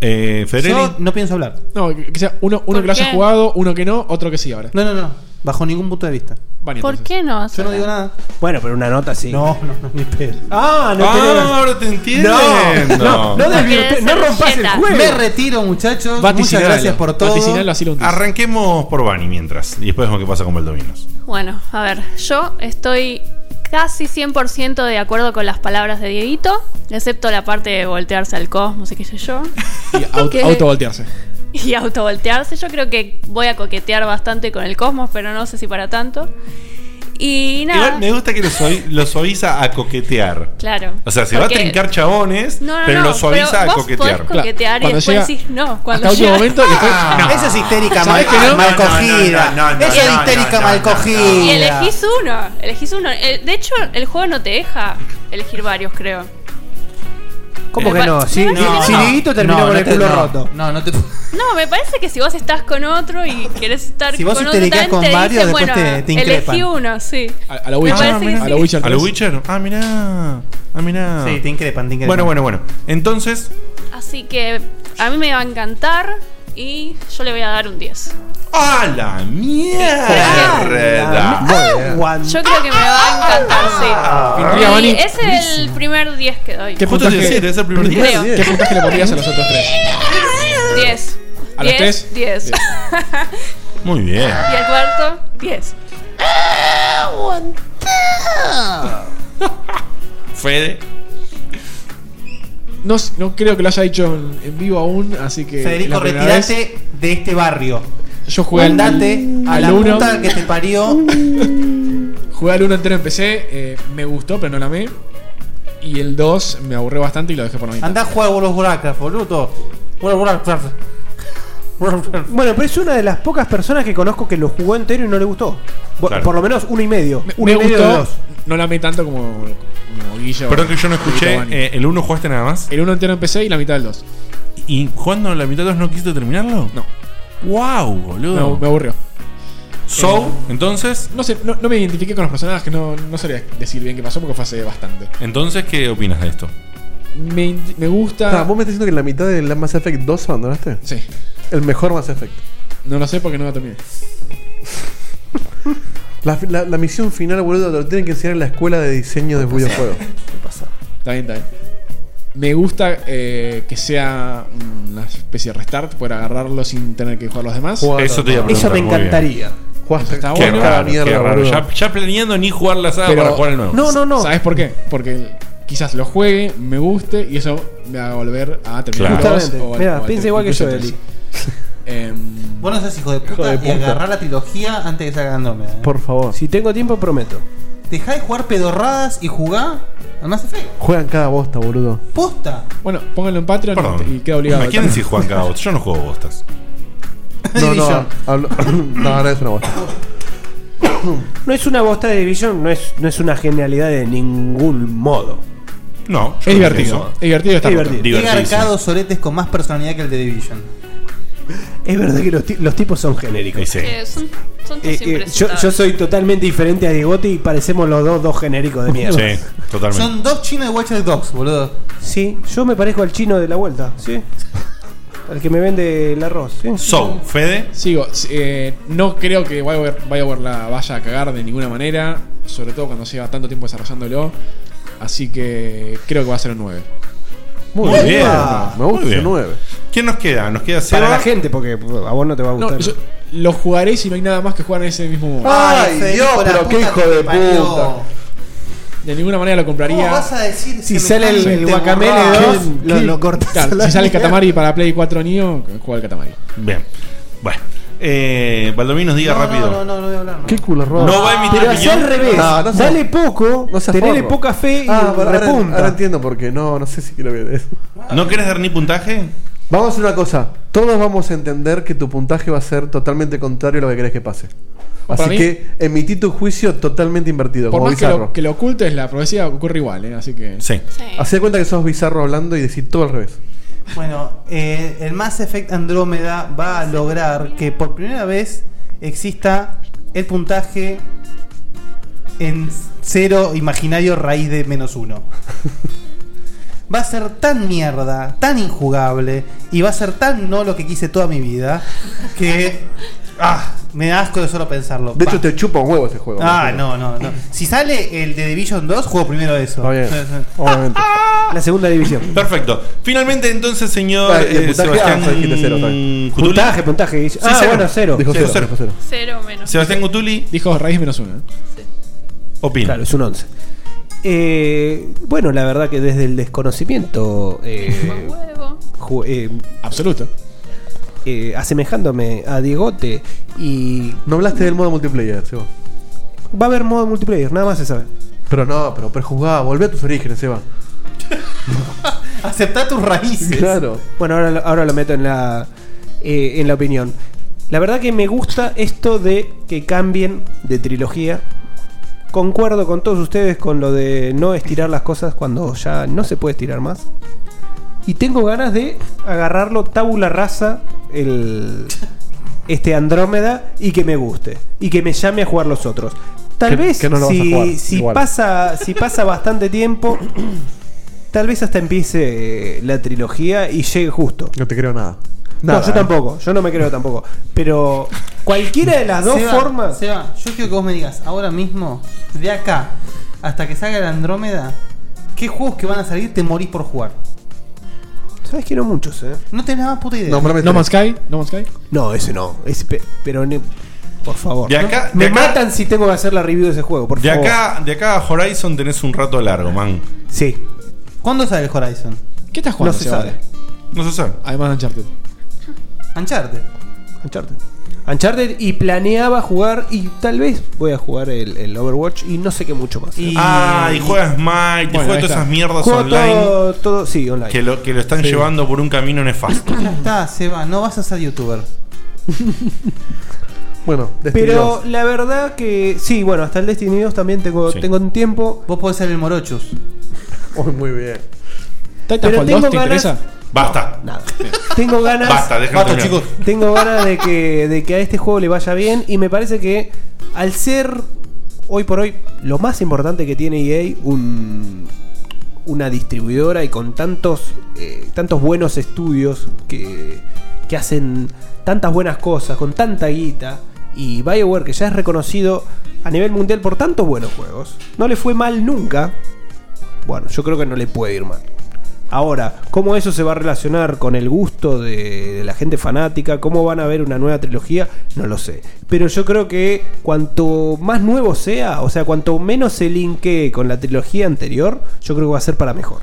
C: Eh, Federelli.
E: Yo no pienso hablar.
F: No, que que sea uno, uno
E: ¿Por
F: que lo haya
E: qué?
F: jugado, uno que no, otro que sí ahora.
E: No, no, no. Bajo ningún punto de vista.
H: ¿Por qué no? vas a
E: Yo no
H: hablar?
E: digo nada.
D: Bueno, pero una nota sí.
E: No, no, no, ni pedo.
D: Ah, no
E: Ah,
D: querés-
E: ahora te entiendo.
D: No, no, no,
E: No
D: desvirtúes-
E: querés
D: no
E: ser
D: rompas el
E: cheta.
D: juego.
E: Me retiro, muchachos. Muchas
C: Vaticinalo.
E: gracias por todo.
C: Vaticinalo, así lo hundís. Arranquemos por Bani mientras. Y después vemos qué pasa con Baldovinos.
H: Bueno, a ver, yo estoy casi 100% de acuerdo con las palabras de Dieguito, excepto la parte de voltearse al cosmos y qué sé yo,
F: Y auto,
H: ¿Qué?
F: autovoltearse.
H: y autovoltearse. Yo creo que voy a coquetear bastante con el cosmos, pero no sé si para tanto. Y nada,
C: Igual me gusta que lo, suavi- lo suaviza a coquetear.
H: claro.
C: O sea, se va a
H: Porque-
C: trincar chabones,
H: No, no,
C: pero
H: no,
C: lo suaviza
H: pero
C: a
H: vos
C: coquetear.
H: podés coquetear y
C: Cuando
H: después
C: llega-
H: decís no. Cuando
F: Hasta último
H: llega-
F: momento y después.
C: Ah.
F: no.
E: Esa es histérica mal,
F: ¿Sabés que no?
E: mal
F: No, no,
E: cogida.
F: no, no, no,
E: Esa es
F: no,
E: histérica
F: no, no,
E: mal
F: no, no.
E: cogida.
H: Y elegís uno, elegís uno. El- de hecho, el juego no te deja elegir varios, creo.
D: ¿Cómo que no? Si,
E: Me parece que no.
D: si Dieguito terminó
E: No,
D: con
E: no
D: el
E: te-
D: culo
E: no.
D: roto.
E: No, no te.
H: No, me parece que si vos estás con otro y querés estar
E: Si vos
H: con
E: te
H: otro
E: dedicás
H: también,
E: con
H: te dicen,
E: varios, después
H: bueno,
E: te- te
H: elegí
E: increpan.
H: uno, sí.
F: A la
H: Me parece que
C: Ah,
H: sí.
C: ¿A la Witcher?
F: ¿A la
C: Ah, mirá. Ah, mirá.
E: Sí, te increpan, te increpan.
C: Bueno, bueno, bueno. Entonces,
H: Así que a mí me va a encantar. Y yo le voy a dar un 10.
C: ¡A la
F: Ah,
C: mierda!
H: Yo creo que me va a encantar, sí.
F: Tendría,
H: Y
F: Bani,
H: ese es el primer 10 que doy.
F: ¿Qué puntaje,
H: Creo.
F: ¿Qué puntaje le pondrías a los otros tres?
H: 10.
F: ¿A los
H: 10,
F: tres?
H: 10.
C: Muy bien.
H: y al cuarto, 10.
C: Fede.
F: No, s- no creo que lo haya dicho en, en vivo aún, así que.
E: Federico,
F: la primera
E: retirate
F: vez-
E: de este barrio.
F: Yo jugué al-
E: Andate a
F: al
E: la
F: uno.
E: puta que te parió.
F: Jugué al 1 entero en PC, eh, me gustó, pero no la amé. Y el 2 me aburrió bastante y lo dejé por la mitad.
E: Andá a jugar a World of Warcraft, boludo. World of Warcraft.
D: Bueno, pero es una de las pocas personas que conozco que lo jugó entero y no le gustó. Bu-
F: Claro.
D: Por lo menos uno y medio. Uno
F: me
D: y medio de
F: gustó,
D: dos.
F: no la amé tanto como, como Guilla.
C: Perdón que yo no escuché.
F: Guilla Bani.
C: eh, ¿El 1 jugaste nada más?
F: El 1 entero en PC y la mitad del 2.
C: ¿Y cuándo la mitad del 2 no quisiste terminarlo?
F: No.
C: ¡Wow, boludo!
F: Me- me aburrió.
C: So,
F: Eh,
C: entonces.
F: No sé, no, no me identifiqué con los personajes, no, no sabría decir bien qué pasó porque fue hace bastante.
C: Entonces, ¿qué opinas de esto?
F: Me, in- me gusta.
N: Ah, ¿Vos me estás diciendo que la mitad de la Mass Effect 2 abandonaste?
F: Sí.
N: El mejor Mass Effect.
F: No lo sé porque no la terminé.
N: La, la- la misión final, boludo, te lo tienen que enseñar en la escuela de diseño de videojuegos.
F: Está bien, está bien. Me gusta eh, que sea una especie de restart, poder agarrarlo sin tener que jugar los demás.
N: Jugar Eso te iba a los demás. preguntar, Eso me muy bien. encantaría. Jugar-
F: Eso está
N: qué
F: bueno.
N: raro, qué raro.
C: Ya, ya planeando ni jugar la saga
F: Pero-
C: para jugar el nuevo.
F: no. ¿Sabes por qué? Porque quizás lo juegue, me guste y eso me haga volver a terminar
C: Claro.
F: los dos
C: Justamente.
F: o al-
C: Mirá,
F: o al
C: piensa
F: tres,
C: igual que
F: incluso
C: yo,
F: tres.
C: Eli.
F: Em,
E: Vos no sos hijo de
F: Hijo de
E: puta y
F: puta.
E: agarrar la trilogía antes que salga Andrómeda.
N: Por favor.
D: Si tengo tiempo, prometo.
E: Dejá de jugar pedorradas y jugá al Mass Effect.
N: Juegan cada bosta, boludo.
E: Posta.
F: Bueno, pónganlo en Patreon
C: Perdón.
F: y queda obligado.
C: ¿Me quieren
F: también.
C: decir Juan Cabot? Yo no juego bostas.
N: No, no, hablo- no, no es una bosta.
D: No es una bosta de Division, no es, no es una genialidad de ningún modo.
C: No,
F: Es divertido. Es divertido estar
D: divertido.
E: Qué garcados soretes con más personalidad que el de Division.
D: Es verdad que los, ti- los tipos son genéricos.
H: Que son, son
D: Eh,
H: todos
D: eh, yo, yo soy totalmente diferente a Diegotti y parecemos los dos dos genéricos de mierda.
C: Sí, totalmente.
E: Son dos chinos de Watch Dogs, boludo.
D: Sí, yo me parezco al chino de la vuelta, ¿sí? Al que me vende el arroz, ¿sí?
C: Fede.
F: Sigo. eh, no creo que BioWare, BioWare la vaya a cagar de ninguna manera. Sobre todo cuando lleva tanto tiempo desarrollándolo. Así que creo que va a ser un 9.
C: Muy
F: Upa.
C: bien.
F: Me gusta
C: Muy bien.
F: el nueve.
C: ¿Quién nos queda? Nos queda Seba.
F: la
D: gente, porque a vos no te va a
F: No, yo lo jugaré si no hay nada más que jugar en ese mismo modo.
E: Ay, Ay, Dios, Federico, la pero qué puta hijo que te de parió. puta.
F: De ninguna manera lo compraría.
E: ¿Cómo vas a decir
D: Si
E: que me
D: sale el-
E: están-
D: el
E: te
D: guacamele
E: borrás?
D: dos, lo- lo cortas a la
F: si sale el
D: mierda.
F: Katamari para Play 4 Neo, juega el Katamari.
C: Bien. Bueno. Eh, Valdominos, diga rápido.
E: No, no, no voy a hablar.
N: Qué culo rojo.
C: No va a emitir
D: Pero hacer
C: opinión.
D: al revés.
N: No, no seas-
D: Dale poco,
N: No seas
D: tenerle
N: forro.
D: poca fe y
N: Ah, pero ahora-
D: repunta.
N: Ahora entiendo por qué. No, no sé si quiero ver eso.
C: ¿No querés dar ni puntaje?
N: Vamos a hacer una cosa. Todos vamos a entender que tu puntaje va a ser totalmente contrario a lo que querés que pase.
F: Para
N: Así
F: mí-
N: que emití tu juicio totalmente invertido,
F: Por
N: como
F: más que
N: bizarro.
F: lo, que lo ocultes, la profecía ocurre igual, ¿eh? así que.
C: Sí.
N: Hacé cuenta que sos bizarro hablando y decís todo al revés.
E: Bueno, eh, el Mass Effect Andrómeda va a lograr que por primera vez exista el puntaje en cero imaginario raíz de menos uno. Va a ser tan mierda, tan injugable y va a ser tan no lo que quise toda mi vida que ah, me da asco de solo pensarlo.
N: De
E: Va.
N: hecho, te chupa un huevo ese juego.
E: Ah, no, no, no. Si sale el de Division 2, juego primero eso.
N: Obviamente.
D: La segunda división.
C: Perfecto. Finalmente, entonces, señor
D: Ah, y el
C: eh,
D: puntaje,
C: Sebastián
D: ah, dijiste cero, está
C: Cutuli.
D: Puntaje, puntaje. dice.
C: Sí,
D: ah,
C: cero.
D: bueno, cero.
C: Dijo Cero, cero. cero.
H: Cero menos.
C: Sebastián Gutuli.
F: Dijo raíz menos uno.
C: Opina.
D: Claro, es un 11. Eh, bueno, la verdad que desde el desconocimiento. eh, ju- eh,
F: Absoluto.
D: eh, asemejándome a Diegote y.
N: No hablaste del modo multiplayer, Seba.
D: Va a haber modo multiplayer, nada más se sabe.
N: Pero no, pero prejuzgá, volvé a tus orígenes, Seba.
E: Aceptá tus raíces.
N: Claro.
D: Bueno, ahora, lo- ahora lo meto en la, eh, en la opinión. La verdad que me gusta esto de que cambien de trilogía. Concuerdo con todos ustedes con lo de no estirar las cosas cuando ya no se puede estirar más. Y tengo ganas de agarrarlo tabula rasa el, este Andrómeda y que me guste. Y que me llame a jugar los otros. Tal
N: Que-
D: vez
N: que no lo vas a
D: si,
N: jugar,
D: si
N: igual.
D: pasa, si pasa bastante tiempo, tal vez hasta empiece eh, la trilogía y llegue justo.
N: No te creo nada. eh.
D: no, yo tampoco, yo no me creo tampoco. Pero cualquiera de las dos
E: Seba,
D: formas.
E: Seba, yo quiero que vos me digas ahora mismo, de acá hasta que salga la Andrómeda, ¿qué juegos que van a salir te morís por jugar?
D: Sabes que no muchos, eh.
E: No tenés nada puta idea.
F: No Man's Sky, No Man's Sky.
D: No, ese no. Ese pe- pero ni- por favor.
C: De
D: ¿no?
C: acá-
D: me
C: de acá-
D: matan si tengo que hacer la review de ese juego, por
C: De
D: favor.
C: acá, de acá a Horizon tenés un rato largo, man.
D: Sí.
E: ¿Cuándo sale el Horizon?
F: ¿Qué estás jugando,
C: No se
F: Seba?
C: sabe. No se sabe.
F: Además de Uncharted.
E: Uncharted.
D: Uncharted. Uncharted y planeaba jugar y tal vez voy a jugar el, el Overwatch y no sé qué mucho más.
C: Ah, y juegas Smite, y
D: Bueno,
C: juegas
D: ahí
C: todas
D: está.
C: esas mierdas
D: Juego
C: online
D: Todo, todo- sí, online.
C: que lo, que lo están
D: Sí.
C: llevando por un camino nefasto.
E: Ya está, Seba, no vas a ser youtuber.
G: Bueno,
D: Pero la verdad que sí, bueno, hasta el Destiny 2 también tengo,
E: Sí.
D: tengo un tiempo.
E: Vos podés ser el Morochus.
G: muy bien.
D: Pero tengo ganas,
C: Basta.
D: Nada. tengo ganas.
C: Basta, déjenlo Basta, terminar. chicos.
D: Tengo ganas de que, de que a este juego le vaya bien. Y me parece que al ser hoy por hoy lo más importante que tiene EA, un, una distribuidora y con tantos, eh, tantos buenos estudios que, que hacen tantas buenas cosas, con tanta guita. Y BioWare, que ya es reconocido a nivel mundial por tantos buenos juegos, no le fue mal nunca. Bueno, yo creo que no le puede ir mal. Ahora, ¿cómo eso se va a relacionar con el gusto de, de la gente fanática? ¿Cómo van a ver una nueva trilogía? No lo sé. Pero yo creo que cuanto más nuevo sea, o sea, cuanto menos se linkee con la trilogía anterior, yo creo que va a ser para mejor.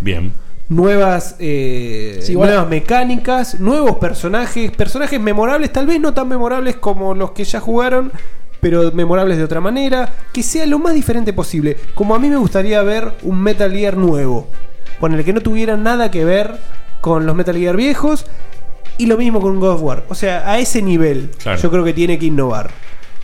C: Bien.
D: Nuevas, eh,
C: Sí, igual-
D: nuevas mecánicas, nuevos personajes, personajes memorables, tal vez no tan memorables como los que ya jugaron, pero memorables de otra manera, que sea lo más diferente posible. Como a mí me gustaría ver un Metal Gear nuevo, con el que no tuviera nada que ver con los Metal Gear viejos, y lo mismo con God of War. O sea, a ese nivel
C: Claro.
D: yo creo que tiene que innovar.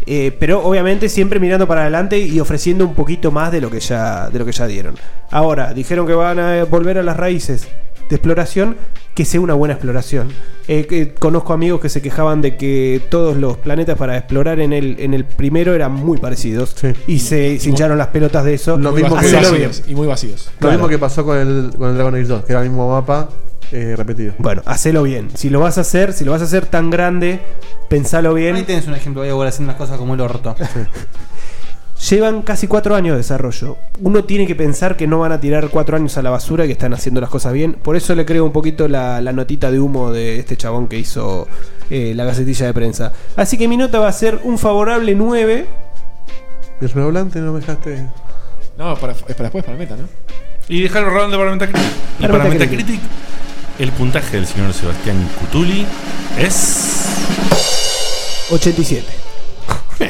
D: Eh, pero obviamente siempre mirando para adelante y ofreciendo un poquito más de lo que ya de lo que ya dieron. Ahora, dijeron que van a eh, volver a las raíces de exploración, que sea una buena exploración. Eh, que- conozco amigos que se quejaban de que todos los planetas para explorar en el, en el primero eran muy parecidos y se, se hincharon las pelotas de eso.
G: Lo mismo que-
D: Hacelo
G: Muy
D: bien.
G: vacíos,
F: y muy vacíos.
G: Lo
D: Claro.
G: mismo que pasó con el, con el Dragon Age 2, que era el mismo mapa eh, repetido.
D: Bueno, hacelo bien. Si lo vas a hacer, si lo vas a hacer tan grande, pensalo bien.
E: Ahí tenés un ejemplo de ahora haciendo las cosas como el orto.
D: Llevan casi cuatro años de desarrollo. Uno tiene que pensar que no van a tirar cuatro años a la basura y que están haciendo las cosas bien. Por eso le creo un poquito la, la notita de humo de este chabón que hizo eh, la gacetilla de prensa. Así que mi nota va a ser un favorable 9.
G: El redoblante no me dejaste.
F: No, para- es para después, para meta, ¿no?
C: Y dejarlo rodando para Metacritic. Y
F: Para
C: para,
F: Metacritic.
C: Metacritic. el puntaje del señor Sebastián Cutuli es.
D: 87.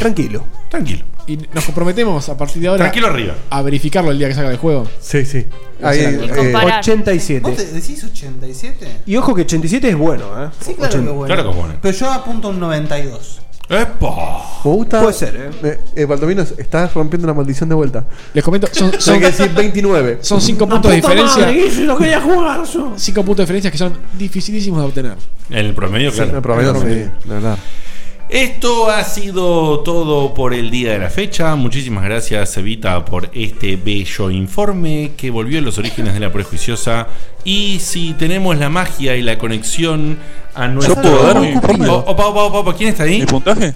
D: Tranquilo.
C: Tranquilo.
F: Y nos comprometemos a partir de ahora.
C: Tranquilo arriba.
F: A verificarlo el día que salga el juego.
G: Sí, sí.
D: Ahí, Y eh, comparar. 87.
E: ¿Vos te decís 87?
D: Y ojo que 87 es bueno, ¿eh?
E: Sí, claro que es bueno. Pero yo apunto un 92.
C: ¡Epa!
G: Me gusta.
E: Puede ser, ¿eh?
G: Eh, eh, Valdominos, estás rompiendo la maldición de vuelta.
F: Les comento, son-
G: Hay
F: son-
G: que decir 29.
F: Son 5 puntos de diferencia.
D: no quería jugar.
F: 5 puntos de diferencia que son dificilísimos de obtener.
C: El promedio,
G: Sí,
C: claro. eh,
G: el promedio, sí, de verdad.
C: Esto ha sido todo por el día de la fecha. Muchísimas gracias, Evita, por este bello informe que volvió a los orígenes de la prejuiciosa. Y si tenemos la magia y la conexión a nuestro.
U: puedo dar un
C: Uy,
U: informe?
C: o- Opa, opa, opa, opa, ¿quién está ahí? ¿El
U: puntaje?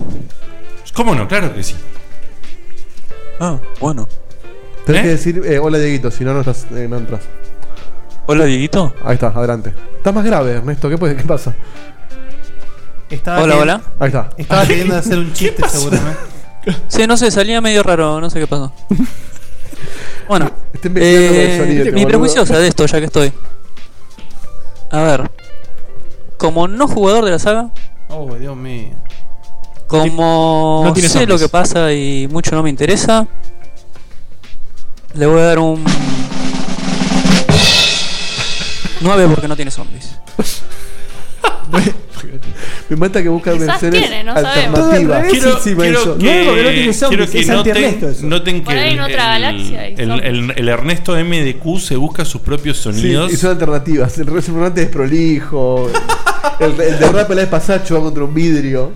C: ¿Cómo no? Claro que sí.
U: Ah, bueno.
G: Tenés que decir eh, hola Dieguito, si no, no, estás, eh, no entras.
U: Hola Dieguito.
G: Ahí está, adelante. Estás más grave, Ernesto. ¿Qué, puede- qué pasa?
E: Estaba
U: Hola,
E: queriendo-
U: hola.
G: Ahí está.
E: Estaba queriendo hacer un chiste, seguramente.
U: Sí, no sé, salía medio raro, no sé qué pasó. Bueno,
G: Está
U: eh,
G: investigando con el sonido, este
U: mi
G: boludo.
U: prejuiciosa de esto, ya que estoy. A ver, como no jugador de la saga,
E: Oh, Dios mío.
U: como
E: No tiene
U: sé
E: zombies.
U: lo que pasa y mucho no me interesa, le voy a dar un 9 porque no tiene zombies.
G: Me mata que busca
U: Quizás
G: versiones
U: tiene, no sabemos.
G: alternativas.
C: Quiero,
G: Sí, sí,
C: quiero
G: eso.
C: que,
G: No, porque no tiene zombies,
C: quiero que
G: es
C: noten,
G: anti-Ernesto eso.
C: noten que
U: Por ahí en
C: el,
U: otra
C: el-
U: galaxia hay
C: el-
U: zombies.
C: el- el Ernesto MDQ se busca sus propios
G: Sí,
C: sonidos.
G: y son alternativas. El representante es prolijo. El, el de Rapel es pasacho va contra un vidrio.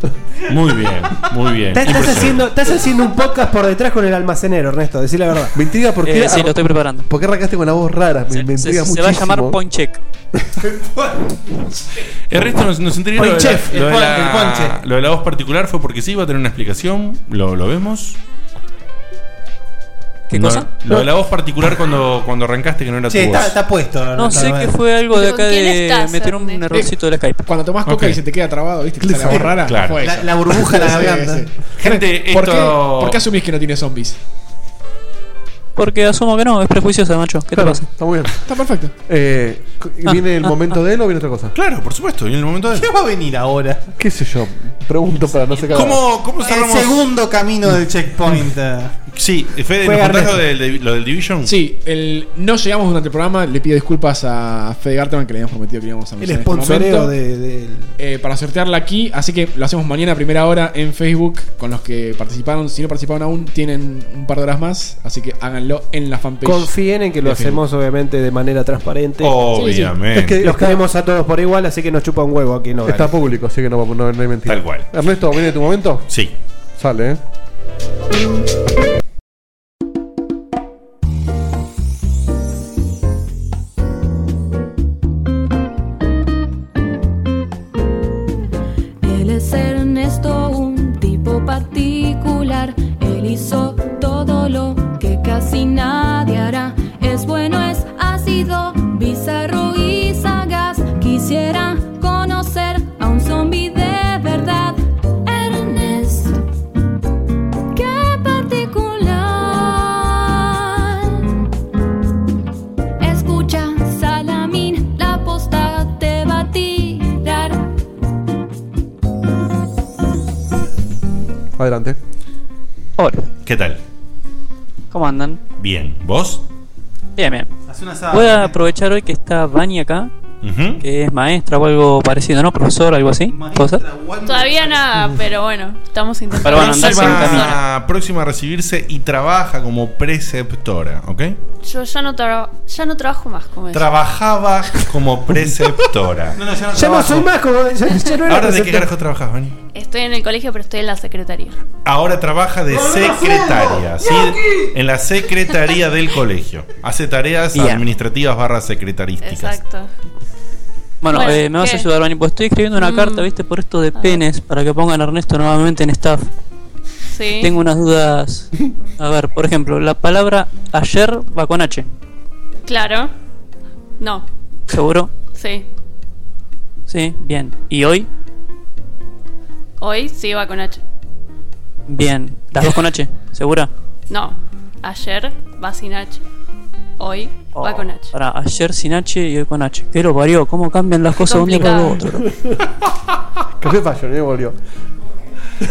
C: Muy bien, muy bien.
D: Estás- Estás haciendo, estás haciendo un podcast por detrás con el almacenero, Ernesto, decí la verdad.
G: Me intriga por qué.
D: Eh, sí, lo estoy
U: preparando.
G: ¿Por qué arrancaste con la voz rara? Me, me
U: Se,
G: intriga
U: se
G: muchísimo.
U: va a llamar Ponchek.
C: El resto nos, nos intriga lo de, la,
U: Ponchef,
C: lo, de
U: el
C: la-
U: pon- el ponche.
C: lo de la voz particular fue porque sí iba a tener una explicación. Lo, lo vemos.
U: ¿Qué
C: No,
U: cosa?
C: Lo de la voz particular cuando, cuando arrancaste que no era
E: Che,
C: tu voz.
E: está, está puesto.
U: No sé qué fue algo de acá de meter un errorcito de la Skype.
F: Cuando tomás coca
U: Ok.
F: y se te queda trabado, ¿viste? Que te sale la voz rara.
U: Claro.
F: Fue
U: La-
F: eso.
U: la burbuja en la
F: Sí, sí,
U: garganta.
F: sí.
C: Gente,
F: ¿por,
C: esto-
F: qué, ¿por qué asumís que no tiene zombies?
U: Porque asumo que no, es prejuiciosa, macho. ¿Qué
G: Claro,
U: te pasa?
G: Está muy bien.
F: Está perfecto.
G: Eh,
U: Ah,
G: ¿Viene el
U: ah,
G: momento de él o viene otra cosa?
C: Claro, por supuesto, viene el momento de él.
E: ¿Qué va a venir ahora?
G: ¿Qué sé yo? Pregunto para no se cagar.
C: ¿Cómo, cómo cerramos?
E: El segundo camino del checkpoint. eh.
C: Sí, Fede, ¿nos
F: Juega
C: contás lo
F: Ernesto.
C: del, de- lo del Division?
F: Sí, el, no llegamos durante el programa. Le pido disculpas a Fede Garteman que le habíamos prometido que le íbamos a
E: El
F: anunciar en este
E: sponsoreo
F: momento.
E: de- del-
F: Eh, para sortearla aquí. Así que lo hacemos mañana a primera hora en Facebook con los que participaron. Si no participaron aún, tienen un par de horas más. Así que háganlo en la fanpage.
D: Confíen en que lo
F: de Facebook.
D: hacemos obviamente de manera transparente.
C: Obviamente.
D: Es que los queremos a todos por igual, así que nos chupa un huevo aquí no.
G: Está público, así que no, no, no hay mentira.
C: Tal cual.
G: Ernesto, ¿viene tu momento?
C: Sí.
G: Sale, ¿eh?
A: Él es Ernesto, un tipo particular. Él hizo todo lo que casi nadie hará. Es bueno, es ácido, bizarro y sagaz. Quisiera conocer a un zombie de verdad. Ernesto, qué particular. Escucha, Salamín, la posta te va a tirar.
G: Adelante.
U: Hola.
C: ¿Qué tal?
U: ¿Cómo andan?
C: Bien. ¿Vos?
U: Bien, bien.
E: Hace una asada.
U: Voy a aprovechar hoy que está Vani acá,
C: Ujú.
U: que es maestra o algo parecido, ¿no? Profesor, algo así. ¿Puede ser?
H: Todavía nada, pero bueno, estamos intentando.
U: Pero bueno, andar sin camino.
C: próxima, próxima a recibirse y trabaja como preceptora, ¿ok?
H: Yo ya no, traba- ya no trabajo más con eso.
C: Trabajaba como preceptora.
E: No, no, ya no
D: Ya no
E: trabajo.
D: soy más como. ya- ya no era
C: ¿Ahora de qué
D: preceptor.
C: carajo trabajas, Vani?
H: Estoy en el colegio, pero estoy en la secretaría.
C: Ahora trabaja de secretaria, ¿sí? En la secretaría del colegio. Hace tareas
U: Bien.
C: administrativas barra secretarísticas.
H: Exacto.
U: Bueno,
H: Bueno,
U: eh, me vas a
H: ¿qué?
U: ayudar, Vani, pues estoy escribiendo una
H: Mm.
U: carta, ¿viste? Por esto de penes, para que pongan a Ernesto nuevamente en staff.
H: Sí.
U: Tengo unas dudas. A ver, por ejemplo, la palabra ayer va con H,
H: Claro. No.
U: ¿seguro?
H: Sí.
U: Sí, bien. ¿Y hoy?
H: Hoy sí va con H.
U: Bien. ¿Las dos con H? ¿Segura?
H: No. Ayer va sin H. Hoy va con H.
U: Para ayer sin H y hoy con H. ¿Qué lo parió? ¿Cómo cambian las cosas de un día para el otro?
G: Café Fashion, ¿eh? Volvió.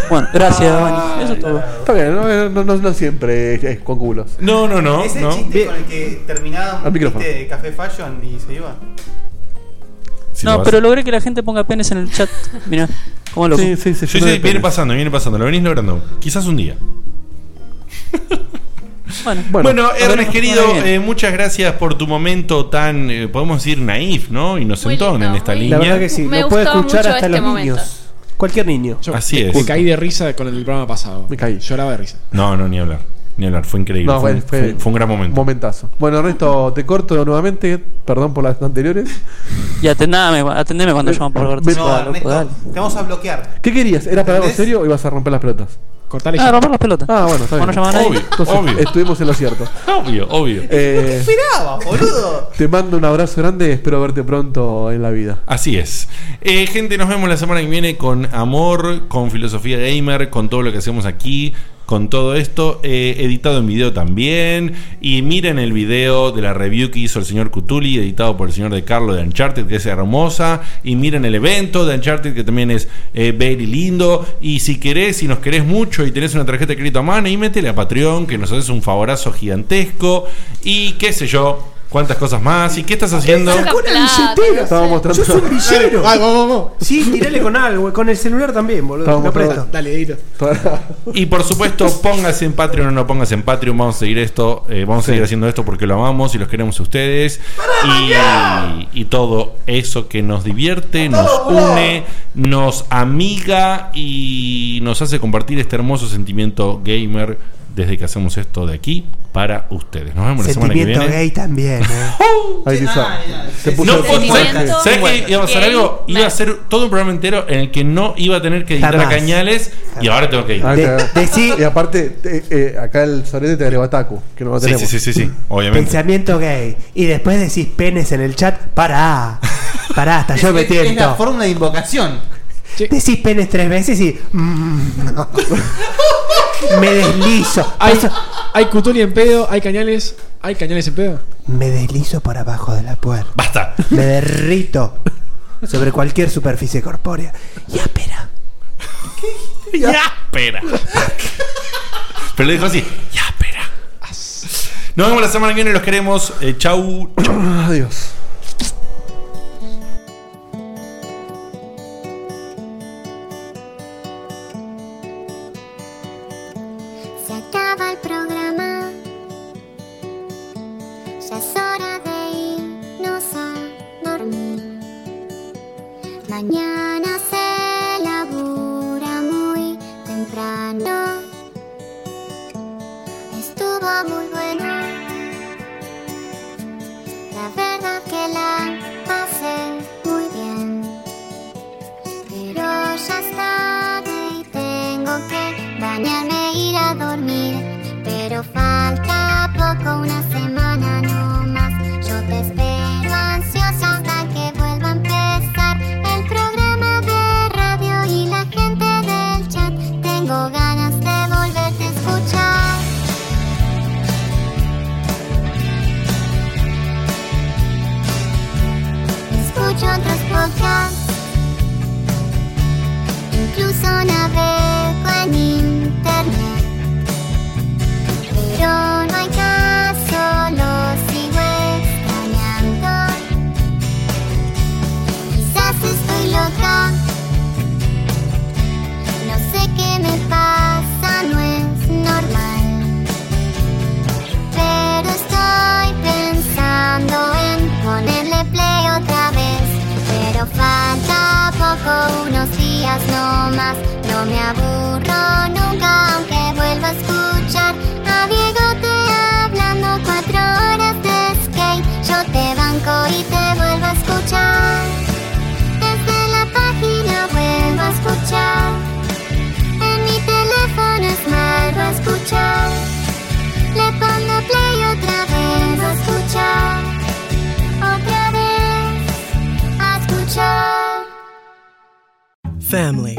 U: Bueno, gracias, Vani. Eso es todo.
G: Ah, Está bien, no, no, no, no siempre es, es con culos.
C: No, no, no.
E: ¿Es el chiste con el que terminaba
G: Al
E: un
G: micrófono.
E: chiste de Café Fashion y se iba?
U: No, pero logré que la gente ponga penes en el chat. Mira, cómo lo.
G: Sí, sí, sí,
C: Sí, sí, viene pasando, viene pasando. Lo venís logrando. Quizás un día.
U: Bueno,
C: Bueno,
U: nos veremos
C: Ernest,
U: cuando
C: querido,
U: viene.
C: eh, muchas gracias por tu momento tan, eh, podemos decir, naif, ¿no? Inocentón en esta línea.
D: La verdad que sí,
H: Me
D: lo puede
H: gustó
D: escuchar
H: mucho
D: hasta
H: este
D: los
H: momento.
D: niños. Cualquier niño.
C: Así
F: me,
C: es.
F: me caí de risa con el programa pasado. Me
G: caí.
F: Lloraba de risa.
C: No, no, ni hablar. Ni hablar, fue increíble.
G: No,
C: fue, un-
G: fue-
C: fue- fue un gran momento.
G: Momentazo. Bueno, Ernesto, te corto nuevamente. Perdón por las anteriores.
U: Y atendame, atendeme cuando llaman por corto.
G: No,
U: Ah, loco,
G: Ernesto.
U: dale.
E: Te vamos a bloquear.
G: ¿Qué querías? ¿Era para algo serio o ibas a romper las pelotas?
F: Cortale
U: Ah, romper las pelotas.
G: Ah, bueno, está bien.
U: Bueno, llamaba a nadie. Obvio,
G: Entonces,
U: obvio.
G: Estuvimos en lo cierto.
C: Obvio, obvio.
G: Eh,
E: Esperaba, boludo.
G: te mando un abrazo grande. Espero verte pronto en la vida.
C: Así es. Eh, gente, nos vemos la semana que viene con amor, con filosofía gamer, con todo lo que hacemos aquí, con todo esto, eh, editado en video también. Y miren el video de la review que hizo el señor Cutuli, editado por el señor De Carlo de Uncharted, que es hermosa. Y miren el evento de Uncharted, que también es eh, very lindo. Y si querés, si nos querés mucho y tenés una tarjeta de crédito a mano, y métele a Patreon, que nos haces un favorazo gigantesco. Y qué sé yo. ¿Cuántas cosas más? ¿Y qué estás haciendo?
G: Estaba mostrando.
D: Yo soy un villero.
C: Ay, vamos, vamos.
D: Sí, tirale con algo, güey, con el celular también, boludo.
G: Estaba
D: te lo
G: mostrando.
D: presto.
F: Dale, Dilo.
C: Y por supuesto, póngase en Patreon o no pongas en Patreon. Vamos a seguir esto, eh, vamos a seguir haciendo esto porque lo amamos y los queremos a ustedes. Y, y todo eso que nos divierte, nos une, nos amiga y nos hace compartir este hermoso sentimiento gamer desde que hacemos esto de aquí para ustedes. Nos vemos la semana que
E: Sentimiento
C: viene.
E: gay también, ¿eh?
K: ¡Oh!
G: Ahí está. Se puso
C: No,
G: el
C: ¿sabes,
G: puente.
C: ¿sabes qué iba a hacer
G: Gay,
C: algo? Iba a hacer todo un programa entero en el que no iba a tener que editar
G: Jamás.
C: a Cañales y ahora tengo que ir.
G: Ah, cagá. Y aparte, te- eh, acá el sorete te agregó Taco, que no lo
C: Sí,
G: tenemos.
C: sí, sí, sí, sí, obviamente.
E: Pensamiento gay. Y después decís penes en el chat. Pará. Pará, hasta yo me tiento.
I: Es la forma de invocación.
E: Decís penes tres veces y. mm, no. me deslizo.
F: Hay, hay Cutuli en pedo, hay cañales, hay cañales en pedo.
E: Me deslizo por abajo de la puerta.
C: Basta.
E: Me derrito sobre cualquier superficie corpórea. Ya, espera.
C: Ya, espera. Pero lo dijo así. Ya, espera. Nos vemos la semana que viene. Los queremos. Eh, chau.
G: Adiós.
V: Se acaba el programa. Ya es hora de irnos a dormir. Mañana se labura muy temprano. Estuvo muy bueno. La verdad que la pasé muy bien. Pero ya es tarde y tengo que bañarme e ir a dormir. Pero falta poco, una semana no más. Yo te espero ansiosa hasta que vuelva a empezar el programa de radio y la gente del chat. Tengo ganas de volverte a escuchar. Escucho otros podcasts. Incluso navego en internet. Pero no hay caso, lo sigo extrañando. Quizás estoy loca. No sé qué me pasa, no es normal. Pero estoy pensando en ponerle play otra vez. Pero falta poco, unos días no más. No me aburro nunca, aunque vuelva a escuchar a Diego te hablando cuatro horas de skate. Yo te banco y te vuelvo a escuchar. Desde la página vuelvo a escuchar. En mi teléfono es malo escuchar. Le pongo play otra vez a escuchar. Otra vez a escuchar.
L: Family.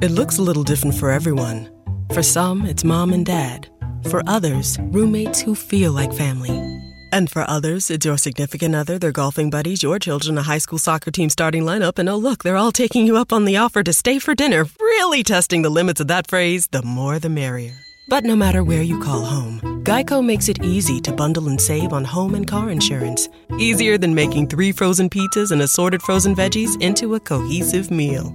L: It looks a little different for everyone. For some, it's mom and dad. For others, roommates who feel like family. And for others, it's your significant other, their golfing buddies, your children, a high school soccer team starting lineup, and oh, look, they're all taking you up on the offer to stay for dinner. Really testing the limits of that phrase, the more the merrier. But no matter where you call home, Geico makes it easy to bundle and save on home and car insurance. Easier than making three frozen pizzas and assorted frozen veggies into a cohesive meal.